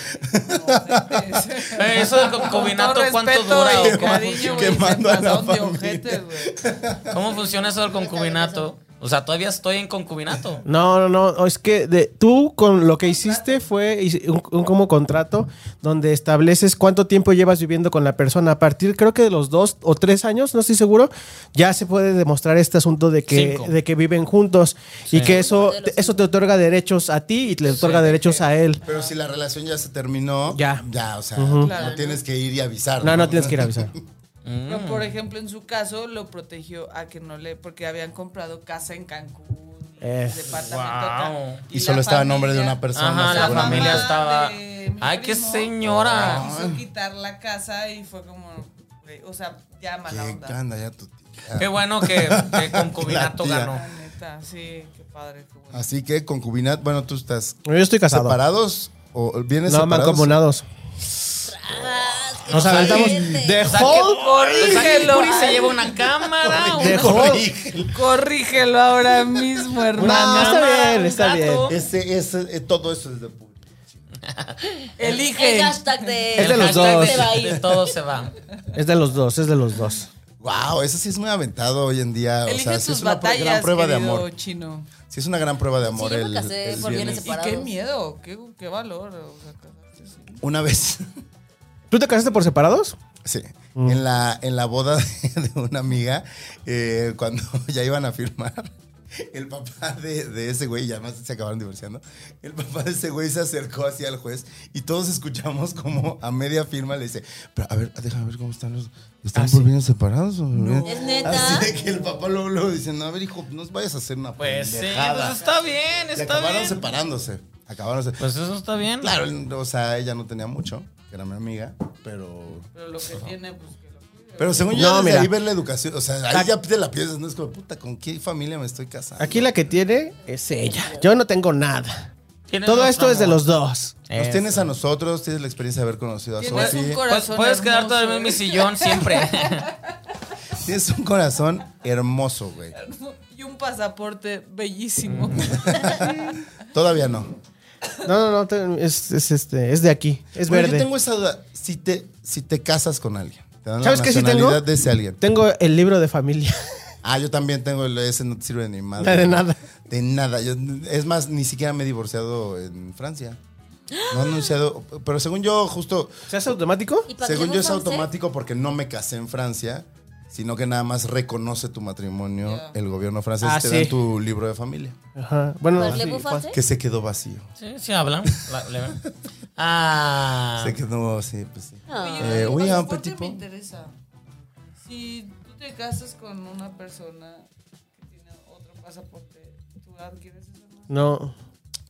Speaker 5: Pero Eso del concubinato, ¿cuánto dura? o cómo, Mm.
Speaker 7: Cariño,
Speaker 4: Que
Speaker 7: güey, se
Speaker 4: mando a la
Speaker 7: pasaron de
Speaker 4: familia.
Speaker 7: ojetes, güey.
Speaker 5: cómo funciona eso del concubinato? O sea, todavía estoy en concubinato.
Speaker 6: No, no, no. Es que de, tú con lo que hiciste fue hice un, un como contrato donde estableces cuánto tiempo llevas viviendo con la persona. A partir, creo que de los dos o tres años, no estoy seguro, ya se puede demostrar este asunto de que,
Speaker 5: Cinco.
Speaker 6: de que viven juntos y que eso, te- eso te otorga derechos a ti y te otorga derechos a él.
Speaker 4: Pero si la relación ya se terminó,
Speaker 6: Ya.
Speaker 4: ya, o sea,
Speaker 7: Claro,
Speaker 4: no tienes que ir y avisar.
Speaker 6: No, no tienes que ir a avisar.
Speaker 7: Pero, por ejemplo, en su caso lo protegió a que no le. Porque habían comprado casa en Cancún. y
Speaker 6: Es-
Speaker 7: departamento
Speaker 5: Wow.
Speaker 7: acá.
Speaker 4: Y
Speaker 7: la
Speaker 4: solo estaba a nombre de
Speaker 7: familia-
Speaker 4: una persona.
Speaker 5: Ajá, Ah, la
Speaker 4: seguramente.
Speaker 5: familia
Speaker 7: mamá
Speaker 5: estaba.
Speaker 7: de mi
Speaker 5: ¡Ay, qué
Speaker 7: primo
Speaker 5: señora!
Speaker 7: Quiso quitar la casa y fue como. güey, O sea, ya mala
Speaker 4: ¿Qué
Speaker 7: onda.
Speaker 4: anda ya tu tía?
Speaker 5: Qué bueno que, que concubinato
Speaker 4: La tía.
Speaker 5: ganó.
Speaker 7: La neta, sí, qué padre, qué bueno.
Speaker 4: Así que concubinato, bueno, tú estás
Speaker 6: Yo estoy casado.
Speaker 4: separados o vienes
Speaker 6: No,
Speaker 4: separados.
Speaker 6: mancomunados. Nos aventamos. The
Speaker 5: O sea, que- o sea, que
Speaker 7: corrígelo.
Speaker 5: Puri se lleva una cámara, una-
Speaker 6: Dejó-
Speaker 7: Corrígelo ahora mismo, hermano.
Speaker 6: No, está
Speaker 5: cámara,
Speaker 6: bien,
Speaker 5: un
Speaker 6: está bien.
Speaker 5: gato.
Speaker 4: Ese, ese, eh, todo eso es de pu-
Speaker 7: Elige.
Speaker 8: El hashtag de.
Speaker 6: Es de
Speaker 5: El
Speaker 6: los
Speaker 5: hashtag
Speaker 6: dos.
Speaker 5: de-
Speaker 8: Se va a ir.
Speaker 5: de todo se va.
Speaker 6: Es de los dos, es de los dos.
Speaker 4: Wow, eso sí es muy aventado hoy en día. O
Speaker 7: Elige
Speaker 4: sea, sí
Speaker 7: tus
Speaker 4: es una pr- gran
Speaker 7: batallas,
Speaker 4: prueba de
Speaker 7: querido
Speaker 4: amor.
Speaker 7: chino.
Speaker 4: Sí es una gran prueba de amor
Speaker 8: Sí, yo me
Speaker 4: el-
Speaker 8: casé
Speaker 4: el
Speaker 8: por bienes
Speaker 4: viernes.
Speaker 7: Y qué
Speaker 8: Separados.
Speaker 7: miedo, qué, qué valor. o sea, casarse así.
Speaker 4: Una vez.
Speaker 6: ¿Tú te casaste por separados?
Speaker 4: Sí.
Speaker 5: Mm.
Speaker 4: En, la, en la boda de, de una amiga, eh, cuando ya iban a firmar, el papá de, de ese güey, y además se acabaron divorciando, el papá de ese güey se acercó hacia el juez y todos escuchamos como a media firma le dice, pero a ver, déjame ver cómo están los... ¿Están
Speaker 5: Ah,
Speaker 4: por bienes separados? o bien?"
Speaker 8: Es neta.
Speaker 4: Así de que el papá luego, luego dice, no, a ver, hijo, no vayas a hacer una
Speaker 5: Pues sí,
Speaker 4: pendejada".
Speaker 5: pues está bien,
Speaker 4: Y
Speaker 5: está
Speaker 4: acabaron
Speaker 5: bien.
Speaker 4: separándose. Acabaron se-
Speaker 5: Pues eso está bien.
Speaker 4: Claro, o sea, ella no tenía mucho, que era mi amiga, pero...
Speaker 7: Pero lo que tiene, pues que lo cuide.
Speaker 4: Pero según
Speaker 6: No,
Speaker 4: yo, desde
Speaker 6: mira.
Speaker 4: ahí ver la educación, o sea, ahí ya te la piensas, no es como, puta, ¿con qué familia me estoy casando?
Speaker 6: Aquí la que tiene es ella. Yo no tengo nada.
Speaker 5: Tienen
Speaker 6: Todo
Speaker 5: nuestro
Speaker 6: esto es de
Speaker 5: amor.
Speaker 6: los dos.
Speaker 4: Nos
Speaker 5: Eso.
Speaker 4: tienes a nosotros, tienes la experiencia de haber conocido a
Speaker 7: Tienes un
Speaker 4: Sofi.
Speaker 5: Puedes,
Speaker 7: corazón.
Speaker 5: Pues, puedes quedarte a
Speaker 7: hermoso,
Speaker 5: dormir en mi
Speaker 7: ¿eh?
Speaker 5: sillón siempre.
Speaker 4: Tienes un corazón hermoso, güey.
Speaker 7: Y un pasaporte bellísimo.
Speaker 5: Mm.
Speaker 4: Todavía no.
Speaker 6: No, no, no. te- Es, es este, es de aquí. Es
Speaker 4: Bueno, Yo
Speaker 6: verde. Tengo...
Speaker 4: tengo esa duda. Si te, si te casas con alguien, te dan
Speaker 6: ¿Sabes
Speaker 4: la
Speaker 6: qué sí tengo?
Speaker 4: nacionalidad de ese alguien.
Speaker 6: el libro de familia.
Speaker 4: Ah, yo también tengo el, ese no te sirve de ni madre.
Speaker 6: De nada.
Speaker 4: De nada. Yo- es más, ni siquiera me he divorciado en Francia. No he anunciado. Pero según yo, justo
Speaker 6: ¿Se hace automático?
Speaker 8: ¿Y para qué
Speaker 4: Según yo
Speaker 8: nos
Speaker 4: es
Speaker 8: vamos a hacer?
Speaker 4: automático porque no me casé en Francia, sino que nada más reconoce tu matrimonio el gobierno francés
Speaker 6: Ah,
Speaker 4: y te
Speaker 6: sí.
Speaker 4: dan tu libro de familia,
Speaker 6: Ajá. Bueno,
Speaker 8: ¿Pues le
Speaker 6: sí,
Speaker 8: bufaste?
Speaker 4: que se quedó vacío.
Speaker 5: sí, sí hablan. La- le- Ah.
Speaker 4: Se quedó, sí, pues sí.
Speaker 8: Ah.
Speaker 4: Eh,
Speaker 7: el
Speaker 4: oye, un
Speaker 7: pasaporte
Speaker 4: petit
Speaker 7: me
Speaker 4: pot.
Speaker 7: interesa. Si tú te casas con una persona que tiene otro pasaporte, ¿tú adquieres ese más?
Speaker 6: no.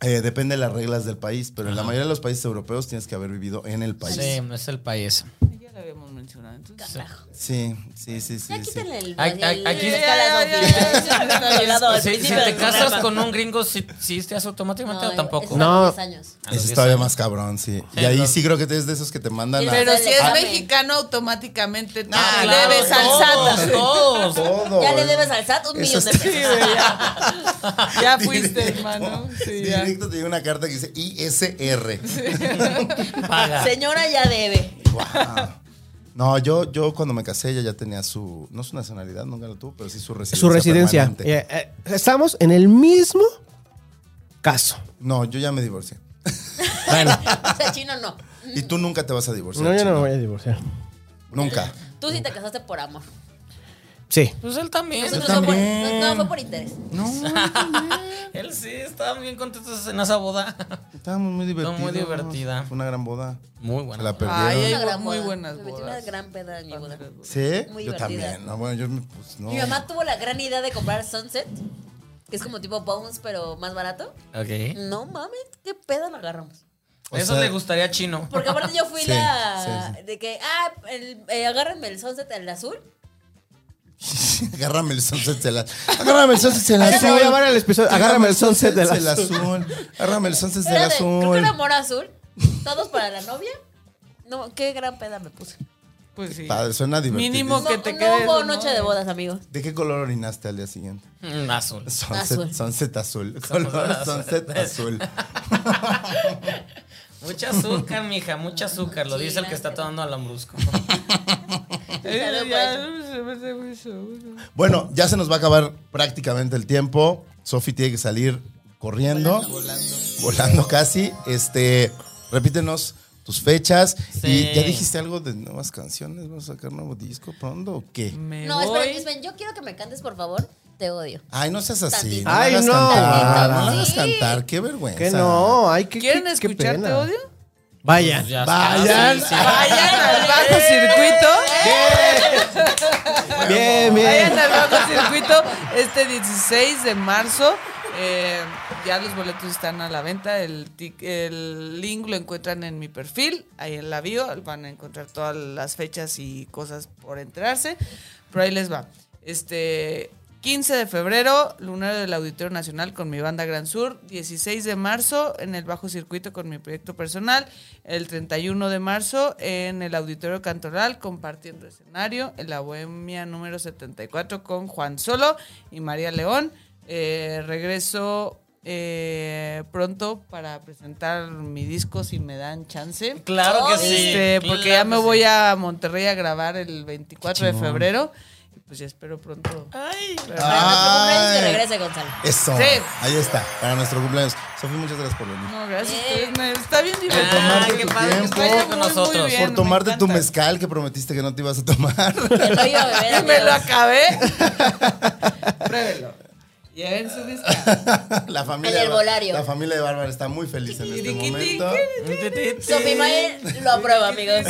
Speaker 4: Eh, depende de las reglas del país, pero en la mayoría de los países europeos tienes que haber vivido en el país.
Speaker 5: Sí, es el país.
Speaker 7: Ya la habíamos silencio, ¿no? Entonces,
Speaker 8: Carajo.
Speaker 4: Sí, sí, sí, sí.
Speaker 8: Ya
Speaker 4: sí.
Speaker 8: quítale el
Speaker 5: Ay, ay, aquí-
Speaker 8: el
Speaker 7: Ya,
Speaker 8: escalado,
Speaker 7: ya,
Speaker 8: que
Speaker 7: ya,
Speaker 8: ya se había violado
Speaker 5: Si,
Speaker 8: al
Speaker 5: si
Speaker 8: principio
Speaker 5: te
Speaker 8: del
Speaker 5: casas
Speaker 8: programa.
Speaker 5: con un gringo, si, te hace automáticamente o tampoco.
Speaker 6: No.
Speaker 8: No. es a los 10 años.
Speaker 5: A los
Speaker 4: Eso es
Speaker 5: 10
Speaker 4: todavía
Speaker 5: años.
Speaker 4: más cabrón, sí. Y
Speaker 5: Sí,
Speaker 4: ahí
Speaker 5: no.
Speaker 4: sí creo que es de esos que te mandan a...
Speaker 7: Pero si es
Speaker 8: Ah.
Speaker 7: mexicano, automáticamente te
Speaker 4: Ah,
Speaker 5: Claro,
Speaker 7: debes al
Speaker 5: todos,
Speaker 7: SAT.
Speaker 5: todos.
Speaker 4: Todo.
Speaker 8: Ya le debes al SAT
Speaker 4: Eso
Speaker 8: un millón de
Speaker 4: sí,
Speaker 8: pesos.
Speaker 7: Sí, güey, ya. Ya fuiste,
Speaker 4: Directo.
Speaker 7: hermano. Sí, ya.
Speaker 4: Directo te llega una carta que dice ISR.
Speaker 5: Paga.
Speaker 8: Señora ya debe.
Speaker 4: Guau. No, yo, yo cuando me casé ella ya tenía su, no su nacionalidad, nunca lo tuvo, pero sí su residencia.
Speaker 6: Su residencia.
Speaker 4: permanente.
Speaker 6: Eh, eh, estamos en el mismo caso.
Speaker 4: No, yo ya me divorcié.
Speaker 8: O sea, chino no.
Speaker 4: Y tú nunca te vas a divorciar.
Speaker 6: no, yo
Speaker 4: Pues
Speaker 6: no
Speaker 4: chino.
Speaker 6: me voy a divorciar.
Speaker 4: Nunca.
Speaker 8: Tú sí te casaste por amor.
Speaker 6: Sí.
Speaker 5: Pues él también.
Speaker 8: Nosotros
Speaker 4: Yo
Speaker 8: no, por,
Speaker 4: también.
Speaker 8: no, fue por interés.
Speaker 5: Él sí, estaban bien contentos en esa boda.
Speaker 4: Estábamos muy divertidos.
Speaker 5: muy divertida.
Speaker 4: Fue una gran boda.
Speaker 5: Muy
Speaker 4: Se
Speaker 5: buena.
Speaker 4: la
Speaker 7: Ay,
Speaker 4: perdieron.
Speaker 7: ay. muy
Speaker 8: boda.
Speaker 7: buenas
Speaker 8: Me metí una
Speaker 7: bodas.
Speaker 8: gran peda en mi boda.
Speaker 4: ¿Sí?
Speaker 8: Muy
Speaker 4: yo
Speaker 8: divertida.
Speaker 4: también. No, bueno, yo me- pues no.
Speaker 8: Mi mamá tuvo la gran idea de comprar Sunset, que es como tipo Bones, pero más barato.
Speaker 4: ¿Eh?
Speaker 5: Ok.
Speaker 8: No mames, qué pedo nos agarramos.
Speaker 4: O
Speaker 5: Eso
Speaker 4: sea-
Speaker 5: le gustaría a Chino.
Speaker 8: Porque aparte yo fui
Speaker 4: Sí,
Speaker 8: la
Speaker 4: sí, sí.
Speaker 8: de que, ah, el- eh, agárrenme el Sunset, el azul.
Speaker 4: Agárrame el sunset del azul. Agárrame el sunset del
Speaker 6: Así
Speaker 4: azul.
Speaker 6: se va a llamar el episodio. Agárrame el sunset del
Speaker 4: del
Speaker 6: azul.
Speaker 4: azul. Agárrame el sunset del
Speaker 8: Era de, creo que
Speaker 4: azul.
Speaker 8: era mora azul. Todos para la novia. No, qué gran peda me puse.
Speaker 7: Pues sí.
Speaker 4: Padre, suena divertido.
Speaker 7: Mínimo que
Speaker 8: No,
Speaker 7: te
Speaker 8: no
Speaker 7: quedes.
Speaker 8: hubo
Speaker 7: ¿no?
Speaker 8: noche de bodas, amigos.
Speaker 4: ¿De qué color orinaste al día siguiente?
Speaker 5: Mm, Azul.
Speaker 4: Sunset azul.
Speaker 8: Azul.
Speaker 4: Sunset azul. Color sunset azul.
Speaker 5: Mucha azúcar, mija, mucha azúcar. Lo dice el que está tomando al lambrusco.
Speaker 7: Eh,
Speaker 8: Salud,
Speaker 7: ya,
Speaker 8: pues.
Speaker 4: Bueno, ya se nos va a acabar prácticamente el tiempo. Sofi tiene que salir corriendo. Volando, casi. Este, repítenos tus fechas.
Speaker 5: Sí.
Speaker 4: Y ya dijiste algo de nuevas canciones. ¿Vamos a sacar nuevo disco pronto o qué?
Speaker 7: Me
Speaker 8: No, espera,
Speaker 7: voy.
Speaker 8: esperen, yo quiero que me cantes, por favor. Te odio.
Speaker 4: Ay, no seas así.
Speaker 8: Tantito.
Speaker 4: me
Speaker 6: Ay,
Speaker 4: hagas
Speaker 6: no.
Speaker 4: Cantar, no me
Speaker 8: Tantito.
Speaker 4: hagas
Speaker 8: Sí.
Speaker 4: cantar. Qué vergüenza.
Speaker 6: Que no, hay que.
Speaker 7: ¿Quieren
Speaker 6: qué- qué
Speaker 7: escuchar Te
Speaker 6: pena.
Speaker 7: odio?
Speaker 6: Vaya.
Speaker 5: Pues Ya está,
Speaker 4: Vayan.
Speaker 5: sí, sí.
Speaker 7: Vayan al bajo eh, circuito.
Speaker 6: Bien, bien.
Speaker 7: Vayan al bajo circuito este 16 de marzo. Eh, ya los boletos están a la venta. El, tic- el link lo encuentran en mi perfil. Ahí en la bio van a encontrar todas las fechas y cosas por enterarse. Pero ahí les va. Este. 15 de febrero, Lunario del Auditorio Nacional con mi banda Gran Sur. 16 de marzo, en el Bajo Circuito con mi proyecto personal. El 31 de marzo, en el Auditorio Cantoral, compartiendo escenario. En la Bohemia número 74 con Juan Solo y María León. Eh, regreso eh, pronto para presentar mi disco si me dan chance.
Speaker 5: Claro que sí.
Speaker 7: Este, porque ya me voy a Monterrey a grabar el 24 de febrero. Y pues ya espero pronto.
Speaker 8: Para nuestro
Speaker 4: Ay.
Speaker 8: cumpleaños que regrese, Gonzalo.
Speaker 4: Eso.
Speaker 7: Sí.
Speaker 4: Ahí está. Para nuestro cumpleaños. Sofi, muchas gracias por venir.
Speaker 7: No, gracias.
Speaker 8: Bien.
Speaker 7: ustedes me- Está bien divertido.
Speaker 4: Por tomarte
Speaker 5: Ay, qué
Speaker 4: tu
Speaker 5: padre que
Speaker 4: tiempo.
Speaker 5: estuviste
Speaker 7: Muy,
Speaker 5: con
Speaker 7: muy
Speaker 5: nosotros.
Speaker 7: bien.
Speaker 4: Por
Speaker 7: me
Speaker 4: tomarte tu
Speaker 7: encanta.
Speaker 4: mezcal que prometiste que no te ibas a tomar.
Speaker 8: Que no iba a beber,
Speaker 7: Y me lo
Speaker 8: amigos.
Speaker 7: acabé. Pruébelo. Lleven su disco.
Speaker 4: la familia
Speaker 8: El
Speaker 4: de Bar-
Speaker 8: herbolario.
Speaker 4: La familia de Bárbara está muy feliz en este
Speaker 7: Tiqui, tiqui,
Speaker 4: momento.
Speaker 8: Sofi Mayer lo aprueba, amigos.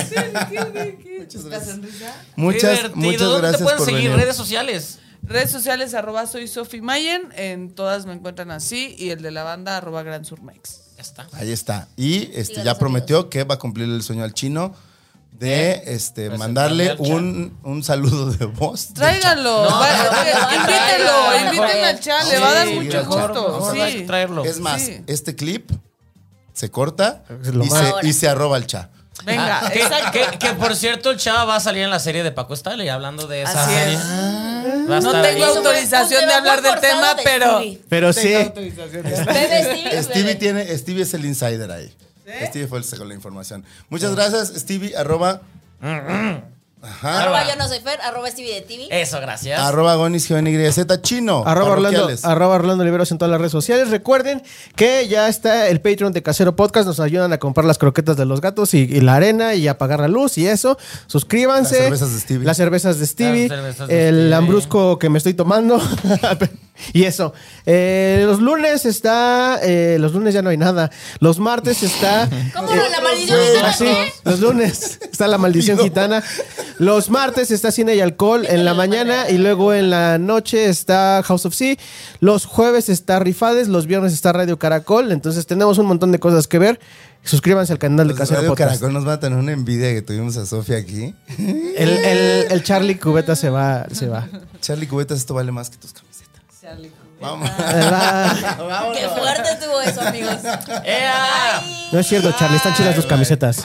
Speaker 7: Muchas gracias. sonrisa.
Speaker 4: Muchas,
Speaker 5: Divertido.
Speaker 4: muchas
Speaker 5: ¿Dónde
Speaker 4: gracias
Speaker 5: te pueden
Speaker 4: por
Speaker 5: seguir?
Speaker 4: venir.
Speaker 5: Redes sociales.
Speaker 7: Redes sociales, arroba soy Sofi Mayen. En todas me encuentran así. Y el de la banda, arroba Gran Sur Mex.
Speaker 5: Ya está.
Speaker 4: Ahí está. Y este
Speaker 8: Síganos,
Speaker 4: ya
Speaker 8: amigos.
Speaker 4: prometió que va a cumplir el sueño al chino
Speaker 5: ¿Eh?
Speaker 4: de este
Speaker 5: Presentarle
Speaker 4: mandarle
Speaker 5: al chat.
Speaker 4: un, un saludo de voz.
Speaker 7: Tráiganlo.
Speaker 5: No,
Speaker 7: va-
Speaker 5: no,
Speaker 7: eh,
Speaker 8: no,
Speaker 7: invítenlo.
Speaker 8: tráiganlo.
Speaker 7: Inviten al chat. Le va a dar
Speaker 4: Sí,
Speaker 7: mucho
Speaker 4: al chat.
Speaker 7: gusto.
Speaker 4: Vamos a
Speaker 7: Sí.
Speaker 5: traerlo.
Speaker 4: Es más,
Speaker 7: Sí.
Speaker 4: este clip se corta
Speaker 6: lo
Speaker 4: y se,
Speaker 8: mando.
Speaker 4: y se arroba al chat.
Speaker 7: Venga,
Speaker 5: Ah, que,
Speaker 7: exacto.
Speaker 5: que- que, por cierto, el chava va a salir en la serie de Paco Stanley hablando de esa
Speaker 7: Así
Speaker 5: serie.
Speaker 7: es.
Speaker 4: Ah,
Speaker 5: Va a
Speaker 7: No
Speaker 5: estar
Speaker 7: tengo
Speaker 5: ahí.
Speaker 8: Eso fue
Speaker 7: autorización
Speaker 8: un
Speaker 7: de
Speaker 8: tema
Speaker 7: hablar
Speaker 8: muy
Speaker 7: del tema,
Speaker 8: forzado de
Speaker 7: pero-
Speaker 8: Stevie.
Speaker 6: Pero sí.
Speaker 8: Bebe, Stevie,
Speaker 4: Stevie
Speaker 8: bebe.
Speaker 4: tiene, Stevie es el insider ahí. Stevie fue el con la información. Muchas gracias, Stevie, arroba. Ajá.
Speaker 8: Arroba yo no soy Fer, arroba Stevie de TV.
Speaker 7: Eh,
Speaker 5: Eso, gracias.
Speaker 4: Arroba Gonis, G-O-N-Y-Z, chino.
Speaker 6: Arroba Orlando,
Speaker 4: parroquiales.
Speaker 6: arroba Orlando Oliveros en todas las redes sociales. Recuerden que ya está el Patreon de Casero Podcast. Nos ayudan a comprar las croquetas de los gatos y, y la arena y apagar la luz y eso. Suscríbanse.
Speaker 4: Las cervezas de Stevie.
Speaker 6: Las cervezas de Stevie.
Speaker 5: Las cervezas de
Speaker 6: el
Speaker 5: Stevie.
Speaker 6: lambrusco que me estoy tomando. y eso. Eh, los lunes está. eh, los lunes ya no hay nada. Los martes está.
Speaker 7: eh,
Speaker 8: ¿Cómo no? La maldición
Speaker 4: güey.
Speaker 8: gitana.
Speaker 6: Así, los lunes está la maldición gitana. Los martes está cine y alcohol en la mañana y luego en la noche está House of Sea. Los jueves está Rifades, los viernes está Radio Caracol. Entonces tenemos un montón de cosas que ver. Suscríbanse al canal de
Speaker 4: Los
Speaker 6: Casero
Speaker 4: Radio
Speaker 6: Podcast.
Speaker 4: Caracol nos va a tener una envidia que tuvimos a Sofía aquí.
Speaker 6: El, el- el Charlie Cubeta se va, se va.
Speaker 4: Charlie Cubetas, esto vale más que tus camisetas. Vamos.
Speaker 8: Qué fuerte estuvo eso, amigos.
Speaker 5: ¡Ea!
Speaker 8: Ay.
Speaker 6: No es cierto, Charlie, están chidas tus camisetas.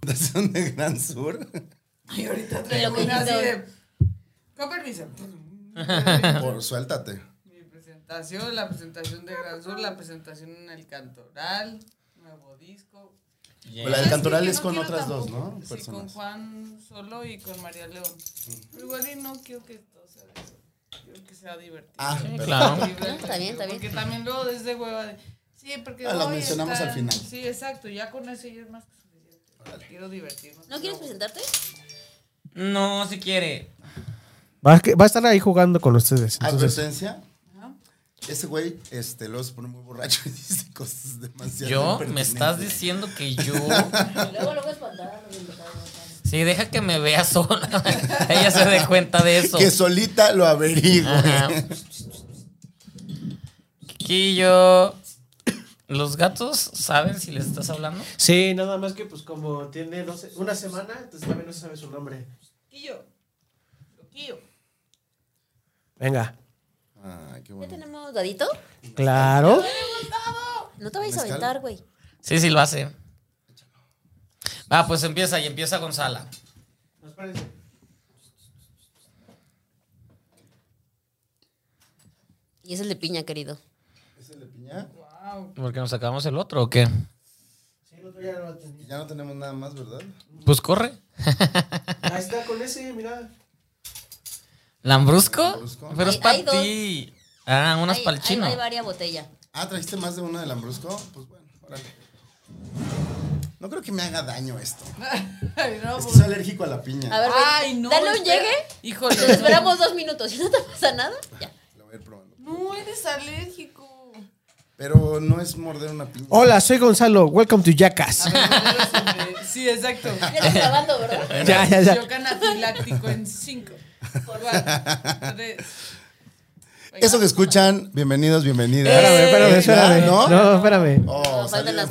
Speaker 4: Fundación de Gran Sur.
Speaker 7: Y ahorita
Speaker 8: Y lo
Speaker 7: traigo
Speaker 8: que
Speaker 7: una Pues así
Speaker 8: hizo.
Speaker 7: de... Con permiso.
Speaker 4: Por suéltate.
Speaker 7: Mi presentación, la presentación de Gran Sur, la presentación en el Cantoral, nuevo disco.
Speaker 4: La
Speaker 7: Es
Speaker 4: del
Speaker 7: que
Speaker 4: Cantoral
Speaker 7: yo
Speaker 4: es
Speaker 7: no
Speaker 4: con
Speaker 7: quiero
Speaker 4: otras dos,
Speaker 7: tampoco-
Speaker 4: ¿no?
Speaker 7: Sí, con
Speaker 4: Personas. Mm.
Speaker 7: Juan solo y con María León. Pero igual y no quiero que esto sea de eso. Quiero que sea divertido.
Speaker 4: Ah, perfecto.
Speaker 5: Claro.
Speaker 7: Libre,
Speaker 8: está bien, está bien.
Speaker 7: Porque también luego desde hueva de... Sí, porque...
Speaker 4: Ah, las
Speaker 7: hoy
Speaker 4: mencionamos
Speaker 7: está-
Speaker 4: al final.
Speaker 7: Sí, exacto. Ya con eso ya es más que suficiente. Quiero divertirme.
Speaker 8: ¿No quieres presentarte?
Speaker 5: No, si quiere.
Speaker 6: Va a, va a estar ahí jugando con ustedes. Entonces,
Speaker 4: Advertencia. Ese güey este, luego se pone muy borracho y dice cosas demasiado.
Speaker 5: ¿Yo? ¿Me
Speaker 4: impertinentes.
Speaker 5: estás diciendo que yo?
Speaker 8: Luego, luego espantaron los invitados.
Speaker 5: Sí, deja que me vea sola. Ella se dé cuenta de eso.
Speaker 4: Que solita lo averigua.
Speaker 5: Ajá. Quiquillo. ¿Los gatos saben si les estás hablando?
Speaker 6: sí, nada más que pues como tiene no sé, una semana, entonces también no se sabe su nombre.
Speaker 7: Quillo. Quillo.
Speaker 6: Venga.
Speaker 4: Ay, qué
Speaker 8: ¿Ya
Speaker 4: bueno.
Speaker 8: tenemos dadito?
Speaker 6: Claro.
Speaker 8: No te vayas a
Speaker 4: Mezcal.
Speaker 8: aventar, güey.
Speaker 5: Sí, sí lo hace. Ah, pues empieza y empieza Gonzala.
Speaker 8: Y es el de piña, querido.
Speaker 4: ¿Es el de piña?
Speaker 5: Porque nos sacamos el otro o qué?
Speaker 4: Y Ya no tenemos nada más, ¿verdad?
Speaker 5: Pues corre.
Speaker 6: Ahí está con ese, mira.
Speaker 5: ¿Lambrusco?
Speaker 4: Lambrusco.
Speaker 5: Pero es
Speaker 8: Hay-
Speaker 5: para
Speaker 8: hay
Speaker 5: ti. Ah, unas
Speaker 8: Hay-
Speaker 5: para el
Speaker 8: hay-
Speaker 5: chino.
Speaker 8: Hay varias botellas.
Speaker 4: Ah, ¿trajiste más de una de Lambrusco? Pues bueno, órale. No creo que me haga daño esto.
Speaker 7: Ay, no,
Speaker 4: Es que
Speaker 7: pues.
Speaker 4: soy alérgico a la piña.
Speaker 8: A ver, güey.
Speaker 7: Ay, no.
Speaker 8: Dale un
Speaker 7: espera.
Speaker 8: llegue.
Speaker 7: Híjole.
Speaker 8: Te esperamos dos minutos. Si no te pasa nada, ya.
Speaker 4: Lo voy a ir probando.
Speaker 7: No, eres alérgico.
Speaker 4: Pero no es morder una piña.
Speaker 6: Hola, soy Gonzalo. Welcome to Jackass.
Speaker 7: Sí, exacto.
Speaker 8: Ya estás grabando, ¿verdad?
Speaker 6: Ya, ya, ya.
Speaker 7: Yo canafiláctico en cinco. Cuatro, tres.
Speaker 4: Eso que escuchan, bienvenidos, bienvenidas. Eh,
Speaker 6: Espérame, espérame, espérame.
Speaker 4: ¿No?
Speaker 6: No, espérame.
Speaker 4: Oh,
Speaker 8: Faltan
Speaker 4: salió-
Speaker 8: las